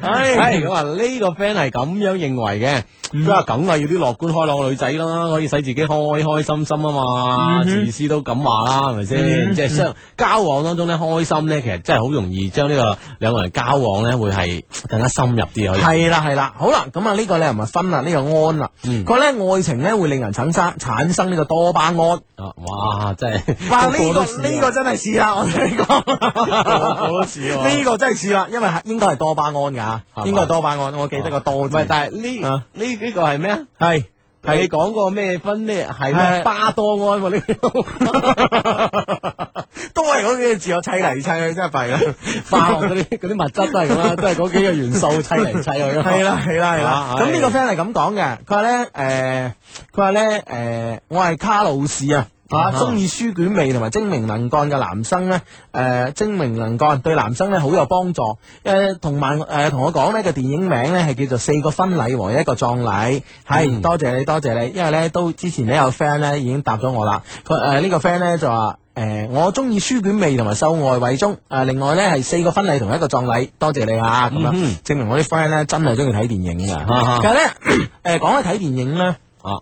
Speaker 3: 唉，咁啊呢個 friend 係咁樣認為嘅，
Speaker 1: 嗯
Speaker 3: 佢話梗係要啲樂觀開朗嘅女仔啦，可以使自己開開心心啊
Speaker 1: 嗯
Speaker 3: 嘛，自私都咁話啦，係咪先？即係相交往當中咧，開心咧，其實真係好容易將呢個兩個人交往咧，會係更加深入啲可以。
Speaker 1: 系啦系啦，好啦，咁啊呢個咧唔係分啦，呢個胺啦，
Speaker 3: 嗯
Speaker 1: 佢咧、愛情咧會令人產生產生呢個多巴胺。
Speaker 3: 啊哇，真係
Speaker 1: 哇！
Speaker 3: 個
Speaker 1: 呢、
Speaker 3: 個
Speaker 1: 個
Speaker 3: 都似啊
Speaker 1: 呢、個真係似啦，我同你講，
Speaker 3: 都似喎
Speaker 1: 呢個真係似啦，因為係應該係多巴胺㗎，
Speaker 3: 嘛
Speaker 1: 應該係多巴胺，我記得個多
Speaker 3: 唔
Speaker 1: 字
Speaker 3: 係，。但係呢
Speaker 1: 啊
Speaker 3: 呢呢個係咩啊？
Speaker 1: 係
Speaker 3: 係你講過咩分咩係
Speaker 1: 係
Speaker 3: 咩巴多胺喎？呢個
Speaker 1: 都係嗰幾個字，我砌嚟砌去真係弊啦。
Speaker 3: 化學嗰啲 嗰啲物質都係咁啦，都係嗰幾個元素砌嚟砌去
Speaker 1: 係啦係啦係啦
Speaker 3: 啊。
Speaker 1: 咁呢
Speaker 3: 係
Speaker 1: 個 friend 係咁講嘅，佢話咧诶，誒佢話咧诶，誒我係卡路士啊。啊，中意書卷味同埋精明能幹嘅男生咧，誒、精明能幹對男生咧好有幫助。誒同埋誒同我講呢個電影名咧係叫做《四個婚禮和一個葬禮》，係、多謝你多謝你，因為咧都之前咧有 friend 咧已經答咗我啦，佢誒呢個 friend 咧就話。誒、我中意書卷味同埋秀外慧中，誒、呃另外咧係四個婚禮同一個葬禮，多謝你啊！咁樣、證明我啲 friend 咧真係中意睇電影㗎。
Speaker 3: 啊
Speaker 1: 其實 咧，誒講起睇電影咧，
Speaker 3: 啊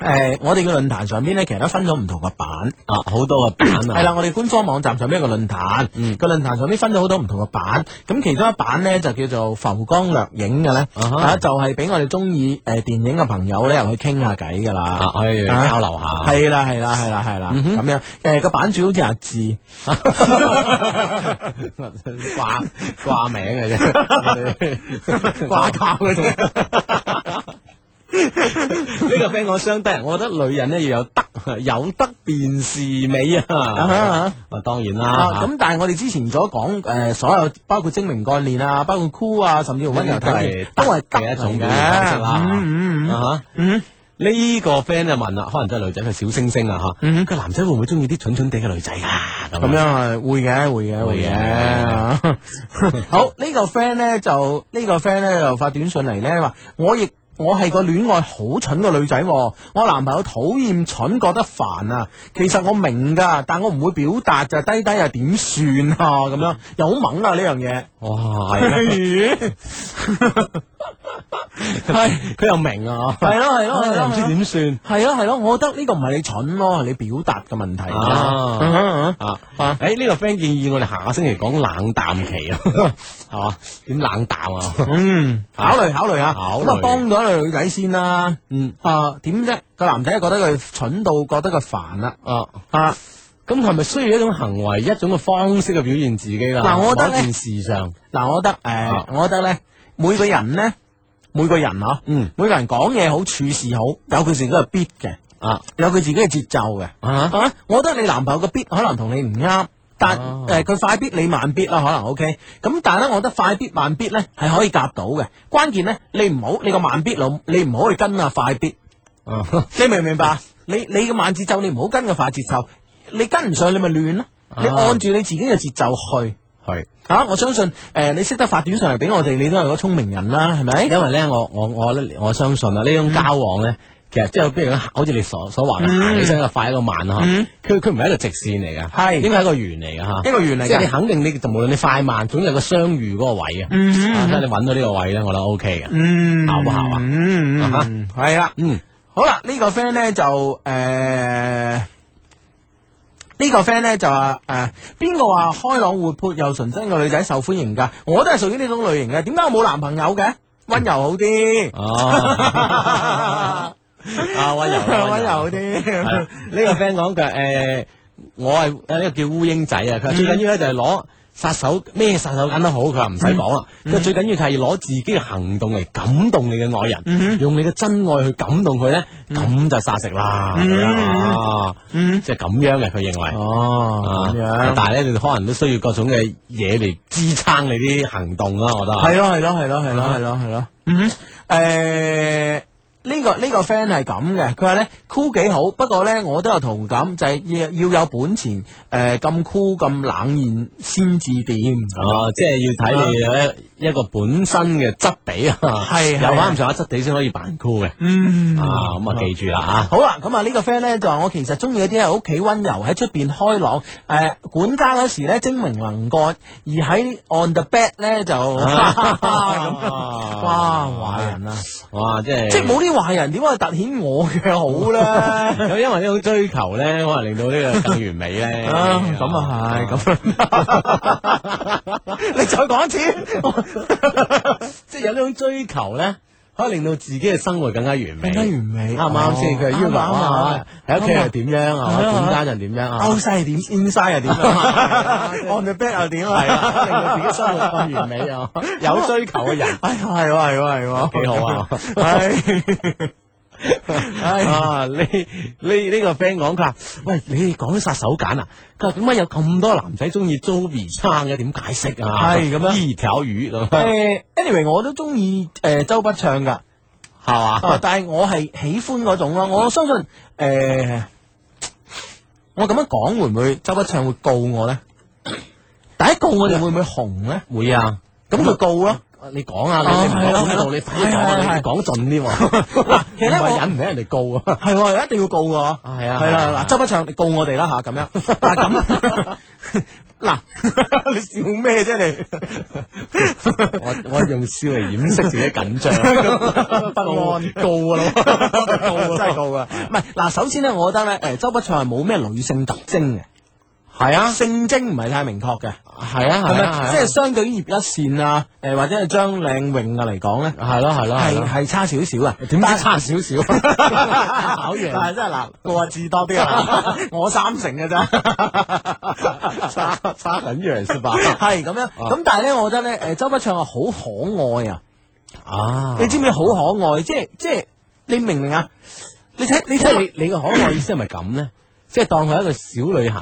Speaker 1: 誒、我哋嘅論壇上邊咧，其實都分咗唔同嘅版。
Speaker 3: 啊，好多個版啊，嗯
Speaker 1: 係啦，我哋官方網站上邊有個論壇，個論壇上邊分咗好多唔同嘅版，咁其中一版咧就叫做浮光掠影嘅咧，
Speaker 3: 啊哈
Speaker 1: 啊就係俾我哋中意誒電影嘅朋友咧入去傾下偈㗎
Speaker 3: 啊，
Speaker 1: 啦。
Speaker 3: 可以
Speaker 1: 啊
Speaker 3: 交流下。嗯
Speaker 1: 係啦係啦係啦係啦，咁樣誒個版主好似阿 志，
Speaker 3: 挂挂名嘅 啫，挂靠嘅啫。呢個 friend 講相得，我覺得女人咧要有德，有德便是美啊！
Speaker 1: 哈
Speaker 3: 啊，當然啦，
Speaker 1: 啊咁但係我哋之前所講誒所有包括精明概念啊，包括 cool 啊，甚至乎温柔體
Speaker 3: 嗯
Speaker 1: 貼都係德
Speaker 3: 嘅一種
Speaker 1: 嚟
Speaker 3: 表現方式啦
Speaker 1: 嘅，嗯嗯嗯
Speaker 3: 啊
Speaker 1: 嗯
Speaker 3: 呢個 friend 就問啦，可能真係女仔佢小星星啊吓，
Speaker 1: 嗯哼
Speaker 3: 佢男仔會唔會中意啲蠢蠢地嘅女仔啊？
Speaker 1: 咁樣係會嘅，會嘅，會
Speaker 3: 會嘅
Speaker 1: 嘅。 好呢個 friend 咧就呢個 friend 咧就發短信嚟咧話，我亦我係個戀愛好蠢嘅女仔喎，我男朋友討厭蠢，覺得煩啊。其實我明㗎，但我唔會表達就低低啊，點算啊？咁樣又好猛啊呢樣嘢。
Speaker 3: 哇，係咩
Speaker 1: 係
Speaker 3: 佢又明 啊，
Speaker 1: 係咯係咯係
Speaker 3: 又
Speaker 1: 咯
Speaker 3: 唔知點算
Speaker 1: 係咯係咯，我覺得呢個唔係你蠢咯，係你表達嘅問題
Speaker 3: 啊
Speaker 1: 嗯哼嗯哼
Speaker 3: 啊啊！誒呢個 friend 建議我哋下個星期講冷淡期啊， 係嘛？點冷淡啊？
Speaker 1: 嗯，考慮考慮下，
Speaker 3: 考慮
Speaker 1: 咁啊幫咗個女仔先啦。
Speaker 3: 嗯
Speaker 1: 啊，點啫？個男仔覺得佢蠢到覺得佢煩啦。
Speaker 3: 啊！
Speaker 1: 啊，
Speaker 3: 咁係咪需要一種行為、一種嘅方式去表現自己啦？
Speaker 1: 嗱我覺得呢
Speaker 3: 某一件事上，
Speaker 1: 嗱，我覺得誒，
Speaker 3: 啊
Speaker 1: 我覺得咧，每個人咧，每個人啊，
Speaker 3: 嗯
Speaker 1: 每個人講嘢好，處事好，有佢自己嘅 beat 嘅，
Speaker 3: 啊
Speaker 1: 有佢自己嘅節奏嘅。
Speaker 3: 啊
Speaker 1: 啊，我覺得你男朋友嘅 beat 可能同你唔啱。但
Speaker 3: 哦
Speaker 1: 誒佢快 beat 你慢 beat 啦，可能 OK。咁但係咧，我覺得快 beat 慢 beat 咧係可以夾到嘅。關鍵咧，你唔好你個慢 beat 佬，你唔好去跟啊快 beat。
Speaker 3: 啊！
Speaker 1: 你明唔明白 啊？你你嘅慢節奏你唔好跟個快節奏，你跟唔上你咪亂咯。你
Speaker 3: 啊
Speaker 1: 按住你自己嘅節奏去
Speaker 3: 係
Speaker 1: 吓、啊我相信誒、呃你識得發短信嚟俾我哋，你都係個聰明人啦，係咪？嗯
Speaker 3: 因為咧，我我我咧我相信啊，呢種交往咧，其實即係譬如好似你所所話嘅，
Speaker 1: 嗯
Speaker 3: 行起身一個快一個慢啊，佢佢唔係一個直線嚟嘅，
Speaker 1: 係
Speaker 3: 應該係一個圓嚟嘅吓。
Speaker 1: 一個圓嚟
Speaker 3: 即係你
Speaker 1: 嘅。
Speaker 3: 肯定你就無論你快慢，總有個相遇嗰個位嘅。啊即係你揾到呢個位咧，我覺得 OK 嘅。
Speaker 1: 嗯
Speaker 3: 姣不姣啊
Speaker 1: 嗯嗯嗯，係啦。
Speaker 3: 嗯，
Speaker 1: 好啦，呢、個 friend 咧就誒。呃呢個 friend 咧就話誒邊個話開朗活潑又純真嘅女仔受歡迎㗎？我都係屬於呢種類型嘅，點解我冇男朋友
Speaker 3: 啊
Speaker 1: 嘅？温柔好啲。
Speaker 3: 哦，啊温柔啦，
Speaker 1: 温
Speaker 3: 啦
Speaker 1: 柔啲。
Speaker 3: 係啦呢個 friend 講嘅誒，我係誒呢個叫烏蠅仔啊，
Speaker 1: 嗯
Speaker 3: 佢話最緊要咧就係攞殺手咩殺手鐧都好，佢話唔使講啦，
Speaker 1: 嗯
Speaker 3: 佢話最緊要就係攞自己嘅行動嚟感動你嘅愛
Speaker 1: 嗯
Speaker 3: 人，用你嘅真愛去感動佢咧，咁就殺食啦，係啊
Speaker 1: 嗯，
Speaker 3: 即係咁樣嘅佢認為。
Speaker 1: 哦，
Speaker 3: 啊
Speaker 1: 咁樣。
Speaker 3: 但係咧，你可能都需要各種嘅嘢嚟支撐你啲行動啦，我覺得
Speaker 1: 係咯係咯係咯係咯係咯係咯。嗯，誒。呢、個呢個 friend 係咁嘅，佢話咧酷幾好，不過咧我都有同感，就係、要要有本錢，誒咁酷咁冷然先至掂。啊
Speaker 3: 哦，即係要睇你咧一個本身嘅質地啊，
Speaker 1: 係
Speaker 3: 有翻咁上下質地先可以扮 cool 嘅。
Speaker 1: 嗯
Speaker 3: 啊，咁啊記住啦嚇。
Speaker 1: 好啦，咁啊呢個 friend 咧就話我其實中意嗰啲喺屋企温柔，喺出邊開朗，誒、管家嗰時咧精明能幹，而喺 on the bed 咧就 咁，嗯哇壞人啊！
Speaker 3: 啊哇，即係
Speaker 1: 即係冇啲壞人，點可以突顯我嘅好咧？
Speaker 3: 咁因為呢種追求咧，可能令到呢個更完美咧。
Speaker 1: 啊，咁啊係，咁 你再講一次，
Speaker 3: 即係有呢種追求咧，可以令到自己嘅生活更加完美。
Speaker 1: 更加完美，
Speaker 3: 啱唔啱先？佢係要求
Speaker 1: 啱啊啱
Speaker 3: 啊
Speaker 1: 啊，
Speaker 3: 喺屋企又點樣啊？
Speaker 1: 啱啊
Speaker 3: 管家又點樣啊？
Speaker 1: ，outside 係點，inside 又點 啊，on the bed 又點啊？
Speaker 3: 係啊，令到自己生活更完美 啊！有追求嘅人。
Speaker 1: 哎呀，係喎，係喎，係喎，
Speaker 3: 幾好啊！
Speaker 1: 係
Speaker 3: 啊！呢呢呢個 friend 講佢話：，喂，你哋講啲殺手鐧啊？佢話點解有咁多男仔中意 Joey 撐嘅？點解釋啊？
Speaker 1: 係咁樣
Speaker 3: 呢條魚咁，
Speaker 1: 誒，anyway，我都中意誒周筆暢噶，
Speaker 3: 係嘛？嗯
Speaker 1: 啊但係我係喜歡嗰種咯。我相信誒、我咁樣講會唔會周筆暢會告我咧？第一告我哋會唔會紅咧？
Speaker 3: 會啊！
Speaker 1: 咁佢告咯。
Speaker 3: 你講
Speaker 1: 啊
Speaker 3: 啊，你你
Speaker 1: 係
Speaker 3: 唔
Speaker 1: 咯
Speaker 3: 講呢
Speaker 1: 係咯
Speaker 3: 度，你快啲講
Speaker 1: 係
Speaker 3: 啊，
Speaker 1: 係係
Speaker 3: 你講盡啲喎。嗱，
Speaker 1: 其實咧我
Speaker 3: 忍唔起人哋告啊。
Speaker 1: 係喎，一定要告我。
Speaker 3: 係
Speaker 1: 係
Speaker 3: 啊係啊
Speaker 1: 啦，嗱，周筆暢你告我哋啦吓，咁樣。 嗱 咁， 嗱，你笑咩啫你？
Speaker 3: 我我用笑嚟掩飾自己緊張，
Speaker 1: 不安
Speaker 3: 告啊咯，
Speaker 1: 告啊，真係告啊！唔係嗱，首先咧，我覺得咧，誒，周筆暢係冇咩女性特徵嘅，係啊，性徵唔係太明確嘅，
Speaker 3: 係啊
Speaker 1: 係
Speaker 3: 係啊，
Speaker 1: 咪？即係相對於葉一善啊，誒，或者係張靚穎啊嚟講咧，
Speaker 3: 係咯係咯係
Speaker 1: 係
Speaker 3: 咯，
Speaker 1: 係差少少啊。
Speaker 3: 點解差少少？
Speaker 1: 考完，但係真係嗱，個字多啲 啊，我三成嘅咋，
Speaker 3: 差差很遠是吧？哦
Speaker 1: 係咁樣。咁但係咧，我覺得咧，誒，周筆暢係好可愛啊。
Speaker 3: 啊，
Speaker 1: 你知唔知好可愛？即係即係你明唔明啊？你睇你睇
Speaker 3: 你你嘅可愛意思係咪咁咧？即係當佢係一個小女孩，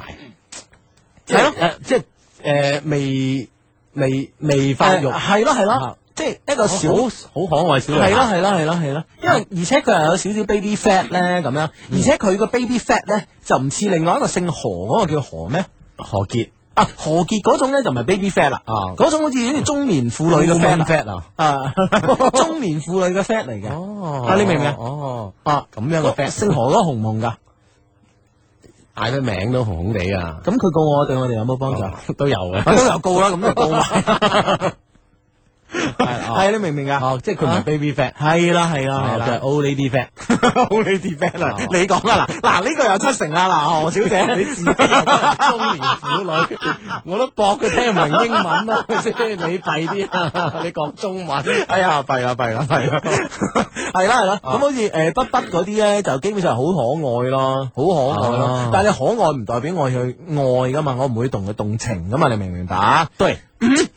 Speaker 3: 即係
Speaker 1: 係
Speaker 3: 誒即係誒未未未發育，
Speaker 1: 誒呃係咯係
Speaker 3: 啊
Speaker 1: 咯，即係一個小
Speaker 3: 好好可愛小女啊
Speaker 1: 係咯
Speaker 3: 孩，啊
Speaker 1: 係咯係咯係咯，因為而且佢又有少少 baby fat 咧咁樣，
Speaker 3: 嗯
Speaker 1: 而且佢個 baby fat 咧就唔似另外一個姓何嗰個叫何咩？
Speaker 3: 何潔
Speaker 1: 啊，何潔嗰種咧就唔係 baby fat 啦，
Speaker 3: 啊
Speaker 1: 嗰種好似好似中年婦女嘅 fat 啦
Speaker 3: fat 啊，
Speaker 1: 啊，中年婦女嘅 fat 嚟嘅，
Speaker 3: 哦
Speaker 1: 啊你明唔明啊
Speaker 3: 哦，
Speaker 1: 啊，
Speaker 3: 咁樣嘅 fat，
Speaker 1: 姓何嗰個紅唔紅㗎？
Speaker 3: 嗌得名都紅紅地 啊，
Speaker 1: 咁佢告我對我哋有冇 幫助？
Speaker 3: 都有嘅。
Speaker 1: 咁又啊告啦，咁就告埋，
Speaker 3: 係
Speaker 1: 係你明唔明啊？
Speaker 3: 哦，即係佢唔係 baby fat，
Speaker 1: 係啦係啦
Speaker 3: 哦
Speaker 1: 係
Speaker 3: 佢係
Speaker 1: 啦
Speaker 3: old lady 啊
Speaker 1: 啊
Speaker 3: fat。
Speaker 1: ，Old Lady Band 啦，你講啦嗱嗱呢個有七成啦嗱，何小 姐你自己
Speaker 3: 中年婦 女，我都搏佢聽唔明英文啦，係咪先你弊 啲啊！你講中文，
Speaker 1: 哎呀弊啦弊啦弊啦，係啦係啦，
Speaker 3: 啊
Speaker 1: 咁好似誒筆筆嗰啲咧就基本上好可愛咯，好可愛
Speaker 3: 啊
Speaker 1: 咯，但係你可愛唔代表我去愛噶嘛，我唔會同佢動情噶嘛，你明唔明白？
Speaker 3: 對，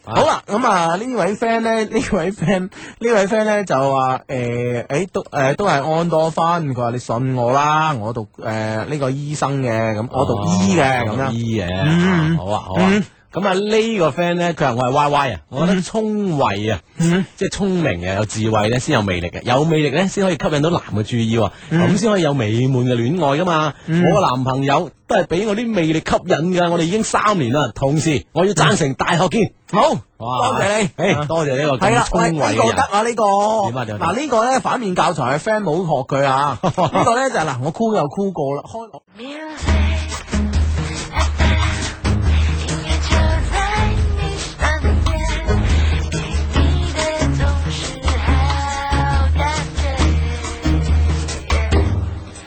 Speaker 1: 好啦，咁啊呢位 friend 咧，呢 位 friend 呢位 friend 咧就話誒誒都誒、都係安多芬，佢話你信我啦，我讀誒呢、個醫生嘅，咁我讀醫嘅咁樣。
Speaker 3: 哦醫嘅，
Speaker 1: 嗯
Speaker 3: 好啊好啊。咁啊呢個 friend 咧，佢話我係 Y Y 啊，我覺得聰慧啊，即係聰明啊嘅，有智慧咧先有魅力嘅，有魅力咧先可以吸引到男嘅注意喎，咁先可以有美滿嘅戀愛噶嘛。我個男朋友都係俾我啲魅力吸引㗎，我哋已經三年啦，同時我要贊成大學見，
Speaker 1: 好，
Speaker 3: 哇
Speaker 1: 多謝你。嗯
Speaker 3: 誒多謝呢個
Speaker 1: 係
Speaker 3: 咁
Speaker 1: 啦，喂，
Speaker 3: 聰
Speaker 1: 呢
Speaker 3: 慧
Speaker 1: 個
Speaker 3: 嘅
Speaker 1: 得
Speaker 3: 人。
Speaker 1: 啊，呢個
Speaker 3: 點啊點啊
Speaker 1: 嗱呢個咧反面教材嘅 friend 冇學佢啊，呢個咧就係嗱我箍又箍過啦，開
Speaker 8: Music